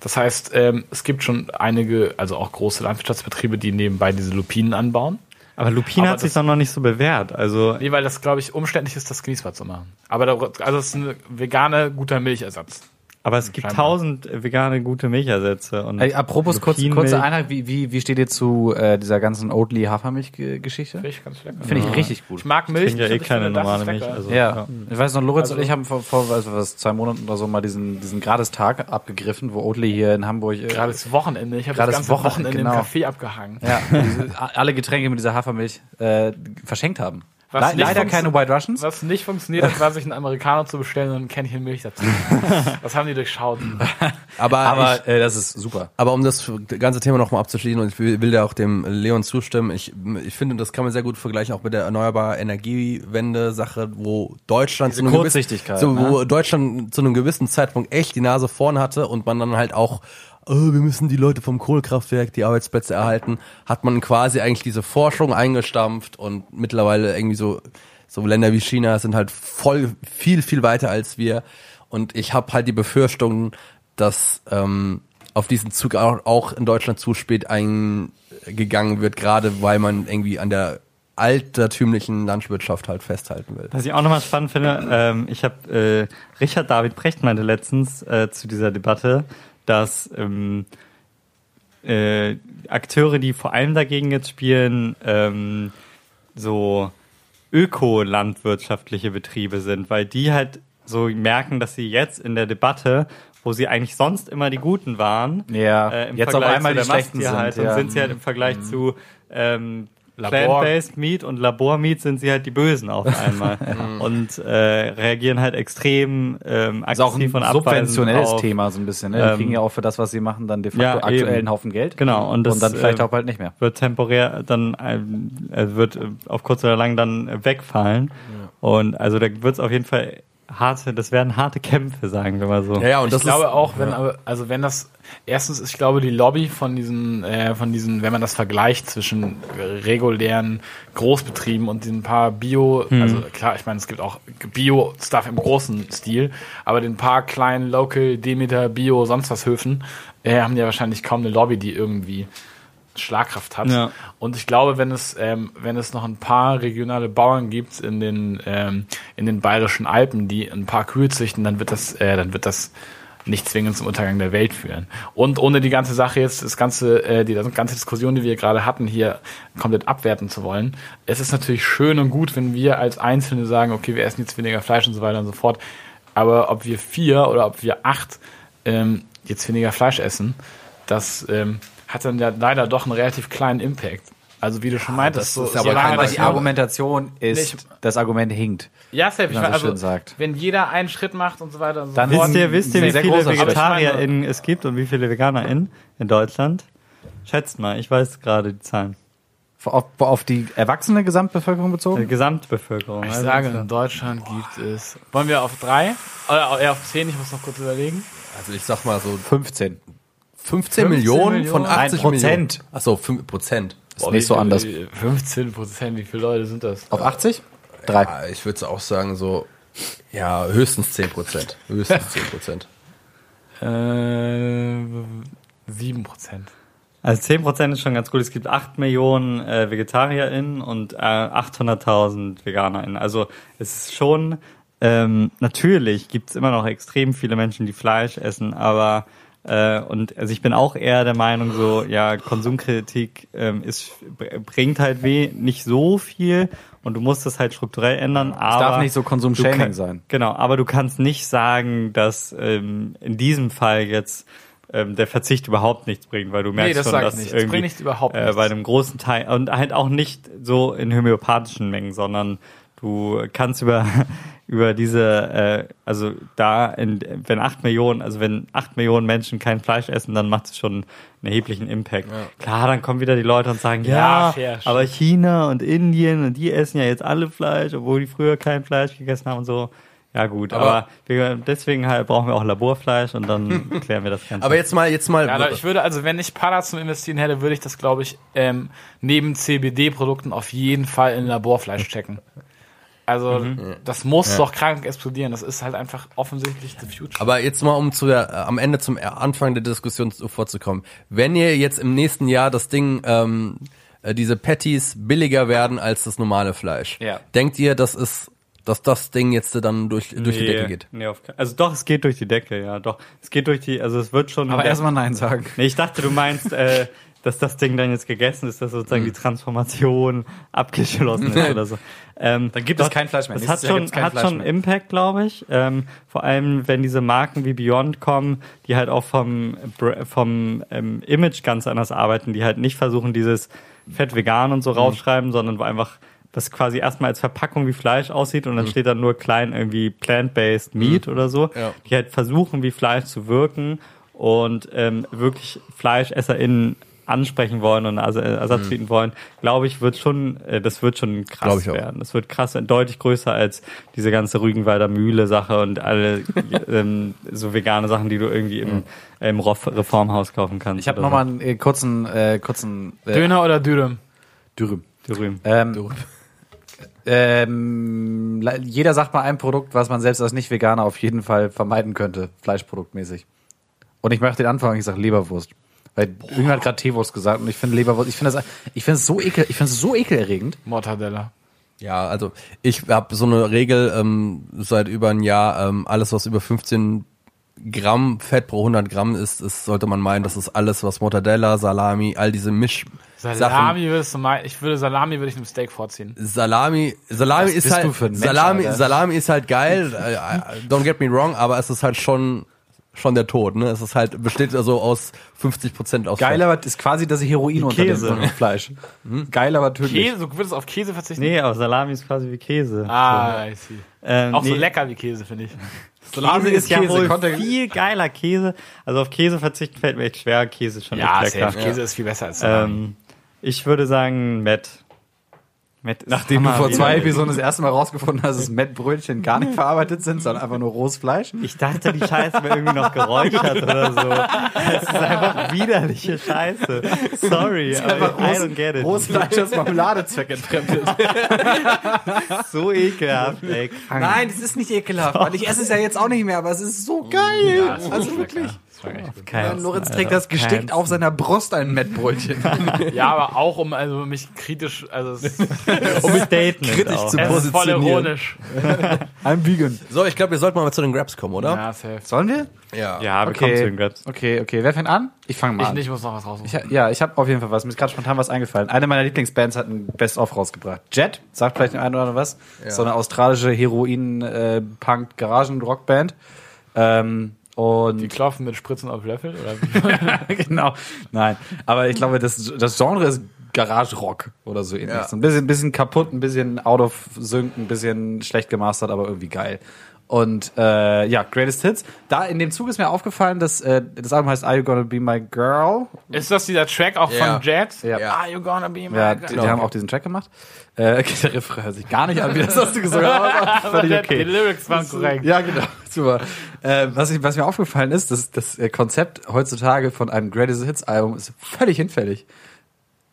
Speaker 1: Das heißt, ähm, es gibt schon einige, also auch große Landwirtschaftsbetriebe, die nebenbei diese Lupinen anbauen.
Speaker 2: Aber Lupin
Speaker 1: Aber
Speaker 2: hat sich
Speaker 1: das-
Speaker 2: dann noch nicht so bewährt. Also
Speaker 1: Nee, weil das, glaube ich, umständlich ist, das genießbar zu machen. Aber da, also es ist ein vegane, guter Milchersatz.
Speaker 2: Aber es gibt
Speaker 1: Scheinbar.
Speaker 2: tausend vegane gute Milchersätze. Und
Speaker 4: Ey, apropos kurz,
Speaker 2: Lupinenmilch-
Speaker 4: kurze Einheit, wie, wie, wie steht ihr zu äh, dieser ganzen Oatly Hafermilch-Geschichte?
Speaker 1: Finde ich ganz lecker.
Speaker 4: Finde ich richtig gut.
Speaker 1: Ich mag Milch.
Speaker 2: Ich trinke ja eh
Speaker 1: ich finde,
Speaker 2: keine
Speaker 1: das ist
Speaker 2: normale Milch.
Speaker 1: lecker.
Speaker 2: Also,
Speaker 4: Ja. ich weiß noch, Lorenz und ich haben vor, vor also was, zwei Monaten oder so mal diesen, diesen Gradestag abgegriffen, wo Oatly hier in Hamburg äh,
Speaker 1: Gerade das Wochenende. Ich habe das
Speaker 4: Gerade das
Speaker 1: ganze
Speaker 4: Wochenende,
Speaker 1: Wochenende
Speaker 4: genau.
Speaker 1: im Café abgehangen.
Speaker 4: ja, diese, a- alle Getränke mit dieser Hafermilch äh, verschenkt haben.
Speaker 1: Was
Speaker 4: Le
Speaker 1: nicht
Speaker 4: leider
Speaker 1: funktio-
Speaker 4: keine White Russians.
Speaker 1: Was nicht funktioniert hat, war sich einen Amerikaner zu bestellen und ein Kännchen Milch dazu. Das haben die durchschaut.
Speaker 3: Aber, ich,
Speaker 4: Aber äh, das ist super.
Speaker 3: aber um das ganze Thema nochmal abzuschließen und ich will, will da auch dem Leon zustimmen, ich, ich finde, das kann man sehr gut vergleichen, auch mit der erneuerbaren Energiewende-Sache, wo Deutschland zu einem,
Speaker 4: Kurzsichtigkeit,
Speaker 3: so, wo Deutschland zu einem gewissen Zeitpunkt echt die Nase vorn hatte und man dann halt auch oh, wir müssen die Leute vom Kohlekraftwerk die Arbeitsplätze erhalten, hat man quasi eigentlich diese Forschung eingestampft und mittlerweile irgendwie so, so Länder wie China sind halt voll, viel, viel weiter als wir. Und ich habe halt die Befürchtung, dass ähm, auf diesen Zug auch, auch in Deutschland zu spät eingegangen wird, gerade weil man irgendwie an der altertümlichen Landwirtschaft halt festhalten will.
Speaker 2: Was ich auch nochmal spannend finde, ähm, ich habe äh, Richard David Precht meinte letztens äh, zu dieser Debatte, dass ähm, äh, Akteure, die vor allem dagegen jetzt spielen, ähm, so ökolandwirtschaftliche Betriebe sind, weil die halt so merken, dass sie jetzt in der Debatte, wo sie eigentlich sonst immer die Guten waren,
Speaker 4: Ja,
Speaker 2: Äh, im
Speaker 4: jetzt auf
Speaker 2: Vergleich
Speaker 4: einmal
Speaker 2: zu der
Speaker 4: die Schlechten
Speaker 2: Massentierhaltung
Speaker 4: sind, ja. Mhm.
Speaker 2: sind sie halt im Vergleich zu ähm,
Speaker 1: Labor-
Speaker 2: Plant-Based Meat und Labor-Meat sind sie halt die Bösen auf einmal und äh, reagieren halt extrem ähm,
Speaker 4: Mhm. Ist auch ein
Speaker 2: aggressiv und abweisend
Speaker 4: subventionelles
Speaker 2: auf.
Speaker 4: Thema so ein bisschen. Ne? Die
Speaker 2: Ähm,
Speaker 4: kriegen ja auch für das, was sie machen, dann de facto
Speaker 2: ja, eben.
Speaker 4: aktuell einen Haufen Geld.
Speaker 2: Genau, und das,
Speaker 4: und dann vielleicht
Speaker 2: äh,
Speaker 4: auch bald nicht mehr.
Speaker 2: Wird temporär dann ähm, äh, wird äh, auf kurz oder lang dann äh, wegfallen und also da wird es auf jeden Fall harte, das werden harte Kämpfe, sagen wir mal so.
Speaker 3: Ja, ja, und das
Speaker 1: ich glaube
Speaker 3: ist,
Speaker 1: auch, wenn aber, also wenn das erstens, ist, ich glaube, die Lobby von diesen, äh, von diesen, wenn man das vergleicht zwischen äh, regulären Großbetrieben und den paar Bio,
Speaker 3: Hm.
Speaker 1: also klar, ich meine, es gibt auch Bio-Stuff im großen Stil, aber den paar kleinen Local Demeter Bio sonst was Höfen äh, haben die ja wahrscheinlich kaum eine Lobby, die irgendwie Schlagkraft hat.
Speaker 2: Ja.
Speaker 1: Und ich glaube, wenn es, ähm, wenn es noch ein paar regionale Bauern gibt in den, ähm, in den bayerischen Alpen, die ein paar Kühe züchten, dann wird das, äh, dann wird das nicht zwingend zum Untergang der Welt führen. Und ohne die ganze Sache jetzt, das ganze, äh, die ganze Diskussion, die wir gerade hatten, hier komplett abwerten zu wollen. Es ist natürlich schön und gut, wenn wir als Einzelne sagen, okay, wir essen jetzt weniger Fleisch und so weiter und so fort. Aber ob wir vier oder ob wir acht ähm, jetzt weniger Fleisch essen, das ähm, hat dann ja leider doch einen relativ kleinen Impact. Also wie du schon meintest,
Speaker 3: das ist
Speaker 1: so,
Speaker 3: aber
Speaker 1: solange
Speaker 3: kein-
Speaker 1: das
Speaker 4: Ah, Aber
Speaker 3: weiß
Speaker 4: die
Speaker 3: nicht.
Speaker 4: Argumentation ist,
Speaker 1: Nee, ich-
Speaker 4: das Argument hinkt.
Speaker 1: ja, safe, ich
Speaker 4: man
Speaker 1: meine,
Speaker 4: so schön sagt.
Speaker 1: wenn jeder einen Schritt macht und so weiter und so
Speaker 4: Dann
Speaker 1: fort.
Speaker 2: Wisst ihr, wisst ihr wie
Speaker 4: Sehr
Speaker 2: viele
Speaker 4: großer Schritt.
Speaker 2: VegetarierInnen es gibt und wie viele VeganerInnen in Deutschland? Schätzt mal, ich weiß gerade die Zahlen.
Speaker 4: Auf, auf die erwachsene Gesamtbevölkerung bezogen?
Speaker 2: Die Gesamtbevölkerung.
Speaker 1: Ich
Speaker 2: also
Speaker 1: sage,
Speaker 2: insgesamt.
Speaker 1: in Deutschland gibt es. Wollen wir auf drei? Oder eher auf zehn, ich muss noch kurz überlegen.
Speaker 3: also ich sag mal so
Speaker 4: 15.
Speaker 3: 15 Millionen,
Speaker 1: Millionen?
Speaker 3: von 80
Speaker 4: Nein, Prozent.
Speaker 3: Millionen. Ach so, 5 Prozent.
Speaker 4: Ist nicht so
Speaker 1: wie viel-
Speaker 4: anders.
Speaker 1: 15 Prozent, wie viele Leute sind das?
Speaker 4: Auf 80? Drei.
Speaker 3: Ja, Ah, ich würde auch sagen so, ja, höchstens 10 Prozent. Höchstens 10 Prozent.
Speaker 1: Äh, 7 Prozent.
Speaker 2: Also 10% ist schon ganz gut. Es gibt 8 Millionen äh, VegetarierInnen und äh, 800.000 VeganerInnen. Also es ist schon, ähm, natürlich gibt es immer noch extrem viele Menschen, die Fleisch essen, aber äh, und also ich bin auch eher der Meinung, so, ja, Konsumkritik ähm, ist, br- bringt halt weh, nicht so viel und du musst das halt strukturell ändern. Es aber
Speaker 4: darf nicht so Konsum-Shaming
Speaker 2: du kann-
Speaker 4: sein.
Speaker 2: Genau, aber du kannst nicht sagen, dass ähm, in diesem Fall jetzt ähm, der Verzicht überhaupt nichts bringt, weil du merkst
Speaker 1: das
Speaker 2: schon,
Speaker 1: sag ich
Speaker 2: dass
Speaker 1: nicht. Es
Speaker 2: irgendwie
Speaker 1: bringt nichts, überhaupt
Speaker 2: äh,
Speaker 1: nichts.
Speaker 2: bei einem großen Teil und halt auch nicht so in homöopathischen Mengen, sondern du kannst über über diese äh, also da in, wenn acht Millionen also wenn acht Millionen Menschen kein Fleisch essen, dann macht es schon einen erheblichen Impact. Klar, dann kommen wieder die Leute und sagen
Speaker 1: Ja,
Speaker 2: ja,
Speaker 1: fair,
Speaker 2: aber China und Indien und die essen ja jetzt alle Fleisch, obwohl die früher kein Fleisch gegessen haben und so. Ja gut, aber,
Speaker 3: Aber-
Speaker 2: wir, deswegen halt brauchen wir auch Laborfleisch und dann klären wir das Ganze.
Speaker 3: Aber jetzt mal, jetzt mal.
Speaker 1: Ja, aber ich würde also, wenn ich Pada zum Investieren hätte, würde ich das, glaube ich, ähm, neben CBD-Produkten auf jeden Fall in Laborfleisch checken. Also, das muss doch krank explodieren. Das ist halt einfach offensichtlich the future.
Speaker 3: aber jetzt mal, um zu der, äh, am Ende zum äh, Anfang der Diskussion zu- vorzukommen. Wenn ihr jetzt im nächsten Jahr das Ding ähm, äh, äh, diese Patties billiger werden als das normale Fleisch.
Speaker 4: Ja.
Speaker 3: Denkt ihr, das ist, dass das Ding jetzt dann durch, durch die
Speaker 2: Nee,
Speaker 3: Decke geht?
Speaker 2: Nee, auf, ke- also doch, es geht durch die Decke, ja, doch. Es geht durch die, also es wird schon.
Speaker 4: Aber
Speaker 2: der-
Speaker 4: erstmal Nein sagen.
Speaker 2: Nee, ich dachte, du meinst, äh, dass das Ding dann jetzt gegessen ist, dass sozusagen
Speaker 3: Mhm.
Speaker 2: die Transformation abgeschlossen ist oder so. Ähm, dann
Speaker 4: gibt es kein Fleisch mehr.
Speaker 2: Das
Speaker 4: Nächstes
Speaker 2: hat
Speaker 4: Jahr
Speaker 2: schon,
Speaker 4: gibt's kein
Speaker 2: hat
Speaker 4: Fleisch
Speaker 2: schon
Speaker 4: mehr.
Speaker 2: Impact, glaube ich. Ähm, vor allem, wenn diese Marken wie Beyond kommen, die halt auch vom, Br- vom ähm, Image ganz anders arbeiten, die halt nicht versuchen, dieses Fett vegan und so
Speaker 3: Mhm.
Speaker 2: raufschreiben, sondern wo einfach das quasi erstmal als Verpackung wie Fleisch aussieht und
Speaker 3: Mhm.
Speaker 2: dann steht dann nur klein irgendwie plant-based meat oder so,
Speaker 3: Ja.
Speaker 2: die halt versuchen, wie Fleisch zu wirken und ähm, wirklich FleischesserInnen ansprechen wollen und also Ersatz bieten wollen, glaube ich, wird schon, äh, das wird schon krass
Speaker 3: Glaube Mhm. ich auch.
Speaker 2: werden. Das wird krass, werden, deutlich größer als diese ganze Rügenwalder Mühle-Sache und alle ähm, so vegane Sachen, die du irgendwie im, im Rof- Reformhaus kaufen kannst.
Speaker 4: Ich habe
Speaker 2: oder
Speaker 4: nochmal einen äh, kurzen, äh, kurzen äh,
Speaker 1: Döner oder Dürüm?
Speaker 4: Dürüm.
Speaker 2: so. Dürüm.
Speaker 4: Ähm, ähm, le- jeder sagt mal ein Produkt, was man selbst als Nicht-Veganer auf jeden Fall vermeiden könnte, fleischproduktmäßig. Und ich mache den Anfang, ich sage Leberwurst. Weil irgendjemand hat gerade Teewurst gesagt und ich finde Leberwurst, ich finde das, ich finde es so ekel, ich finde es so ekelerregend.
Speaker 1: Mortadella.
Speaker 3: Ja, also ich habe so eine Regel ähm, seit über ein Jahr, ähm, alles was über 15 Gramm Fett pro 100 Gramm ist, ist sollte man meinen, das ist alles was Mortadella, Salami, all diese Misch
Speaker 1: Salami würdest du mal, ich würde Salami würde ich einem Steak vorziehen.
Speaker 3: Salami, Salami
Speaker 4: Was
Speaker 3: ist
Speaker 4: bist
Speaker 3: halt
Speaker 4: du für ein Mensch,
Speaker 3: Salami,
Speaker 4: Alter?
Speaker 3: Salami ist halt geil. äh, äh, Don't get me wrong, aber es ist halt schon schon der Tod. Ne, es ist halt besteht also aus 50 Prozent aus
Speaker 4: Geil, aber ist quasi das Heroin unter
Speaker 2: Käse.
Speaker 4: dem Fleisch. Mhm. Geil, aber tödlich.
Speaker 1: Käse, du würdest auf Käse verzichten?
Speaker 2: Nee, aber Salami ist quasi wie Käse.
Speaker 1: Ah, ich see.
Speaker 2: So. Ähm,
Speaker 1: Auch so
Speaker 2: nee,
Speaker 1: lecker wie Käse, finde ich.
Speaker 2: Käse ist ja
Speaker 4: Käse,
Speaker 2: wohl
Speaker 4: Konter-
Speaker 2: viel geiler Käse. Also auf Käse verzichten fällt mir echt schwer. Käse ist schon echt lecker.
Speaker 1: Käse ist viel besser als Salami.
Speaker 2: Ähm, ich würde sagen, Matt. Matt ist
Speaker 4: Nachdem du
Speaker 2: hammer
Speaker 4: vor zwei
Speaker 2: widerlich.
Speaker 4: Episoden das erste Mal rausgefunden hast, dass Mettbrötchen gar nicht verarbeitet sind, sondern einfach nur rohes Fleisch.
Speaker 2: Ich dachte, die Scheiße wäre irgendwie noch geräuchert oder so. Das ist einfach widerliche Scheiße. Sorry, aber I don't get it.
Speaker 4: Rohes Fleisch aus Marmeladezweck entfremdet.
Speaker 2: So ekelhaft, ey. Krank.
Speaker 4: Nein, das ist nicht ekelhaft, weil ich esse es ja jetzt auch nicht mehr, aber es ist so geil. also wirklich.
Speaker 2: Kein-
Speaker 4: Lorenz trägt das gestickt
Speaker 2: keins.
Speaker 4: auf seiner Brust ein Mettbrötchen.
Speaker 1: Ja, aber auch um also mich kritisch, also es, es
Speaker 2: Um ein Statement
Speaker 4: Kritisch
Speaker 2: auch.
Speaker 4: zu-
Speaker 1: ist voll
Speaker 4: Positionieren.
Speaker 1: ironisch.
Speaker 4: I'm vegan.
Speaker 3: So, ich glaube, wir sollten mal zu den Grabs kommen, oder?
Speaker 1: Ja, safe.
Speaker 4: Sollen wir?
Speaker 3: Ja.
Speaker 2: Ja, wir kommen zu den Grabs.
Speaker 4: Okay, okay. Wer fängt an? Ich fange mal
Speaker 1: Ich
Speaker 4: an.
Speaker 1: nicht, muss noch was rausholen.
Speaker 4: Ich, ja, ich habe auf jeden Fall was. Mir ist gerade spontan was eingefallen. Eine meiner Lieblingsbands hat ein Best-of rausgebracht. Jet, sagt vielleicht dem einen oder anderen was. So eine australische Heroin-Punk-Garagen-Rockband. Ähm, und
Speaker 1: Die klopfen mit Spritzen auf Löffel oder wie?
Speaker 4: genau. Nein. Aber ich glaube, das, das Genre ist Garage Rock oder so ähnlich. So ein bisschen, bisschen kaputt, ein bisschen out of sync, ein bisschen schlecht gemastert, aber irgendwie geil. Und äh, ja, Greatest Hits. Da in dem Zug ist mir aufgefallen, dass äh, das Album heißt Are You Gonna Be My Girl?
Speaker 1: Ist das dieser Track auch
Speaker 3: Ja.
Speaker 1: von Jet?
Speaker 4: Ja.
Speaker 1: Are you Ah, gonna be my
Speaker 4: Ja, die,
Speaker 1: girl?
Speaker 4: die haben auch diesen Track gemacht. Äh, okay, der Refrain hört sich gar nicht an, wie das hast du gesagt, aber
Speaker 1: Aber
Speaker 4: völlig
Speaker 1: der-
Speaker 4: okay.
Speaker 1: Die Lyrics waren korrekt.
Speaker 4: Ja, genau. Super. Äh, was, ich, was mir aufgefallen ist, das, das äh, Konzept heutzutage von einem Greatest Hits Album ist völlig hinfällig.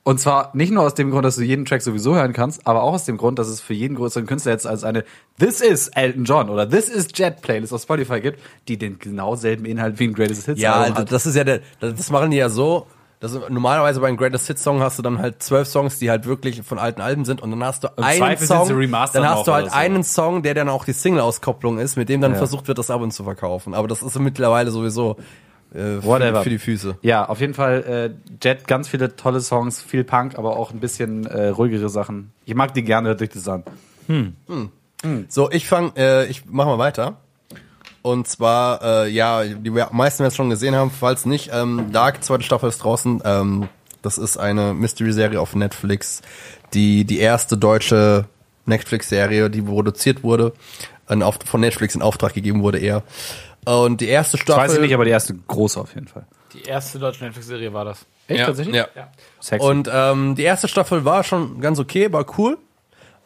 Speaker 4: Und zwar nicht nur aus dem Grund, dass du jeden Track sowieso hören kannst, aber auch aus dem Grund, dass es für jeden größeren Künstler jetzt als eine This is Elton John oder This is Jet Playlist auf Spotify gibt, die den genau selben Inhalt wie ein Greatest Hits
Speaker 3: Ja,
Speaker 4: Album
Speaker 3: also
Speaker 4: hat.
Speaker 3: das ist ja der, das machen die ja so. Das ist, normalerweise bei einem Greatest Hit Song hast du dann halt zwölf Songs, die halt wirklich von alten Alben sind und dann hast du einen
Speaker 4: Zweifel sind
Speaker 3: Song,
Speaker 4: sie remastern
Speaker 3: dann hast
Speaker 4: auch
Speaker 3: du halt
Speaker 4: oder so.
Speaker 3: einen Song, der dann auch die Single-Auskopplung ist, mit dem dann versucht wird, das Album zu verkaufen. Aber das ist mittlerweile sowieso äh, für,
Speaker 4: Whatever.
Speaker 3: für die Füße.
Speaker 4: Ja, auf jeden Fall äh, Jet, ganz viele tolle Songs, viel Punk, aber auch ein bisschen äh, ruhigere Sachen. Ich mag die gerne durch das an.
Speaker 3: So, ich fang, äh, ich mach mal weiter. Und zwar, äh, ja, die wir- meisten jetzt schon gesehen haben, falls nicht, ähm, Dark, zweite Staffel ist draußen. Ähm, das ist eine Mystery-Serie auf Netflix, die die erste deutsche Netflix-Serie, die produziert wurde, in, auf, von Netflix in Auftrag gegeben wurde eher. Und die erste Staffel.
Speaker 4: Weiß ich nicht, aber die erste große auf jeden Fall.
Speaker 1: Die erste deutsche Netflix-Serie war das.
Speaker 4: Echt
Speaker 3: ja, Ja.
Speaker 4: Sexy.
Speaker 3: Und ähm, die erste Staffel war schon ganz okay, war cool.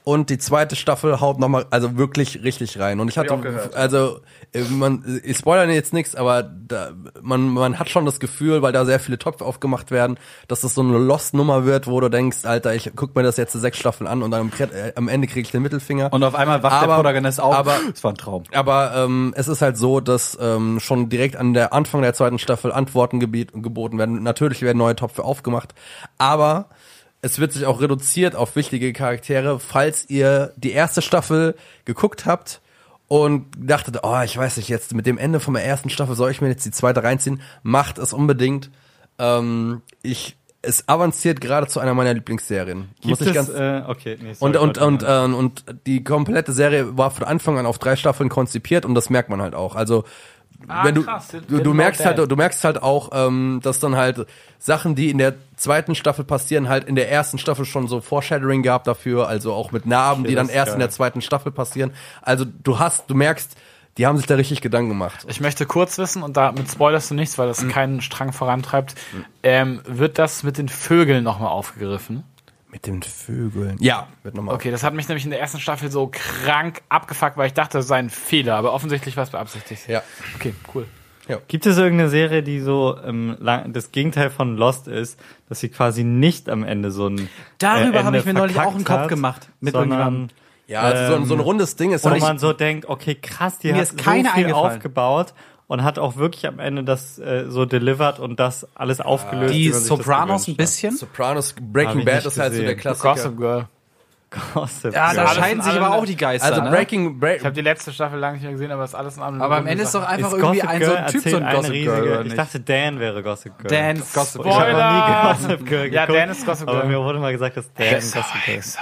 Speaker 3: Und die zweite Staffel haut nochmal, also wirklich richtig rein. Und ich hatte,
Speaker 4: ich auch gehört.
Speaker 3: also, äh, man, ich spoilere jetzt nichts, aber da, man, man hat schon das Gefühl, weil da sehr viele Topf aufgemacht werden, dass das so eine Lost-Nummer wird, wo du denkst, Alter, ich guck mir das jetzt sechs Staffeln an und dann am, Kre- äh, am Ende krieg ich den Mittelfinger.
Speaker 4: Und auf einmal wacht
Speaker 3: Aber-
Speaker 4: der Protagonist auf.
Speaker 3: aber-
Speaker 4: es war ein Traum.
Speaker 3: Aber ähm, es ist halt so, dass ähm, schon direkt an der Anfang der zweiten Staffel Antworten gebiet, geboten werden. Natürlich werden neue Topfe aufgemacht, aber es wird sich auch reduziert auf wichtige Charaktere, falls ihr die erste Staffel geguckt habt und dachtet, oh, ich weiß nicht, jetzt mit dem Ende von der ersten Staffel soll ich mir jetzt die zweite reinziehen, macht es unbedingt. Ähm, ich, es avanciert gerade zu einer meiner Lieblingsserien.
Speaker 2: Gibt es, äh, okay, nee,
Speaker 3: Und,
Speaker 2: sorry,
Speaker 3: und,
Speaker 2: warte
Speaker 3: und,
Speaker 2: mal.
Speaker 3: äh, und die komplette Serie war von Anfang an auf drei Staffeln konzipiert und das merkt man halt auch. Also
Speaker 1: Ah,
Speaker 3: wenn du,
Speaker 1: krass,
Speaker 3: du, du
Speaker 1: didn't
Speaker 3: merkst
Speaker 1: know that.
Speaker 3: halt, du merkst halt auch, ähm, dass dann halt Sachen, die in der zweiten Staffel passieren, halt in der ersten Staffel schon so Foreshadowing gab dafür, also auch mit Narben, die
Speaker 2: das
Speaker 3: dann
Speaker 2: ist
Speaker 3: erst
Speaker 2: geil.
Speaker 3: in der zweiten Staffel passieren. Also du hast, du merkst, die haben sich da richtig Gedanken gemacht.
Speaker 1: Ich möchte kurz wissen, und damit spoilerst du nichts, weil das keinen Strang vorantreibt, ähm, wird das mit den Vögeln nochmal aufgegriffen?
Speaker 3: Mit den Vögeln. Ja, wird nochmal.
Speaker 1: Okay, das hat mich nämlich in der ersten Staffel so krank abgefuckt, weil ich dachte, das sei ein Fehler, aber offensichtlich war es beabsichtigt.
Speaker 3: Ja.
Speaker 1: Okay, cool.
Speaker 2: Gibt es irgendeine Serie, die so ähm, lang, das Gegenteil von Lost ist, dass sie quasi nicht am Ende so ein
Speaker 4: Darüber
Speaker 2: äh,
Speaker 4: habe
Speaker 2: Ende
Speaker 4: ich mir neulich
Speaker 2: verkackt
Speaker 4: auch einen Kopf
Speaker 2: hat,
Speaker 4: gemacht mit
Speaker 2: sondern
Speaker 4: irgendjemandem.
Speaker 3: Ja, also so, ein, so ein rundes Ding ist
Speaker 2: wo
Speaker 3: halt
Speaker 2: man so denkt, okay, krass, die
Speaker 4: Mir
Speaker 2: hat
Speaker 4: ist keine
Speaker 2: so viel
Speaker 4: eingefallen.
Speaker 2: aufgebaut und hat auch wirklich am Ende das äh, so delivered und das alles aufgelöst. wie
Speaker 4: Die
Speaker 2: man sich das
Speaker 4: Sopranos ein
Speaker 2: gewünscht
Speaker 4: bisschen.
Speaker 3: Sopranos
Speaker 2: Hab
Speaker 3: Breaking
Speaker 2: ich
Speaker 3: Bad
Speaker 2: nicht
Speaker 3: ist halt so der
Speaker 2: gesehen.
Speaker 3: Klassiker.
Speaker 1: Gossip Girl.
Speaker 2: hat. Gossip.
Speaker 4: Ja, da
Speaker 1: Ja.
Speaker 4: scheiden sich
Speaker 1: Alles in
Speaker 4: aber
Speaker 1: allem-
Speaker 4: auch die Geister.
Speaker 3: Also
Speaker 4: ne?
Speaker 3: Breaking
Speaker 1: Ich habe
Speaker 3: Break,
Speaker 1: die letzte Staffel lang nicht mehr gesehen, aber es ist alles in einem
Speaker 4: Aber am Ende ist doch einfach
Speaker 2: Ist
Speaker 4: irgendwie
Speaker 2: Gossip
Speaker 4: ein so
Speaker 2: Girl
Speaker 4: ein Typ
Speaker 2: erzählt
Speaker 4: so ein
Speaker 2: eine
Speaker 4: Gossip
Speaker 2: riesige,
Speaker 4: Girl. oder
Speaker 2: Ich
Speaker 4: nicht?
Speaker 2: dachte, Dan wäre Gossip Girl.
Speaker 4: Dan Gossip
Speaker 2: Ich habe
Speaker 4: Girl.
Speaker 1: Spoiler!
Speaker 2: noch nie Gossip Girl geguckt.
Speaker 1: Ja, Dan ist Gossip
Speaker 2: Aber
Speaker 1: Girl.
Speaker 2: mir wurde mal gesagt, dass Dan Gossip Girl ist.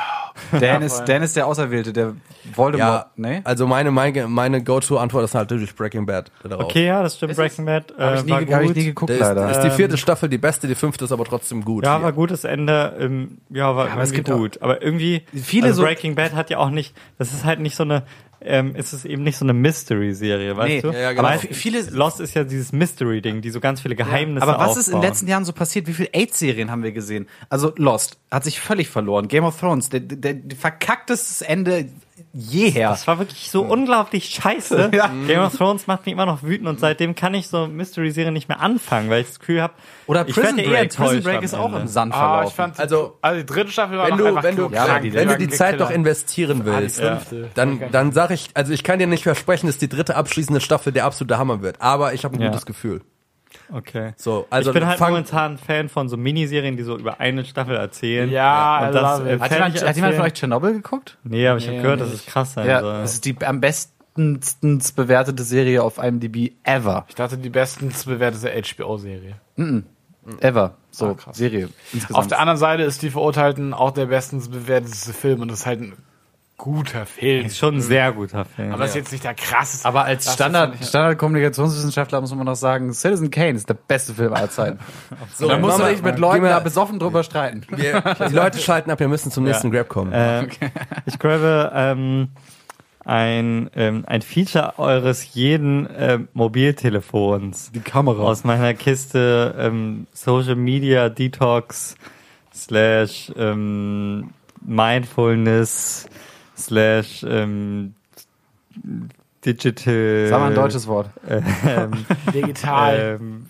Speaker 4: Dan ist, Dan ist der Auserwählte, der Voldemort.
Speaker 3: ja,
Speaker 4: Nee?
Speaker 3: also meine, meine, meine Go-To-Antwort ist halt natürlich Breaking Bad. Darauf.
Speaker 2: Okay, ja, das stimmt. Breaking Bad äh,
Speaker 4: Hab
Speaker 2: war
Speaker 4: ge- hab
Speaker 2: gut.
Speaker 4: geguckt,
Speaker 3: Das ist, ist die vierte Staffel die beste, die fünfte ist aber trotzdem gut.
Speaker 2: Ja, war gutes Ende. Ähm, ja, war
Speaker 4: aber es
Speaker 2: irgendwie
Speaker 4: gibt auch-
Speaker 2: gut. aber irgendwie
Speaker 4: Viele
Speaker 2: also
Speaker 4: so-
Speaker 2: Breaking Bad hat ja auch nicht. Das ist halt nicht so eine. Ähm, es ist eben nicht so eine Mystery-Serie, weißt
Speaker 4: Nee,
Speaker 2: du?
Speaker 4: ja,
Speaker 3: ja, genau.
Speaker 2: Aber
Speaker 4: v- viele-
Speaker 2: Lost ist ja dieses Mystery-Ding, die so ganz viele Geheimnisse
Speaker 4: aber was ist in den
Speaker 2: aufbauen.
Speaker 4: letzten Jahren so passiert? Wie viele AIDS-Serien haben wir gesehen? Also Lost hat sich völlig verloren. Game of Thrones, der, der, der verkacktestes Ende jeher.
Speaker 2: Das war wirklich so unglaublich scheiße.
Speaker 4: Ja.
Speaker 2: Game of Thrones macht mich immer noch wütend und seitdem kann ich so Mystery-Serien nicht mehr anfangen, weil ich das Gefühl habe,
Speaker 4: Oder
Speaker 2: ich
Speaker 4: Prison
Speaker 2: werd ja eh
Speaker 4: Break. Prison
Speaker 2: enttäuscht
Speaker 4: Break
Speaker 2: am
Speaker 4: ist auch
Speaker 2: Ende.
Speaker 4: im Sand
Speaker 1: Ah,
Speaker 4: verlaufen.
Speaker 1: ich fand,
Speaker 3: Also-
Speaker 1: also die dritte Staffel war
Speaker 3: wenn
Speaker 1: noch
Speaker 3: du,
Speaker 1: einfach
Speaker 3: wenn du,
Speaker 1: klug.
Speaker 4: Ja, aber die
Speaker 3: wenn du die
Speaker 1: waren
Speaker 3: Zeit noch
Speaker 1: gekillt.
Speaker 3: investieren willst,
Speaker 1: die fünfte.
Speaker 3: dann,
Speaker 1: Okay.
Speaker 3: dann sag ich, also ich kann dir nicht versprechen, dass die dritte abschließende Staffel der absolute Hammer wird, aber ich habe ein
Speaker 2: Ja.
Speaker 3: gutes Gefühl.
Speaker 2: Okay.
Speaker 3: So, also
Speaker 2: ich bin halt
Speaker 3: fang-
Speaker 2: momentan Fan von so Miniserien, die so über eine Staffel erzählen.
Speaker 1: Ja, I
Speaker 2: und das
Speaker 1: love
Speaker 2: äh,
Speaker 1: it.
Speaker 4: hat,
Speaker 2: fänd
Speaker 4: jemand,
Speaker 2: ich
Speaker 4: hat jemand
Speaker 2: erzählen-
Speaker 4: von euch Tschernobyl geguckt? Also-
Speaker 2: Nee, aber ich
Speaker 1: Nee,
Speaker 2: habe gehört, dass
Speaker 1: nicht.
Speaker 2: es krass sein
Speaker 4: Ja,
Speaker 2: soll.
Speaker 4: das ist die am bestens bewertete Serie auf IMDb ever.
Speaker 1: Ich dachte, die bestens bewertete HBO-Serie.
Speaker 4: Ever. So,
Speaker 1: Ah, krass.
Speaker 4: Serie
Speaker 1: Auf
Speaker 4: insgesamt.
Speaker 1: der anderen Seite ist die Verurteilten auch der bestens bewerteteste Film und das ist halt ein guter Film.
Speaker 2: Ist schon ein sehr guter Film.
Speaker 1: Aber das ist jetzt nicht der krasseste.
Speaker 4: aber als
Speaker 1: Das ist
Speaker 4: Standard,
Speaker 1: doch nicht-
Speaker 4: Standard-Kommunikationswissenschaftler muss man noch sagen, Citizen Kane ist der beste Film aller Zeiten.
Speaker 3: So,
Speaker 4: Da muss
Speaker 3: Mama,
Speaker 4: man sich mit Leuten
Speaker 3: geh
Speaker 4: da
Speaker 3: mal-
Speaker 4: besoffen drüber streiten.
Speaker 3: wir, die Leute schalten ab, wir müssen zum nächsten Grab kommen.
Speaker 2: äh, Ich grabe ähm, ein, ähm, ein Feature eures jeden ähm, Mobiltelefons
Speaker 4: Die Kamera.
Speaker 2: aus meiner Kiste ähm, Social Media Detox slash ähm, Mindfulness slash ähm, Digital
Speaker 4: Sag mal ein deutsches Wort.
Speaker 2: ähm,
Speaker 1: digital.
Speaker 2: ähm,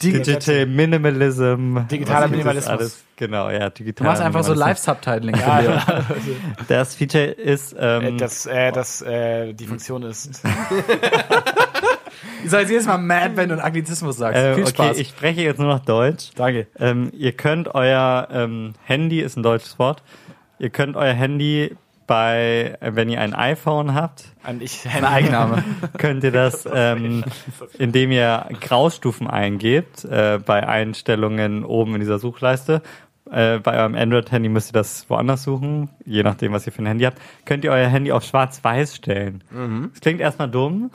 Speaker 2: Digital Minimalism.
Speaker 1: Digitaler
Speaker 2: Was ist das
Speaker 1: Minimalismus.
Speaker 2: Alles? Genau, ja,
Speaker 4: Du
Speaker 2: digital.
Speaker 4: machst einfach so Live-Subtitling. Ja,
Speaker 2: Das Feature ist
Speaker 1: Äh,
Speaker 2: ähm,
Speaker 1: das, äh, das, äh, die Funktion ist.
Speaker 4: Ihr seid jedes Mal mad, wenn du einen Anglizismus sagst.
Speaker 2: Äh,
Speaker 4: Viel
Speaker 2: okay,
Speaker 4: Spaß.
Speaker 2: ich spreche jetzt nur noch Deutsch.
Speaker 4: Danke.
Speaker 2: Ähm, ihr könnt euer ähm, Handy, ist ein deutsches Wort, ihr könnt euer Handy bei, äh, wenn ihr ein iPhone habt,
Speaker 1: An ich,
Speaker 4: Ein Eigenname.
Speaker 2: könnt ihr das, ähm, indem ihr Graustufen eingebt, äh, bei Einstellungen oben in dieser Suchleiste. Äh, bei eurem Android-Handy müsst ihr das woanders suchen, je nachdem, was ihr für ein Handy habt. Könnt ihr euer Handy auf schwarz-weiß stellen. Das klingt erstmal dumm,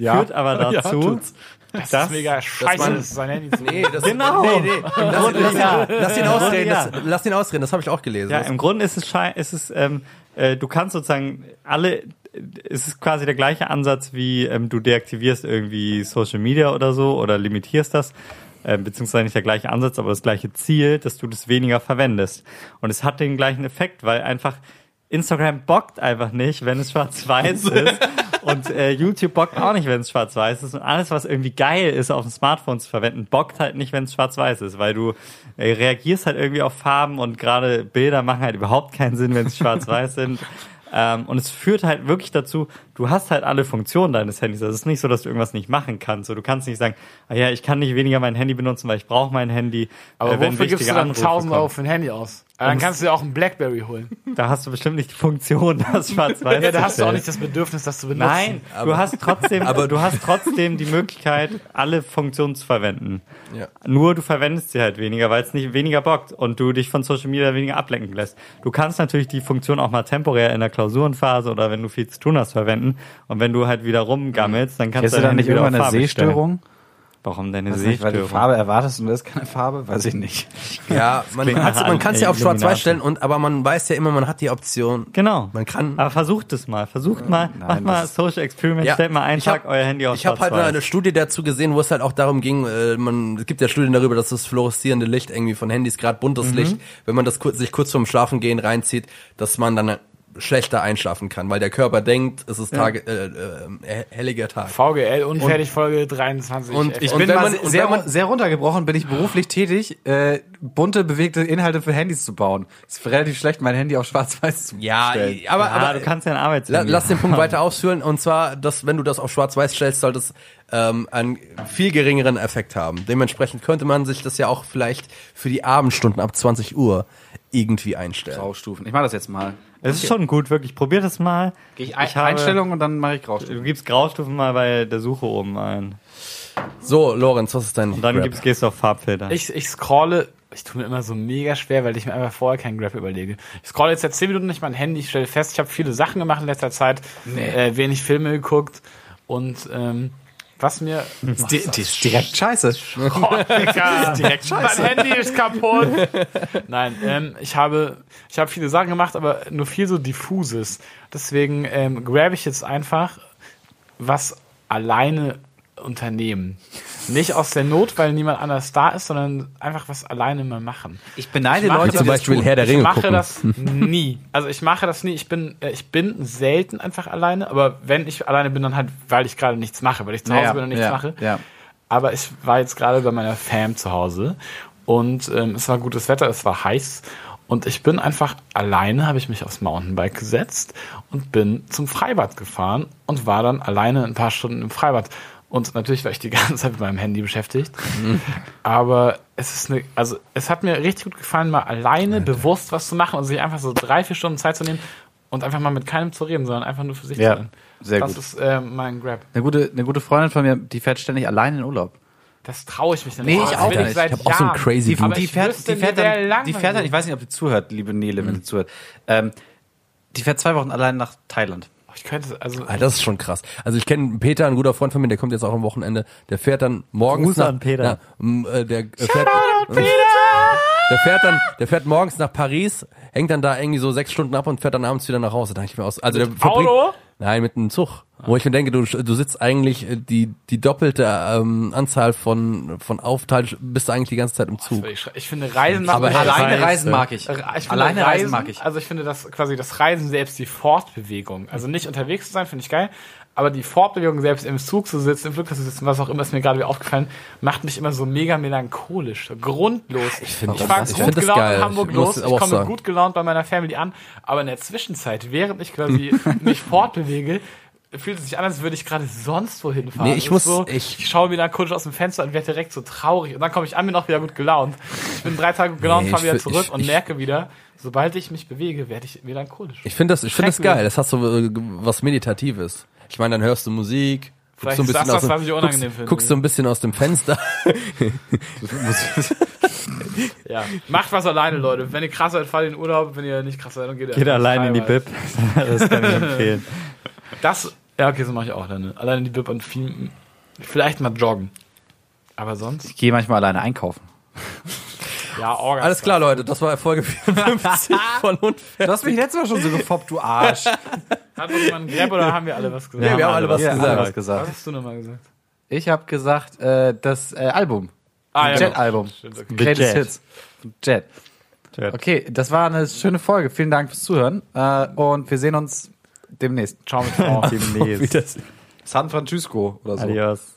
Speaker 2: führt aber
Speaker 4: Ja,
Speaker 2: dazu,
Speaker 4: tut's.
Speaker 2: dass
Speaker 1: das ist mega scheiße,
Speaker 3: man-
Speaker 1: das ist sein Handy zu
Speaker 3: Nee, das,
Speaker 2: Genau.
Speaker 3: Nee, nee. Lass, ihn- lass, ihn- lass ihn ausreden,
Speaker 2: Ja.
Speaker 3: das, lass ihn ausreden, das habe ich auch gelesen.
Speaker 2: Ja,
Speaker 3: Das-
Speaker 2: im Grunde ist es, schei- ist es ähm, äh, du kannst sozusagen alle, es ist quasi der gleiche Ansatz wie ähm, du deaktivierst irgendwie Social Media oder so oder limitierst das, ähm, beziehungsweise nicht der gleiche Ansatz, aber das gleiche Ziel, dass du das weniger verwendest. Und es hat den gleichen Effekt, weil einfach Instagram bockt einfach nicht, wenn es schwarz-weiß ist. Und äh, YouTube bockt auch nicht, wenn es schwarz-weiß ist. Und alles, was irgendwie geil ist, auf dem Smartphone zu verwenden, bockt halt nicht, wenn es schwarz-weiß ist, weil du äh, reagierst halt irgendwie auf Farben und gerade Bilder machen halt überhaupt keinen Sinn, wenn sie schwarz-weiß sind. Ähm, und es führt halt wirklich dazu, du hast halt alle Funktionen deines Handys. Also es ist nicht so, dass du irgendwas nicht machen kannst. So, du kannst nicht sagen, ah ja, ich kann nicht weniger mein Handy benutzen, weil ich brauche mein Handy.
Speaker 1: Aber
Speaker 2: äh, wenn
Speaker 1: wofür gibst
Speaker 2: wichtige
Speaker 1: du dann
Speaker 2: Anrufe
Speaker 1: 1000 Euro
Speaker 2: kommen.
Speaker 1: für ein Handy aus? Aber dann kannst du dir auch einen Blackberry holen.
Speaker 2: Da hast du bestimmt nicht die Funktion, das schwarz-weiß
Speaker 1: Ja, da hast du auch
Speaker 2: stellen.
Speaker 1: nicht das Bedürfnis, das zu benutzen.
Speaker 2: Nein, du hast trotzdem,
Speaker 3: aber-
Speaker 2: aber du hast trotzdem die Möglichkeit, alle Funktionen zu verwenden.
Speaker 3: Ja.
Speaker 2: Nur du verwendest sie halt weniger, weil es nicht weniger bockt und du dich von Social Media weniger ablenken lässt. Du kannst natürlich die Funktion auch mal temporär in der Klausurenphase oder wenn du viel zu tun hast verwenden und wenn du halt wieder rumgammelst, dann kannst
Speaker 4: Hast
Speaker 2: du
Speaker 4: du dann
Speaker 2: dein
Speaker 4: nicht
Speaker 2: Handy wieder
Speaker 4: irgendwann
Speaker 2: auf
Speaker 4: eine
Speaker 2: Farbe
Speaker 4: Sehstörung?
Speaker 2: Stellen. Warum deine
Speaker 4: Weiß nicht, Weil du
Speaker 2: Sehstörung?
Speaker 4: Farbe erwartest und das ist keine Farbe? Weiß ich nicht.
Speaker 3: Ja, man,
Speaker 2: klingt
Speaker 3: hat's-
Speaker 2: nach
Speaker 3: man kann es ja auf
Speaker 2: Illuminati.
Speaker 3: Schwarz-Weiß stellen, und, aber man weiß ja immer, man hat die Option.
Speaker 2: Genau.
Speaker 3: Man kann-
Speaker 2: Aber versucht es mal. Versucht mal, macht
Speaker 4: das-
Speaker 2: mal Social Experiment,
Speaker 3: Ja.
Speaker 2: stellt mal einen
Speaker 3: Ich hab-
Speaker 2: Tag euer Handy auf
Speaker 3: Ich habe halt mal
Speaker 2: Schwarz-Weiß.
Speaker 3: eine Studie dazu gesehen, wo es halt auch darum ging, äh, man, es gibt ja Studien darüber, dass das fluoreszierende Licht irgendwie von Handys, gerade
Speaker 2: Mhm.
Speaker 3: buntes Licht, wenn man das kurz, sich kurz vorm Schlafengehen reinzieht, dass man dann schlechter einschlafen kann, weil der Körper denkt, es ist Tage, äh, äh, helliger Tag.
Speaker 1: VGL, unfertig, Folge 23.
Speaker 3: Und ich
Speaker 1: FF.
Speaker 3: bin
Speaker 4: Wenn
Speaker 3: mal
Speaker 4: man,
Speaker 3: und
Speaker 4: sehr,
Speaker 3: wenn man-
Speaker 4: sehr runtergebrochen bin ich beruflich tätig, äh, bunte, bewegte Inhalte für Handys zu bauen. Ist relativ schlecht, mein Handy auf schwarz-weiß zu
Speaker 3: ja,
Speaker 4: stellen.
Speaker 3: aber,
Speaker 2: Ja,
Speaker 3: aber
Speaker 2: du kannst ja ein
Speaker 3: La,
Speaker 2: Arbeitshandy.
Speaker 3: lass den Punkt weiter ausführen und zwar, dass wenn du das auf Schwarz-Weiß stellst, sollte es ähm, einen viel geringeren Effekt haben. Dementsprechend könnte man sich das ja auch vielleicht für die Abendstunden ab 20 Uhr irgendwie einstellen.
Speaker 4: Graustufen. Ich mache das jetzt mal.
Speaker 2: Es ist schon gut, wirklich. Probiert es mal.
Speaker 4: Gehe ich,
Speaker 2: habe-
Speaker 4: Einstellung und dann mache ich
Speaker 2: Du
Speaker 4: Graustufen.
Speaker 2: gibst Graustufen mal bei der Suche oben ein.
Speaker 3: So, Lorenz, was ist dein
Speaker 2: Und dann
Speaker 3: Rap?
Speaker 2: gibst, gehst du auf Farbfilter.
Speaker 1: Ich, ich scrolle, ich tue mir immer so mega schwer, weil ich mir einfach vorher keinen Grab überlege. Ich scrolle jetzt seit 10 Minuten nicht mein Handy, ich stelle fest, ich habe viele Sachen gemacht in letzter Zeit, äh, wenig Filme geguckt und ähm, was mir.
Speaker 4: Die, die ist direkt scheiße.
Speaker 1: Oh, Digga, direkt scheiße. Mein Handy ist kaputt. Nein, ähm, ich habe ich habe viele Sachen gemacht, aber nur viel so diffuses. Deswegen ähm, grabe ich jetzt einfach was alleine unternehmen. Nicht aus der Not, weil niemand anders da ist, sondern einfach was alleine mal machen.
Speaker 4: Ich beneide
Speaker 1: Ich mache
Speaker 4: Leute,
Speaker 1: das
Speaker 3: Zum
Speaker 4: die das
Speaker 3: Beispiel
Speaker 4: tun.
Speaker 3: Herr der
Speaker 1: ich
Speaker 3: Ringe
Speaker 1: mache
Speaker 3: gucken.
Speaker 1: das nie. Also ich mache das nie. Ich bin, äh, ich bin selten einfach alleine, aber wenn ich alleine bin, dann halt, weil ich gerade nichts mache, weil ich zu Hause
Speaker 4: Ja,
Speaker 1: bin und nichts
Speaker 4: ja,
Speaker 1: mache.
Speaker 4: Ja.
Speaker 1: Aber ich war jetzt gerade bei meiner Fam zu Hause und ähm, es war gutes Wetter, es war heiß und ich bin einfach alleine, habe ich mich aufs Mountainbike gesetzt und bin zum Freibad gefahren und war dann alleine ein paar Stunden im Freibad. Und natürlich war ich die ganze Zeit mit meinem Handy beschäftigt. Aber es ist eine, also es hat mir richtig gut gefallen, mal alleine bewusst was zu machen und sich einfach so drei, vier Stunden Zeit zu nehmen und einfach mal mit keinem zu reden, sondern einfach nur für sich
Speaker 4: Ja,
Speaker 1: zu sein.
Speaker 4: sehr
Speaker 1: das
Speaker 4: gut.
Speaker 1: ist äh, mein Grab.
Speaker 4: Eine gute, eine gute Freundin von mir, die fährt ständig allein in Urlaub.
Speaker 1: Das traue ich mich nicht.
Speaker 4: Nee,
Speaker 1: Das
Speaker 4: ich auch
Speaker 1: will
Speaker 4: nicht.
Speaker 1: seit
Speaker 3: Ich hab auch so einen
Speaker 1: Jahren.
Speaker 3: crazy
Speaker 1: Aber
Speaker 3: Dude.
Speaker 1: ich wüsste, mir wär
Speaker 4: die
Speaker 1: langweilig.
Speaker 4: fährt dann, ich weiß nicht, ob die zuhört, liebe Nele, wenn sie zuhört. Ähm, die fährt zwei Wochen allein nach Thailand.
Speaker 1: Ich könnte, also,
Speaker 3: Ah, das ist schon krass. Also ich kenne Peter, ein guter Freund von mir, der kommt jetzt auch am Wochenende. Der fährt dann morgens
Speaker 2: Gruß
Speaker 3: nach
Speaker 2: an Peter.
Speaker 3: Na, m, äh, der äh, fährt, der fährt dann, der fährt morgens nach Paris, hängt dann da irgendwie so sechs Stunden ab und fährt dann abends wieder nach Hause. Da denk ich mir aus. Also der verbringt-
Speaker 1: Auto?
Speaker 3: Nein, mit einem Zug. Wo ich mir denke, du, du sitzt eigentlich äh, die die doppelte ähm, Anzahl von von Aufenthalt bist du eigentlich die ganze Zeit im Zug.
Speaker 1: ich, ich finde Reisen machen
Speaker 3: Aber
Speaker 1: mich-
Speaker 3: Herr
Speaker 4: Alleine
Speaker 3: Scheiße.
Speaker 4: reisen mag ich.
Speaker 1: Also, Ich finde
Speaker 4: Alleine
Speaker 1: Reisen,
Speaker 4: reisen mag ich.
Speaker 1: Also ich finde das quasi das Reisen selbst, die Fortbewegung. Also nicht unterwegs zu sein, finde ich geil. Aber die Fortbewegung selbst im Zug zu sitzen, im Flugzeug zu sitzen, was auch immer, ist mir gerade wieder aufgefallen, macht mich immer so mega melancholisch, so grundlos. Ich
Speaker 3: finde das-
Speaker 1: fahre
Speaker 3: Ah, ich
Speaker 1: gut
Speaker 3: finde das
Speaker 1: gelaunt
Speaker 3: geil.
Speaker 1: in Hamburg
Speaker 3: Ich muss
Speaker 1: los,
Speaker 3: es
Speaker 1: ich
Speaker 3: aber auch
Speaker 1: komme
Speaker 3: sagen.
Speaker 1: gut gelaunt bei meiner Family an, aber in der Zwischenzeit, während ich quasi mich fortbewege, fühlt es sich an, als würde ich gerade sonst wohin fahren.
Speaker 3: Nee, ich
Speaker 1: Es ist
Speaker 3: muss-
Speaker 1: so,
Speaker 3: ich-
Speaker 1: ich schaue mir dann kurz aus dem Fenster und werde direkt so traurig. Und dann komme ich an, bin auch wieder gut gelaunt. Ich bin drei Tage gut gelaunt,
Speaker 3: Nee,
Speaker 1: fahre
Speaker 3: ich
Speaker 1: wieder
Speaker 3: fi-
Speaker 1: zurück
Speaker 3: ich-
Speaker 1: und
Speaker 3: ich-
Speaker 1: merke wieder, sobald ich mich bewege, werde ich melancholisch.
Speaker 3: Ich finde das, ich finde das
Speaker 1: Check wieder.
Speaker 3: geil. Das hat so äh, was Meditatives. Ich meine, dann hörst du Musik.
Speaker 1: Vielleicht
Speaker 3: guckst so ein
Speaker 1: ist das
Speaker 3: bisschen aus
Speaker 1: das,
Speaker 3: dem-
Speaker 1: was ich unangenehm
Speaker 3: guckst-
Speaker 1: finde.
Speaker 3: Guckst so ein bisschen aus dem Fenster.
Speaker 1: Ja. Macht was alleine, Leute. Wenn ihr krass seid, fahrt in den Urlaub. Wenn ihr nicht krass seid, dann geht ihr
Speaker 2: Geht
Speaker 1: einfach
Speaker 2: allein in die
Speaker 1: Freibad.
Speaker 2: Bib. Das kann ich empfehlen.
Speaker 1: Das, ja, okay, so mache ich auch alleine. Allein in die Bib und viel, vielleicht mal joggen. Aber sonst,
Speaker 4: Ich gehe manchmal alleine einkaufen.
Speaker 1: ja, Orga.
Speaker 3: Alles klar, Leute, das war Folge 54 von Unfair.
Speaker 4: Du hast mich letztes Mal schon so gefoppt, du Arsch.
Speaker 1: Hat noch jemand einen Grab oder haben wir alle was gesagt?
Speaker 3: Ja, wir haben alle was
Speaker 4: Ja,
Speaker 3: gesagt.
Speaker 4: alles
Speaker 1: Was
Speaker 4: gesagt.
Speaker 1: hast du nochmal gesagt?
Speaker 4: Ich habe gesagt, äh, das äh, Album.
Speaker 1: Ah, ja, genau.
Speaker 4: Jet-Album.
Speaker 1: Stimmt, okay.
Speaker 2: The
Speaker 4: Greatest
Speaker 2: Jet.
Speaker 4: Hits. Jet.
Speaker 2: Jet.
Speaker 4: Okay, das war eine schöne Folge. Vielen Dank fürs Zuhören. Äh, und wir sehen uns demnächst.
Speaker 1: Ciao mit Frau.
Speaker 2: Demnächst.
Speaker 4: San Francisco oder so.
Speaker 2: Adios.